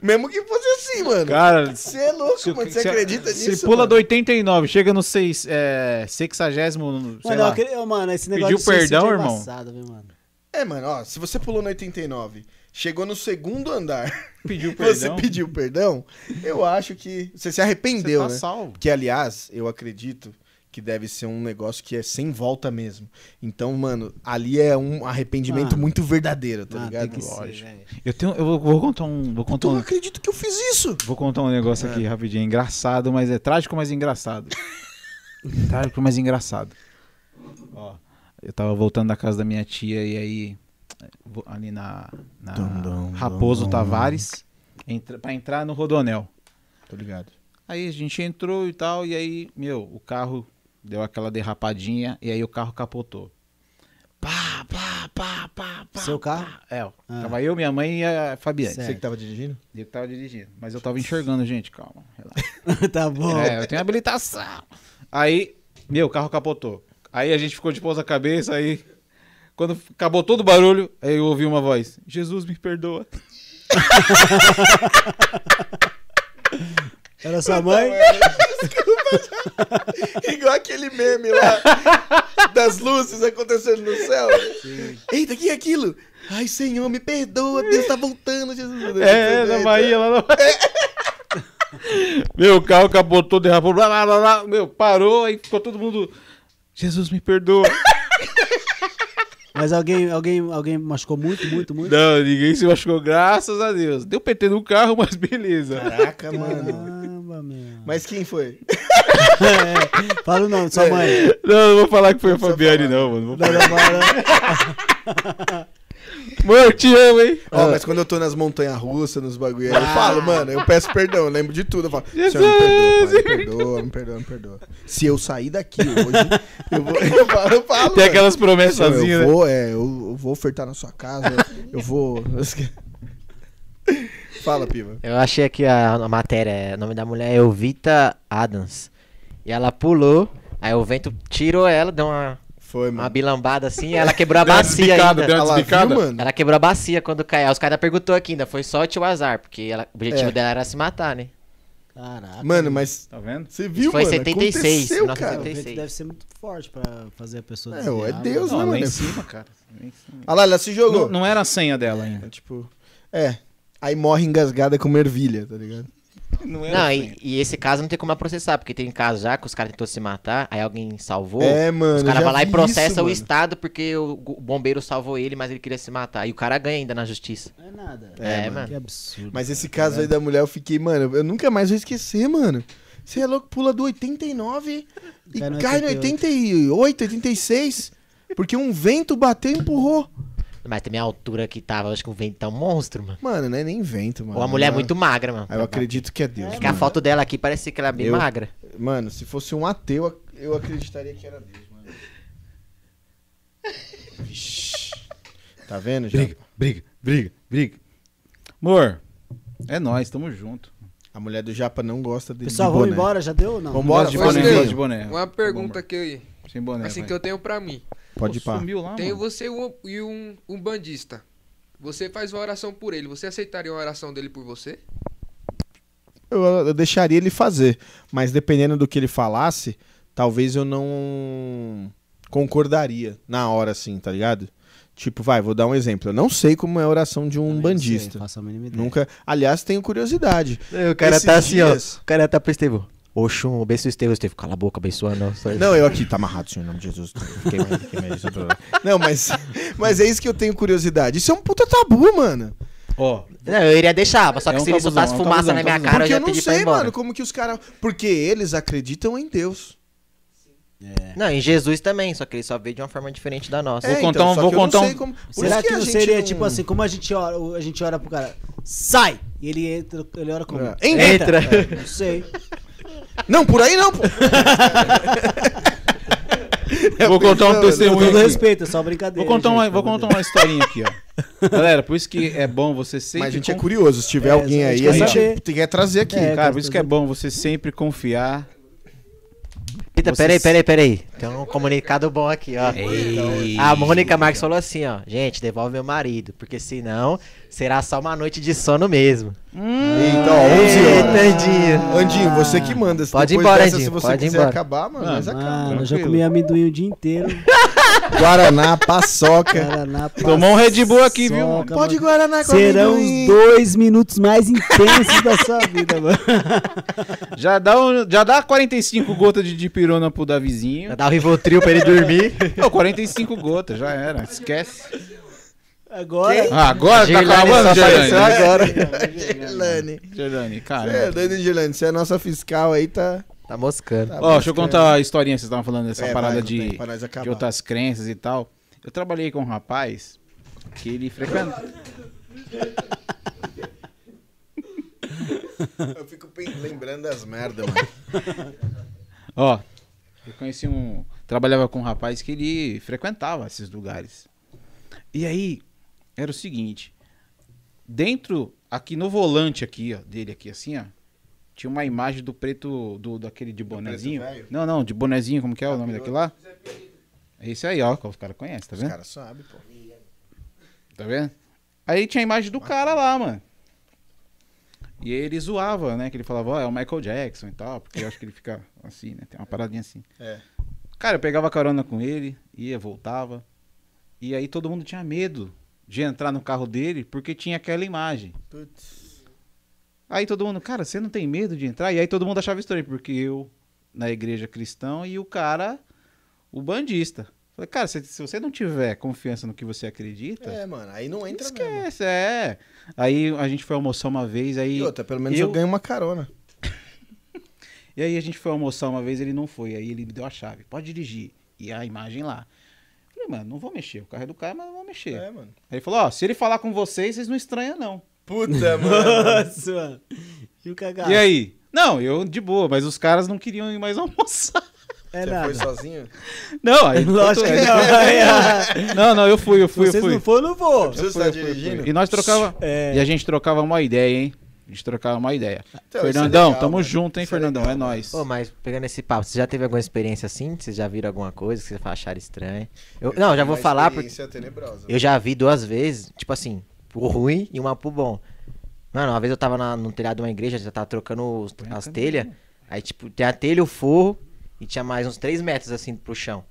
S4: Mesmo que fosse assim, mano.
S1: Cara,
S4: Você é louco,
S1: se-
S4: mano. Você
S1: se-
S4: acredita
S1: se
S4: nisso?
S1: pula
S4: mano?
S1: do 89, chega no 6, é, 60, sei
S3: Mano, eu
S1: lá.
S3: acre- eu- mano, esse negócio
S1: Pediu
S3: de suicídio
S1: perdão,
S3: é
S1: irmão?
S3: embaçado, viu, mano?
S4: É, mano, ó, se você pulou no 89, chegou no segundo andar,
S1: Pediu
S4: você
S1: perdão.
S4: pediu perdão, eu acho que você se
S1: Você
S4: arrependeu,
S1: tá
S4: né?
S1: salvo.
S4: Que, aliás, eu acredito que deve ser um negócio que é sem volta mesmo. Então, mano, ali é um arrependimento
S3: Ah.
S4: muito verdadeiro, tá
S3: Ah,
S4: ligado?
S3: tem que ser, velho.
S1: Eu tenho, eu vou- vou contar um, vou contar
S4: Então eu
S1: um,
S4: acredito que eu fiz isso.
S1: vou contar um negócio
S3: É.
S1: aqui rapidinho, engraçado, mas é trágico, mas engraçado. trágico, mas engraçado. Ó, eu tava voltando da casa da minha tia e aí vo- ali na, na
S4: Dum, dum,
S1: Raposo
S4: dum.
S1: Tavares, entra, para entrar no Rodonel.
S4: Tô ligado.
S1: Aí a gente entrou e tal, e aí, meu, o carro deu aquela derrapadinha, e aí o carro capotou. Pá, pá, pá, pá, pá.
S3: Seu carro?
S1: pá. É, ó,
S3: Ah.
S1: tava eu, minha mãe e a Fabiane.
S3: Certo.
S4: Você que tava dirigindo?
S1: Eu que tava tá dirigindo, mas eu tava enxergando, gente, calma, relaxa.
S3: tá bom.
S1: É, eu tenho habilitação. Aí, meu, o carro capotou. Aí a gente ficou de pousa cabeça, aí... Quando acabou todo o barulho, aí eu ouvi uma voz. Jesus, me perdoa.
S3: Era sua
S4: Então,
S3: mãe?
S4: é. Igual aquele meme lá das luzes acontecendo no céu. Eita, que é aquilo? Ai, Senhor, me perdoa, Deus tá voltando, Jesus.
S1: É, é, na Bahia, lá na Bahia. Meu o carro capotou, derrapou, blá, blá, blá, blá, meu, parou, aí ficou todo mundo. Jesus me perdoa.
S3: Mas alguém, alguém, alguém machucou muito, muito, muito?
S1: Não, ninguém se machucou, graças a Deus. Deu PT no carro, mas beleza.
S4: Caraca, mano.
S3: Caramba, meu.
S4: Mas quem foi?
S3: É, fala o nome, sua mãe.
S1: Não, não vou falar que foi a Fabiane, não, mano. Vou
S3: Da-
S1: falar.
S3: da- da-
S1: Mãe, eu te amo, hein? Ah.
S4: Ó, mas quando eu tô nas montanhas russas, nos bagulho, aí eu falo, mano, eu peço perdão, eu lembro de tudo. Eu falo, Senhor, me perdoa, pai, me
S1: é
S4: perdoa, me perdoa, me perdoa. Se eu sair daqui hoje, eu vou. Eu falo, eu falo
S1: Tem
S4: mano.
S1: aquelas promessas
S4: Senhor,
S1: sozinhas,
S4: Eu
S1: né?
S4: vou, é, eu, eu vou ofertar na sua casa, eu vou. Fala, Piva.
S5: Eu achei aqui a, a matéria, o nome da mulher é Elvita Adams. E ela pulou, aí o vento tirou ela, deu uma,
S4: Foi,
S5: uma
S4: mano.
S5: bilambada assim, e ela quebrou a
S1: Deu uma
S5: bacia
S1: desbicada,
S5: ainda.
S1: deu uma
S4: Olha lá, viu,
S1: desbicada.
S4: mano?
S5: Ela quebrou a bacia quando caiu. Aí Os caras perguntou aqui ainda, foi sorte ou azar, porque ela- o objetivo
S4: É.
S5: dela era se matar, né?
S3: Caraca.
S4: Mano, mas
S1: Tá vendo?
S4: você viu,
S5: foi em
S4: mano?
S5: 76,
S4: Aconteceu,
S5: nossa,
S4: cara.
S3: O vento
S5: 36.
S3: deve ser muito forte pra fazer a pessoa
S4: É, ué, é
S3: desviar,
S4: Deus,
S3: mano.
S4: né,
S1: Não, lá
S4: mano?
S1: em cima, cara. Lá em cima.
S4: Olha Ah lá, ela se jogou.
S1: Não, não era a senha dela ainda.
S4: É, Tipo, é. Aí morre engasgada com ervilha, tá ligado?
S1: Não
S5: Não,
S1: era
S4: assim.
S5: e, e esse caso não tem como processar, porque tem caso já que os caras tentou se matar, aí alguém salvou.
S4: É, mano.
S5: os
S4: eu
S5: caras
S4: já
S5: vão lá e
S4: vi
S5: processam
S4: isso,
S5: o
S4: mano.
S5: Estado porque o, o bombeiro salvou ele, mas ele queria se matar. E o cara ganha ainda na justiça.
S3: Não é nada.
S5: É, mano.
S3: Que absurdo.
S4: Mas esse caso aí da mulher, eu fiquei, mano, eu nunca mais vou esquecer, mano. Você é louco, pula do 89 e
S1: é
S3: Cai no
S4: cai no 88, 86, porque um vento bateu e empurrou.
S5: Mas também a altura que tava, acho que o vento tá um monstro, mano.
S4: Mano, não é nem vento, mano.
S5: Ou a mulher é
S4: Não.
S5: muito magra, mano.
S3: Tá,
S4: Aí eu acredito que é Deus.
S5: É que a
S4: mano.
S5: foto dela aqui parece que ela é bem
S4: Eu-
S5: magra.
S4: Mano, se fosse um ateu, eu acreditaria que era Deus, mano. Vixe. Tá vendo, já?
S1: Briga, briga, briga. Amor, é nós, tamo junto.
S4: A mulher do Japa não gosta de,
S3: Pessoal,
S4: de
S3: vamos
S4: boné.
S3: embora, já deu ou não?
S4: Vamos embora de
S9: Mas,
S4: boné.
S9: Ney,
S4: gosta de boné.
S9: Uma pergunta que eu,
S1: Tá Sem boné.
S9: assim
S1: vai.
S9: que eu tenho pra mim.
S4: Pode ir pá.
S1: Sumiu lá,
S9: Tem
S1: mano.
S9: você e um, e um, um bandista. Você faz uma oração por ele. Você aceitaria uma oração dele por você?
S4: Eu, eu deixaria ele fazer, mas dependendo do que ele falasse, talvez eu não concordaria na hora, assim, tá ligado? Tipo, vai, vou dar um exemplo. Eu não sei como é a oração de um bandista.
S3: Faça a mínima ideia.
S4: Nunca. Aliás, tenho curiosidade.
S5: O cara
S4: Esses
S5: tá assim,
S4: dias-
S5: ó. O cara tá pro Estevão. Oxum, abençoa o Estevão, Estevão. Cala a boca, abençoa não. Só-
S4: Não, eu aqui, tá amarrado, senhor, em nome de Jesus. Fiquei meio- fiquei meio- não, mas, mas é isso que eu tenho curiosidade. Isso é um puta tabu, mano.
S1: Ó,
S5: Não, eu iria deixar, Ah, mas só
S1: É
S5: que
S1: um
S5: se ele
S1: tabuzão,
S5: soltasse
S1: é um
S5: fumaça
S1: tabuzão,
S5: na minha
S1: tabuzão.
S5: cara, eu
S4: Porque eu
S5: ia
S4: não
S5: pedir pra ir
S4: sei,
S5: embora.
S4: mano, como que os caras. Porque eles acreditam em Deus.
S5: Não, em Jesus também, só que ele só vê de uma forma diferente da nossa.
S1: É. contar um-
S4: então, só
S1: É. vou
S4: que eu não
S1: contar um-
S4: sei como- por
S3: Será
S4: isso
S3: que,
S4: a
S3: não
S4: gente
S3: seria
S4: não-
S3: tipo assim, como a gente ora, o- a gente ora pro cara, sai! E ele entra, ele ora como?
S4: É. Entra.
S3: É, não sei.
S4: Não, por aí não, pô.
S1: Vou contar um
S3: Com
S1: testemunho
S3: todo
S1: aqui.
S3: respeito, é só brincadeira.
S1: Vou contar,
S3: gente,
S1: uma, vou
S3: pelo
S1: contar
S3: amor
S1: uma historinha aqui, ó. Galera, por isso que é bom você sempre.
S4: Mas a gente é
S1: confiar.
S4: curioso. Se tiver
S3: É,
S4: alguém
S3: a gente
S4: aí,
S3: quer
S4: a gente
S3: saber.
S4: tem que trazer aqui.
S3: É,
S4: cara.
S1: Cara, por isso que é bom você sempre confiar.
S5: Eita,
S1: Você
S5: peraí,
S1: se-
S5: peraí, peraí. Tem um comunicado bom aqui, ó. A Mônica Marques falou assim, ó. Gente, devolve meu marido, porque senão será só uma noite de sono mesmo.
S4: Eita, Então, ó, 11 horas.
S5: Tadinho.
S4: Andinho, você que manda. Se
S5: Pode ir
S4: depois
S1: um
S5: embora,
S4: dessa,
S5: Andinho,
S4: Se você
S5: pode ir
S4: quiser
S5: embora.
S4: acabar, mano,
S1: Não,
S4: mas
S3: de Deus.
S4: acaba.
S3: Mano, eu já
S1: Tranquilo.
S3: comi amendoim o dia inteiro.
S4: Guaraná, paçoca.
S3: Guaraná,
S1: Tomou um Red Bull aqui, viu,
S3: paçoca,
S1: mano?
S4: Pode Guaraná Tá com
S3: Serão
S4: amendoim.
S3: os dois minutos mais intensos da sua vida, mano.
S1: Já dá, um, já dá 45 gotas de dipirona pro Davizinho.
S5: Dá o Rivotril pra ele dormir.
S1: Não, 45 gotas, já era. Esquece.
S3: Agora.
S1: Ah, agora tá
S5: Gerlane
S1: acabando,
S5: só apareceu
S1: Gerlani.
S4: agora. Gelane.
S1: Gerlani,
S4: É,
S1: cara.
S4: Dani Gelane, você é a nossa fiscal aí, tá.
S5: Tá moscando.
S4: tá
S1: Ó, deixa eu
S4: buscando.
S1: contar a historinha que vocês estavam falando dessa
S4: É,
S1: parada
S4: vai,
S1: de,
S4: contei, pra nós acabar.
S1: de outras crenças e tal. Eu trabalhei com um rapaz que ele frequenta.
S4: Eu fico pen- lembrando das merdas, mano.
S1: Ó, eu conheci um. Trabalhava com um rapaz que ele frequentava esses lugares. E aí, era o seguinte: dentro, aqui no volante aqui, ó, dele aqui assim, ó, tinha uma imagem do preto, do, daquele de bonezinho.
S4: velho?
S1: Não, não, de bonezinho, como que é o nome daquele lá? É esse aí, ó, que os caras conhecem, tá
S4: Os
S1: vendo?
S4: caras sabem, pô.
S1: Tá vendo? Aí tinha a imagem do cara lá, mano. E aí ele zoava, né? Que ele falava, ó, é o Michael Jackson e tal, porque eu acho que ele fica assim, né? Tem uma paradinha assim.
S4: É.
S1: Cara, eu pegava carona com ele, ia, voltava. E aí todo mundo tinha medo de entrar no carro dele porque tinha aquela imagem.
S4: Putz.
S1: Aí todo mundo, cara, você não tem medo de entrar? E aí todo mundo achava estranho, porque eu na igreja cristão e o cara, o bandista. Falei, cara, se, se você não tiver confiança no que você acredita,
S4: É, mano, aí não entra mesmo.
S1: Esquece, é. Aí a gente foi almoçar uma vez, aí.
S4: E outra, pelo menos eu,
S1: eu-
S4: ganho uma carona.
S1: E aí a gente foi almoçar uma vez, ele não foi. Aí ele me deu a chave. Pode dirigir. E a imagem lá. Falei, mano, não vou mexer. O carro é do cara, mas não vou mexer.
S4: É, mano.
S1: Aí ele falou, ó, se ele falar com vocês, vocês não estranham, não.
S4: Puta,
S3: Nossa, mano. E o cagado?
S1: E aí? Não, eu de boa, mas os caras não queriam ir mais almoçar.
S3: É
S4: Você
S3: nada.
S4: foi sozinho?
S1: Não, aí.
S3: Lógico que não.
S1: Não, não, eu fui, eu fui, eu
S3: Vocês
S1: fui.
S3: não for, eu não vou.
S4: Você
S1: Fui,
S4: está
S1: eu fui, eu fui.
S4: dirigindo?
S1: E nós trocava.
S3: É.
S1: E a gente trocava uma ideia, hein? A gente trocava uma ideia.
S4: Então, isso é
S1: Fernandão,
S4: legal,
S1: tamo
S4: mano.
S1: junto, hein,
S4: Isso é
S1: Fernandão?
S4: legal,
S1: é nóis.
S5: Ô, mas pegando esse papo, você já teve alguma experiência assim? Vocês já viram alguma coisa que vocês acharam estranha? Eu, não, já vou falar porque
S4: Isso é tenebrosa.
S5: eu já vi duas vezes, tipo assim, o ruim e uma pro bom. Mano, uma vez eu tava na- no telhado de uma igreja, já tava trocando os- as telhas. Aí, tipo, tem a telha, o forro e tinha mais uns 3 metros assim pro chão.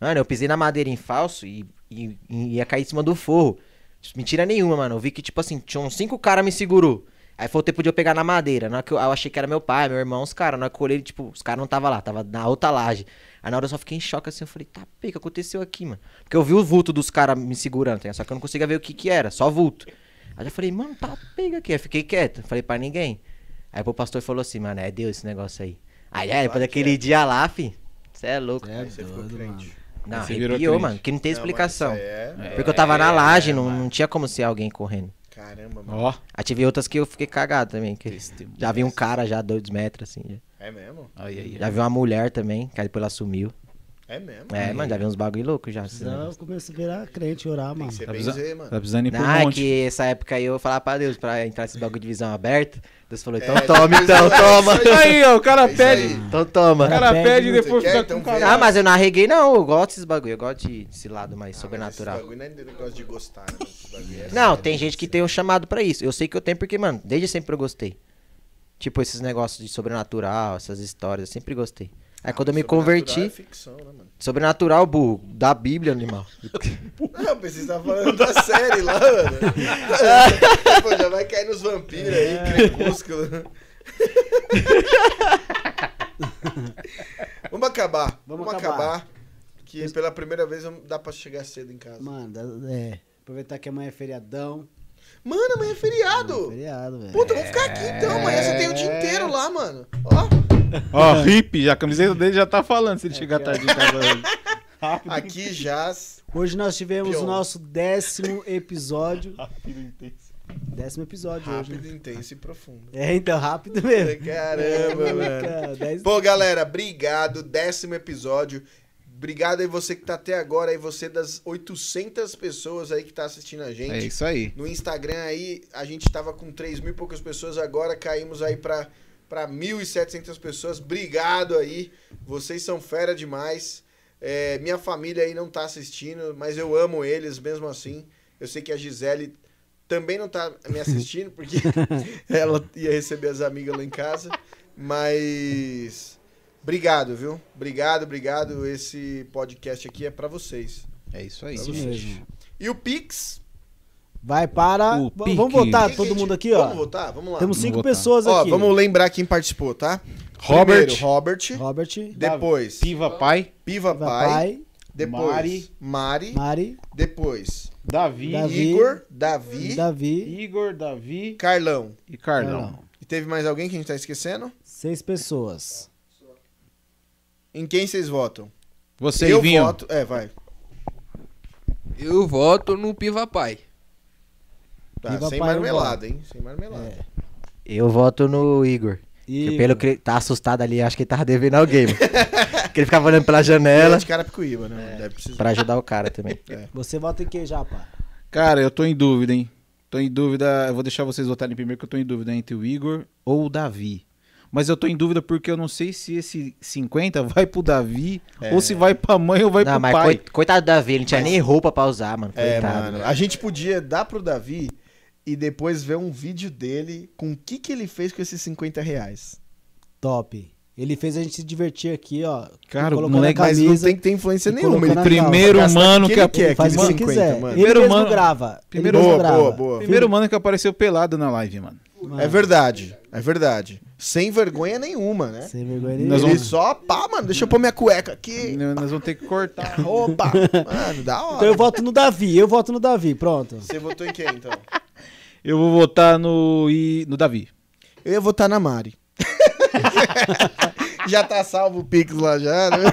S5: Mano, eu pisei na madeira em falso e, e- e ia cair em cima do forro. Tipo, Mentira nenhuma, mano. Eu vi que, tipo assim, tinha uns cinco caras me segurou. Aí foi o tempo de eu pegar na madeira. Na hora que eu, eu achei que era meu pai, meu irmão, os caras. Na hora que eu olhei, tipo, os caras não tava lá, tava na outra laje. Aí na hora eu só fiquei em choque assim, eu falei, tá, pê, o que aconteceu aqui, mano? Porque eu vi o vulto dos caras me segurando, tá ligado? só que eu não conseguia ver o que que era, só vulto. Aí eu falei, mano, tá, pega aqui. Aí fiquei quieto, não falei pra ninguém. Aí o pastor falou assim, mano, é Deus esse negócio aí. Aí, aí depois daquele dia lá, fi, você é louco.
S3: É,
S4: Você ficou
S3: doido, mano.
S4: crente.
S5: Não,
S1: Você virou
S5: arrepiou,
S1: crente.
S5: mano, que não tem explicação.
S4: Não, mano, isso aí é-
S5: Porque eu tava na laje, não, não tinha como ser alguém correndo.
S4: Caramba, mano.
S1: Ó,
S5: Aí tive outras que eu fiquei cagado também. Que já vi um cara já dois metros, assim. Já,
S4: É mesmo?
S1: aí, aí.
S5: já vi uma mulher também, que aí depois ela sumiu.
S4: É mesmo?
S5: É, mano, já vi uns bagulho louco já. assim. esse
S3: Já
S5: negócio.
S3: eu começo a virar crente, orar, mano.
S4: Você
S1: Tá,
S4: benzer,
S1: precisa-
S4: mano.
S1: tá precisando ir pro
S5: Ah, é
S1: monte.
S5: que essa época aí eu falava pra Deus pra entrar nesse bagulho de visão aberta. Deus falou, então
S4: É,
S5: toma,
S4: isso
S5: então
S4: aí,
S5: toma.
S4: isso
S1: Aí, ó, o cara
S4: É isso
S1: pede.
S4: aí.
S5: Então toma.
S1: O cara
S3: Cara
S1: pede
S3: pede,
S1: e depois
S4: você
S1: fica
S4: quer, então
S1: com cara.
S4: vê.
S5: Ah, mas eu não arreguei não, eu gosto desses bagulho, eu gosto de- desse lado mais
S4: Ah,
S5: sobrenatural.
S4: mas esse bagulho não é negócio de gostar, né? Esse bagulho é
S5: Não,
S4: sério.
S5: tem gente que tem um chamado pra isso. Eu sei que eu tenho porque, mano, desde sempre eu gostei. Tipo, esses negócios de sobrenatural, essas histórias, eu sempre gostei. Aí quando eu me
S4: Sobrenatural É
S5: converti,
S4: ficção, né, mano?
S5: sobrenatural, burro, da Bíblia, animal.
S4: Não, eu pensei que você tava falando da série lá, mano. Pô, já vai cair nos vampiros aí,
S5: É.
S4: crepúsculo. Vamos acabar. Vamos,
S3: Vamos
S4: acabar.
S3: acabar.
S4: Que pela primeira vez eu- dá pra chegar cedo em casa. Mano,
S3: Mano, dá- é. Aproveitar que amanhã é feriadão.
S4: amanhã é feriado.
S3: Feriado, velho.
S4: Puta, eu vou ficar
S1: É.
S4: aqui então. Amanhã você tem o dia inteiro lá, mano. Ó,
S1: Ó, hippie, já, a camiseta dele já tá falando
S4: É,
S1: se ele chegar tarde em casa hoje.
S4: aqui já.
S3: Hoje nós tivemos
S4: Pior.
S3: o nosso décimo episódio.
S1: Rápido, intenso.
S3: Décimo episódio hoje.
S4: Rápido,
S3: né?
S4: intenso e profundo.
S3: É, então, rápido mesmo. É,
S4: Caramba, mano.
S3: Cara, dez-
S4: Pô, galera, obrigado. Décimo episódio. Obrigado aí você que tá até agora, aí você das 800 pessoas aí que tá assistindo a gente.
S1: É isso aí.
S4: No Instagram aí, a gente tava com 3 mil e poucas pessoas, agora caímos aí pra, pra 1.700 pessoas. Obrigado aí, vocês são fera demais. É, minha família aí não tá assistindo, mas eu amo eles mesmo assim. Eu sei que a Gisele também não tá me assistindo, porque ela ia receber as amigas lá em casa. Mas obrigado, viu? Obrigado, obrigado. Esse podcast aqui é pra vocês.
S1: É isso aí.
S3: Isso
S1: gente.
S3: mesmo.
S4: E o Pix?
S3: Vai para.
S1: O
S3: V-
S1: pique.
S3: Vamos votar
S4: Quem que é a
S3: todo
S4: gente-
S3: mundo aqui, ó.
S4: Vamos votar? Vamos lá.
S3: Temos
S1: Vamos
S3: cinco
S1: votar.
S3: pessoas
S4: Ó,
S3: aqui.
S4: vamos lembrar quem participou, tá?
S1: Robert.
S4: Primeiro, Robert.
S3: Robert,
S4: Depois,
S1: Piva Pai,
S4: Piva Pai.
S3: Papai,
S4: Depois, Mari.
S1: Mari.
S3: Mari,
S4: Depois,
S1: Davi,
S3: Davi.
S4: Igor, Davi,
S3: Davi.
S1: Igor, Davi
S4: Carlão.
S1: e Carlão.
S4: E teve mais alguém que a gente tá esquecendo?
S3: Seis pessoas.
S4: Em quem vocês votam?
S1: Você
S4: Eu
S1: e Vinho.
S4: voto. É, vai.
S9: Eu voto no Piva Pai.
S4: Tá,
S3: Piva
S4: sem
S3: Pai eu
S4: marmelada, hein? Sem marmelada.
S5: Eu voto no Igor.
S3: E
S5: Que pelo que ele tá assustado ali, acho que ele tava devendo alguém. mano. que ele ficava olhando pela
S4: Ela
S5: janela
S4: é de Carapicuíba, né? Deve precisar. É.
S5: pra ajudar o cara também.
S3: você vota em quem já, pá?
S1: Cara, eu tô em dúvida, hein? Tô em dúvida. Eu vou deixar vocês votarem primeiro, que eu tô em dúvida entre o Igor ou o Davi. Mas eu tô em dúvida porque eu não sei se esse 50 vai pro Davi
S4: É.
S1: ou se vai pra mãe ou vai
S5: Não,
S1: pro
S5: mas
S1: pai.
S5: coi- coitado do Davi, ele não tinha nem roupa pra usar, mano.
S4: É,
S5: coitado.
S3: né?
S4: mano. A gente podia dar pro Davi e depois ver um vídeo dele com o que, que ele fez com esses 50 reais.
S3: Top. Ele fez a gente se divertir aqui, ó.
S1: Cara, o
S3: Colocando a
S1: moleque-
S4: Mas não
S3: camisa.
S4: tem que ter influência
S3: e
S4: nenhuma.
S3: colocou
S4: Ele
S3: na
S1: Primeiro
S4: Gastar
S1: mano que,
S4: ele
S1: ap-
S4: quer.
S3: Ele faz o que
S4: 50,
S3: quiser.
S4: mano.
S3: Ele
S1: Primeiro
S3: mesmo
S1: mano-
S3: grava.
S1: Primeiro-
S3: ele mesmo
S4: Boa,
S3: grava.
S4: boa, boa.
S1: primeiro mano que apareceu pelado na live, mano.
S4: É verdade, é verdade. Sem vergonha nenhuma, né?
S3: Sem vergonha
S4: Ele
S1: Nós
S3: nenhuma.
S1: vamos-
S4: só, pá, mano, deixa eu pôr minha cueca aqui.
S1: Nós vamos ter que cortar.
S4: Opa! Tá Mano, da hora.
S3: Então eu voto no Davi, eu voto no Davi, pronto.
S4: Você votou em quem, então?
S1: Eu vou votar no, I- no Davi.
S4: Eu ia votar na Mari. já tá salvo o Pix lá já, né?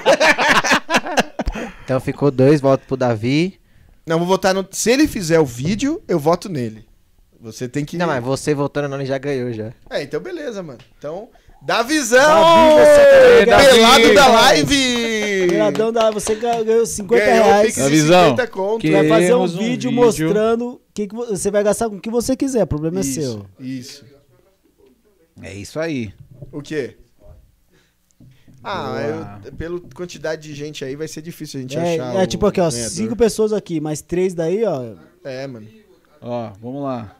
S5: Então ficou dois votos pro Davi.
S4: Não, vou votar no. Se ele fizer o vídeo, eu voto nele. Você tem que.
S5: Não, mas você votando não, ele já ganhou já.
S4: É, então beleza, mano. Então, dá visão!
S3: Davi, você
S1: tá ligado.
S4: Pelado
S1: Davi,
S4: da
S1: cara.
S4: live!
S3: Cidadão da, você ga- ganhou 50
S4: Ganhou o
S3: reais.
S4: Pix de
S1: Davi, Davizão,
S4: 50 conto.
S1: que-
S3: Vai fazer um
S1: Queremos um
S3: vídeo
S1: vídeo.
S3: mostrando o que, que vo- você vai gastar com o que você quiser, o problema é seu.
S4: Isso.
S1: É isso aí.
S4: O quê? Ah, é,
S1: Boa.
S4: eu, pela quantidade de gente aí vai ser difícil a gente achar.
S3: É, é
S4: o
S3: tipo aqui, ó,
S4: ganhador.
S3: cinco pessoas aqui, mais três daí, ó.
S4: É, mano.
S1: Ó, vamos lá.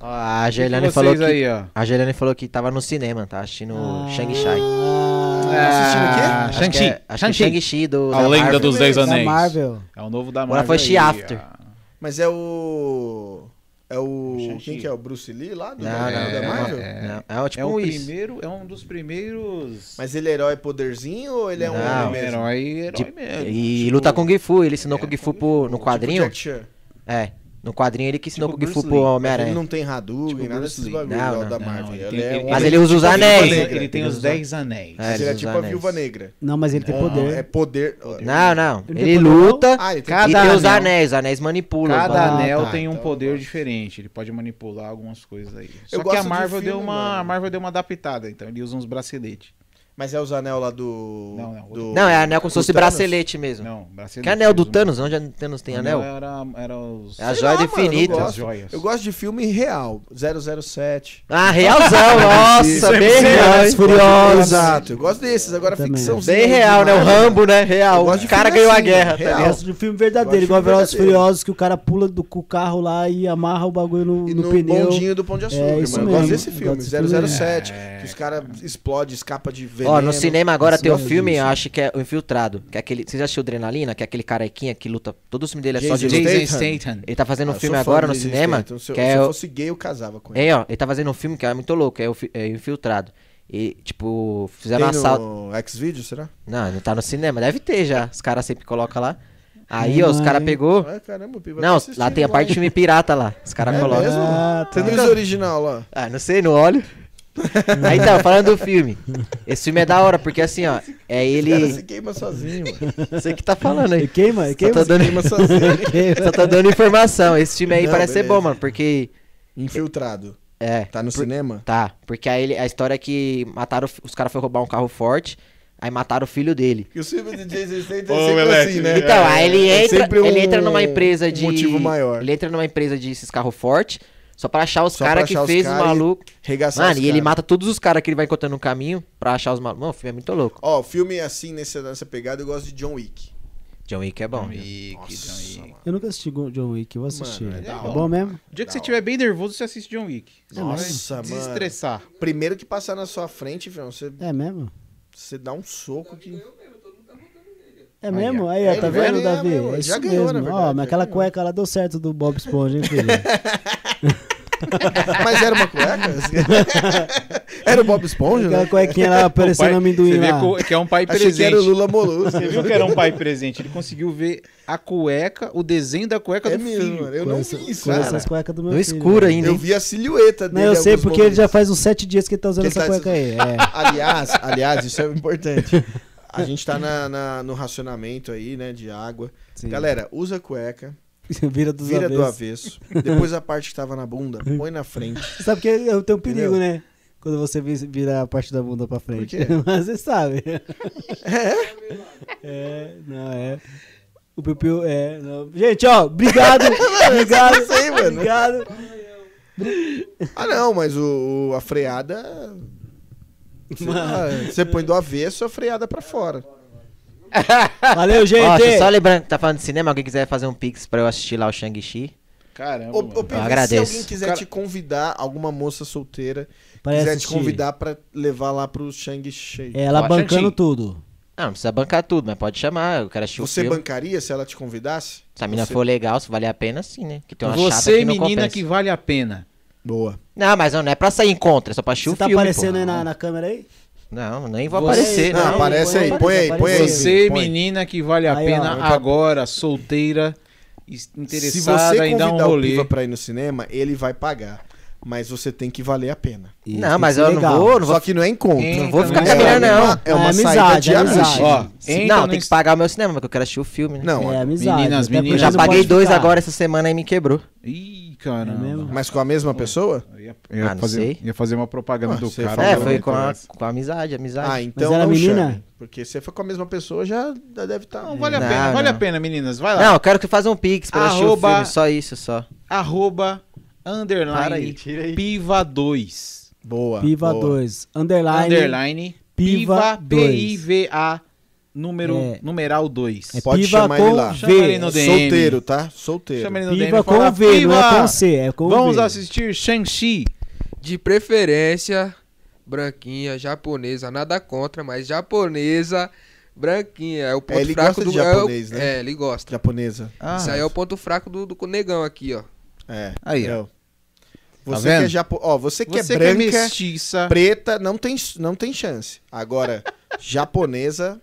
S5: Ó, a
S1: Vocês
S5: Gerlane falou que.
S1: aí, ó.
S5: A Gerlane falou que tava no cinema, tá assistindo Shang-Chi.
S4: Tá
S3: tá
S1: Ah,
S5: Acho que
S1: Shang-Chi.
S5: é- Acho que é
S1: Shang-Chi.
S5: Shang-Chi do.
S1: A
S5: da
S1: lenda
S5: Marvel.
S1: dos Dez
S3: Da
S1: Anéis.
S3: Marvel.
S1: É o novo da Marvel.
S5: Agora foi
S1: aí, ah.
S5: She After.
S1: ó.
S4: Mas é o. É o.
S1: Shang-Chi.
S4: Quem que é? O Bruce Lee lá do
S5: Não,
S4: da-
S5: não,
S4: da
S5: não,
S4: Marvel?
S1: é.
S5: Não, é o tipo
S1: É o
S5: um isso.
S1: primeiro, é um dos primeiros.
S4: Mas ele é herói poderzinho ou ele é um
S5: Não,
S4: homem
S1: Não,
S4: mesmo?
S1: herói, herói
S5: Tipo,
S1: mesmo.
S5: E
S1: Tipo,
S5: luta Kung Fu, ele ensinou Kung Fu pro- no
S4: Tipo
S5: quadrinho.
S4: Jack Chan.
S5: É, no quadrinho ele que ensinou
S1: Tipo
S5: Kung Fu
S1: Bruce
S5: pro
S1: Lee.
S4: Ele
S5: Homem-Aranha.
S4: não tem Hadougen,
S1: Tipo
S4: nada
S1: Bruce
S4: desses
S1: Lee.
S4: bagulho
S5: Não,
S4: ó,
S5: não,
S4: da
S1: não,
S4: Marvel.
S1: ele
S4: ele,
S1: tem-
S4: é
S1: ele-
S4: um
S5: Mas
S4: homem
S5: ele usa os
S4: tipo a Viúva
S5: anéis.
S4: Negra.
S1: Ele tem os Dez Anéis.
S5: É,
S4: Ele é
S5: usa
S4: tipo a
S5: anéis.
S4: Viúva Negra.
S3: Não, mas ele tem poder.
S4: É poder.
S5: Não, não.
S3: Ele
S5: Ele
S3: tem poder,
S5: luta
S4: Ah, ele tem
S5: e
S1: Cada
S5: tem os
S1: anel.
S5: anéis. Os anéis manipulam.
S1: Cada
S5: mano.
S1: anel
S4: tá,
S1: tem um
S4: então eu
S1: poder
S4: gosto.
S1: diferente, ele pode manipular algumas coisas aí. Só
S4: Eu
S1: que a
S4: gosto de
S1: Marvel
S4: filme,
S1: deu uma,
S4: mano.
S1: a Marvel deu uma adaptada, então ele usa uns braceletes.
S4: Mas é os anel lá do.
S1: Não, não,
S4: do-
S5: Não, é anel como se
S4: do
S5: fosse
S4: Thanos?
S5: bracelete mesmo.
S1: Não, bracelete. um
S5: Que anel do
S1: mesmo.
S5: Thanos? Onde o Thanos tem anel?
S1: Era, era os...
S5: É a joia do
S4: mano, eu
S5: infinito.
S4: gosto.
S1: As joias.
S4: Eu gosto de filme real. 007.
S5: Ah, realzão, nossa, bem real, hein?
S4: Furiosos. Exato, eu gosto desses. Agora ficção
S5: Bem real, né? O Rambo, né? Real.
S4: Eu gosto de
S5: O cara
S4: filme
S5: ganhou a
S4: assim,
S5: guerra, tá
S4: real.
S5: ligado?
S3: é. Gosto de filme verdadeiro,
S4: Gosto de
S3: igual
S4: filme
S3: Velozes e
S4: verdadeiro.
S3: Furiosos, que o cara pula do, com o carro lá e amarra o bagulho no,
S4: E
S3: no
S4: no,
S3: pneu.
S4: bondinho do Pão de Açúcar,
S3: É,
S4: mano.
S3: isso
S4: Eu
S3: mesmo.
S4: gosto desse
S3: Eu
S4: filme, é.
S3: gosto desse filme.
S4: 007. Que os caras explodem, escapa de veneno.
S5: Ó, no cinema agora tem um
S4: Gosto
S5: filme,
S4: disso.
S5: eu acho que é O Infiltrado. Que é aquele. Você já assistiu Adrenalina? Que é aquele carequinha que luta. Todo o filme dele é só de
S4: Jason
S5: luta.
S1: Jason
S4: Statham.
S1: Statham.
S5: Ele tá fazendo
S4: Ah,
S5: um
S4: eu
S5: filme
S4: sou fã
S5: agora
S4: do
S5: no
S4: Jason
S5: cinema.
S4: Statham. Se eu,
S5: que
S4: se
S5: é
S4: eu
S5: o-
S4: fosse gay, eu casava com ele.
S5: É, ó, ele tá fazendo um filme que é muito louco, é o fi- é o Infiltrado. E, tipo, fizeram um
S4: tem
S5: assalto.
S4: no X-Video, será?
S5: Não, não tá no cinema, deve ter já. Os caras sempre colocam lá. Aí,
S3: Não,
S5: ó, os caras
S3: hein?
S5: pegou.
S4: Ah, caramba, o Pi vai
S5: Não,
S4: tá
S5: lá tem a
S4: assistindo
S5: parte de filme pirata lá. Os caras
S4: É
S5: colocam.
S4: mesmo?
S3: Ah,
S4: Você não viu o original lá?
S5: Ah, não sei, não olho. Aí então, falando do filme. Esse filme é da hora, porque assim, ó, é
S4: O cara se
S5: ele.
S4: queima sozinho, mano.
S5: Você que tá falando aí.
S3: E queima, e
S5: Só
S3: queima.
S5: tá dando,
S4: Queima sozinho.
S5: só tá dando informação. Esse filme aí
S4: Não,
S5: parece ser
S4: beleza.
S5: bom, mano, porque.
S4: Infiltrado.
S5: É.
S4: Tá no cinema?
S5: Tá, porque aí ele- a história é que mataram. o fi- Os caras foram roubar um carro forte, aí mataram o filho dele.
S4: Porque o filme do Jason Statham
S8: Ô,
S4: é sempre
S8: moleque,
S4: assim, né?
S5: Então, aí ele
S4: É
S5: entra,
S4: sempre
S5: ele
S4: um
S5: entra numa empresa de.
S4: motivo maior.
S5: Ele entra numa empresa de esses carros fortes, só pra achar os
S4: Só pra
S5: caras que
S4: achar os
S5: fez o
S4: cara e
S5: maluco.
S4: Regaçar
S5: Mano,
S4: os
S5: e ele
S4: cara.
S5: mata todos os caras que ele vai encontrando no caminho pra achar os malucos. Mano, o filme é muito louco.
S4: Ó, filme assim, nessa, nessa pegada, eu gosto de John Wick.
S5: John Wick é bom.
S1: John
S5: viu?
S1: Wick, John Wick.
S4: mano.
S3: Eu nunca assisti Go- John Wick, eu vou assistir.
S4: Mano, é
S3: é
S4: da
S3: bom mesmo?
S1: O dia que
S4: Da
S1: você
S4: hora.
S1: estiver bem nervoso, você assiste John Wick. Você vai
S4: Nossa, mano.
S1: Desestressar.
S4: Primeiro que passar na sua frente, filho, você,
S3: É mesmo?
S4: você dá um soco que.
S3: É mesmo? Aí, ó,
S4: Ele
S3: tá
S4: vai
S3: vendo,
S4: ganhar
S3: Davi?
S4: mesmo,
S3: É
S4: ele já
S3: isso
S4: ganhou, na
S3: mesmo. Ó,
S4: verdade, né? já
S3: mas aquela
S4: ganhou.
S3: cueca lá deu certo do Bob Esponja, hein, filho?
S4: Mas era uma cueca? era o Bob Esponja, né?
S3: aquela cuequinha lá parecendo amendoim
S1: você vê
S3: lá.
S1: co- que é um pai
S4: Achei que era o
S1: presente.
S4: Lula Molusco. né?
S1: Você viu que era um pai presente? Ele conseguiu ver a cueca, o desenho da cueca
S4: É
S1: do
S4: mesmo,
S1: filho.
S4: mano. Eu
S3: Com
S4: não
S3: essa-
S4: vi isso,
S3: com
S4: cara.
S3: essas cuecas do meu
S5: No
S3: filho. né?
S5: escuro ainda,
S4: Eu
S5: hein?
S4: vi a silhueta
S3: Não,
S4: dele.
S3: eu sei
S4: em alguns
S3: porque ele já
S4: momentos.
S3: faz uns sete dias que ele tá usando
S4: Ele
S3: essa
S4: tá-
S3: cueca aí. É.
S4: Aliás, aliás, isso é importante. A gente tá na, na- no racionamento aí, né, de água.
S3: Sim.
S4: Galera, usa cueca,
S3: Vira dos
S4: vira do
S3: avessos.
S4: avesso. Depois a parte que tava na bunda, põe na frente.
S3: Você sabe que eu tenho um perigo,
S4: Entendeu?
S3: né? Quando você vi- vira a parte da bunda pra frente.
S4: Por quê?
S3: Mas você sabe. É? não, é. O Piu Piu, é. não. Gente, ó, obrigado. obrigado.
S4: não sei, mano.
S3: Obrigado.
S4: Ah, não, mas o, o- a freada. sei lá, Você põe do avesso a freada pra fora.
S3: Valeu, gente.
S5: Ó, deixa eu só lembrando que tá falando de cinema, alguém quiser fazer um pix pra eu assistir lá o Shang-Chi.
S1: Caramba,
S4: Ô,
S1: mano.
S4: ô, Pedro,
S5: agradeço.
S4: se alguém quiser
S1: Cara-
S4: te convidar, alguma moça solteira,
S3: Pra
S4: quiser
S3: assistir.
S4: te convidar pra levar lá pro Shang-Chi.
S3: É, Ela
S1: Ó,
S3: bancando
S1: Xandinho.
S3: tudo.
S5: Ah, não precisa bancar tudo, mas pode chamar. Eu quero assistir
S4: Você
S5: o filme.
S4: bancaria se ela te convidasse?
S5: Se a mina
S4: Você-
S5: for legal, se valer a pena, sim, né? Que tem uma chata
S1: Você,
S5: que não
S1: menina,
S5: compensa.
S1: que vale a pena.
S4: Boa.
S5: Não, mas não, não é pra sair em contra, é só pra assistir
S3: Você
S5: o
S3: tá
S5: filme. pô.
S3: aparecendo aí na, na câmera aí?
S5: Não, nem vou
S1: Você-
S5: aparecer,
S4: Não,
S5: não.
S4: aparece aí, põe aí, põe aí.
S1: Você,
S4: põe.
S1: menina, que vale a
S3: Aí, ó,
S1: pena
S3: eu
S1: É agora, solteira, is-
S4: Se
S1: interessada
S4: você
S1: em dar
S4: convidar
S1: um
S4: o
S1: rolê.
S4: Piva pra ir no cinema, ele vai pagar. Mas você tem que valer a pena.
S3: Isso,
S5: Não,
S3: tem
S5: mas
S3: que ser
S5: eu não
S3: legal.
S5: vou, não vou,
S4: Só que não é encontro.
S1: Entra
S5: não vou
S1: no
S5: ficar
S1: Instagram.
S5: com a mina,
S4: É
S5: não.
S4: uma, é uma
S3: É amizade,
S4: saída de
S3: é
S4: amizade.
S3: amizade.
S1: Ó, entra
S5: Não,
S1: no
S5: tem que
S1: Insta-
S5: pagar meu cinema, porque eu quero assistir o filme, né?
S4: Não,
S3: É amizade.
S1: Meninas,
S3: até porque
S5: Eu
S1: meninas,
S5: já
S3: não
S1: não
S5: paguei
S3: pode
S5: dois
S3: ficar.
S5: agora essa semana e me quebrou.
S1: Ih, caramba.
S3: É mesmo?
S4: mas com a mesma pessoa?
S1: Eu ia, eu ia
S5: Ah, não
S1: fazer,
S5: sei.
S1: ia fazer uma propaganda
S4: Ah,
S1: do
S4: você
S1: cara.
S4: falou,
S5: É,
S4: né,
S5: foi com a,
S1: Não,
S5: com a amizade,
S4: Ah,
S5: amizade.
S4: então
S3: ela é
S4: não
S3: menina?
S4: chame. Porque se for com a mesma pessoa, já já deve tá- estar.
S1: vale a
S5: Não,
S1: pena, vale a
S5: não.
S1: pena, meninas. Vai lá.
S5: não, eu quero que faça um pix pra eu assistir o
S1: Arroba-
S5: filme, só isso, só.
S1: Arroba,
S5: Para
S1: underline,
S5: aí, tira aí.
S1: piva 2.
S4: Boa.
S3: Piva
S4: boa.
S3: 2. Underline.
S1: Underline,
S3: Piva
S1: piva,
S3: 2.
S1: P-I-V-A, número,
S3: É.
S1: numeral 2.
S3: É
S4: Pode
S3: Piva
S4: chamar
S3: com
S4: ele lá.
S1: Chama ele no DM.
S4: Solteiro, tá? Solteiro.
S1: Chama ele no DM
S3: Piva
S1: e fala,
S3: com V, não é
S1: "Piva,
S3: com C, é com
S1: Vamos
S3: V.
S1: assistir Shang-Chi.
S9: De preferência, branquinha, japonesa, nada contra, mas japonesa, branquinha. É o ponto
S4: ele
S9: fraco
S4: gosta
S9: do
S4: de
S9: é o-
S4: japonês, né? Ah,
S9: É, ele gosta.
S4: Japonesa.
S9: Isso aí é o ponto fraco do, do negão aqui, ó.
S4: É.
S1: Aí, ó.
S4: eu. Você que
S1: vendo?
S4: é japo... Ó, você que
S1: Você
S4: é
S1: que é
S4: branca,
S1: mestiça.
S4: preta, não tem, não tem chance. Agora, japonesa,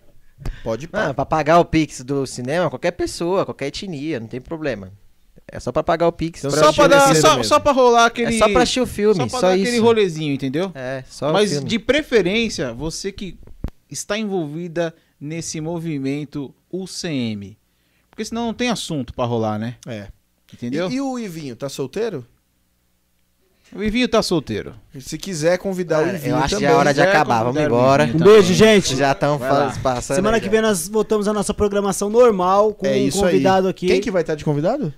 S4: pode
S5: Ah,
S4: pagar.
S5: pra pagar o pix do cinema, qualquer pessoa, qualquer etnia, não tem problema. É só pra pagar o pix.
S4: Então
S5: pra
S1: Só
S5: assistir
S1: pra,
S5: o
S1: dar,
S5: filme.
S1: só,
S4: mesmo.
S1: só pra rolar aquele.
S5: É só pra assistir o filme,
S1: só
S5: só,
S1: pra dar aquele
S5: isso.
S1: rolezinho, entendeu?
S5: É, só o
S1: Mas
S5: filme.
S1: de preferência, você que está envolvida nesse movimento UCM. Porque senão não tem assunto pra rolar, né?
S4: É.
S1: Entendeu?
S4: E, e o Ivinho, tá solteiro?
S1: O Ivinho tá solteiro.
S4: Se quiser convidar o
S5: eu
S4: Ivinho
S5: acho que
S4: também.
S5: já é hora de
S1: quiser
S5: acabar. Vamos
S1: convidar o
S5: embora.
S1: Ivinho
S3: Um beijo,
S1: também.
S3: gente.
S5: Já estão
S1: Vai lá.
S5: passando.
S3: Semana
S5: aí
S3: que
S5: já.
S3: vem nós voltamos à nossa programação normal com
S4: né, é
S3: um
S4: isso
S3: convidado
S4: aí.
S3: aqui.
S4: Quem que vai estar de convidado?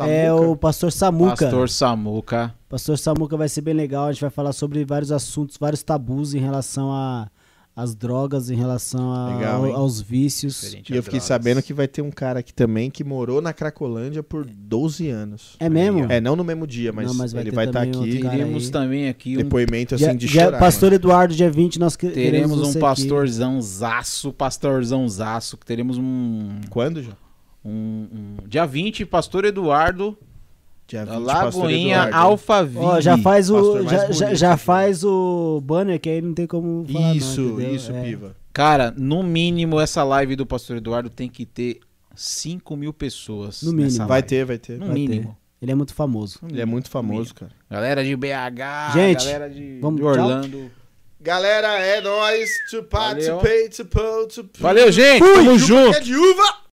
S3: É o pastor Samuca.
S1: Pastor Samuca.
S3: Pastor Samuca vai ser bem legal. A gente vai falar sobre vários assuntos, vários tabus em relação a às drogas, em relação a-
S4: Legal, hein?
S3: ao- Ah, aos vícios.
S4: E eu fiquei sabendo que vai ter um cara aqui também que morou na Cracolândia por 12 anos.
S3: É mesmo?
S4: É, não no mesmo dia, mas,
S3: Não, mas vai
S4: ele
S3: ter
S4: vai estar
S3: também
S4: aqui.
S3: outro cara.
S1: Teremos
S3: aí.
S1: também aqui um
S4: Depoimento assim
S3: Dia-
S4: de
S3: dia-
S4: chorar.
S3: pastor Eduardo, dia 20, nós que-
S1: Teremos
S3: queremos
S1: um
S3: você aqui.
S1: pastorzãozaço, pastorzãozaço, que teremos um,
S4: Quando já?
S1: um, um- Dia 20, pastor Eduardo,
S4: Dia
S1: da
S4: 20,
S1: Lagoinha
S4: Pastor Eduardo.
S1: Alphaville.
S3: Ó, já faz
S4: pastor
S3: o
S4: mais
S3: já, já,
S4: bonito
S3: já
S4: aqui. né?
S3: faz o banner que aí não tem como falar não,
S4: Isso,
S3: entendeu?
S4: isso,
S3: É.
S4: Piva.
S1: Cara, no mínimo essa live do pastor Eduardo tem que ter 5 mil pessoas.
S3: No mínimo.
S1: nessa
S4: Vai
S1: live.
S4: ter, vai ter.
S1: No
S3: Vai ter.
S1: mínimo.
S3: Ele é muito famoso.
S4: Ele é muito famoso, cara.
S1: Galera de BH,
S3: Gente,
S1: Ah, galera de,
S3: vamos-
S1: de Orlando.
S4: Galera, é nóis. To
S1: Valeu.
S4: participate, to po, to
S1: Valeu, gente. Tamo junto.
S4: É de uva.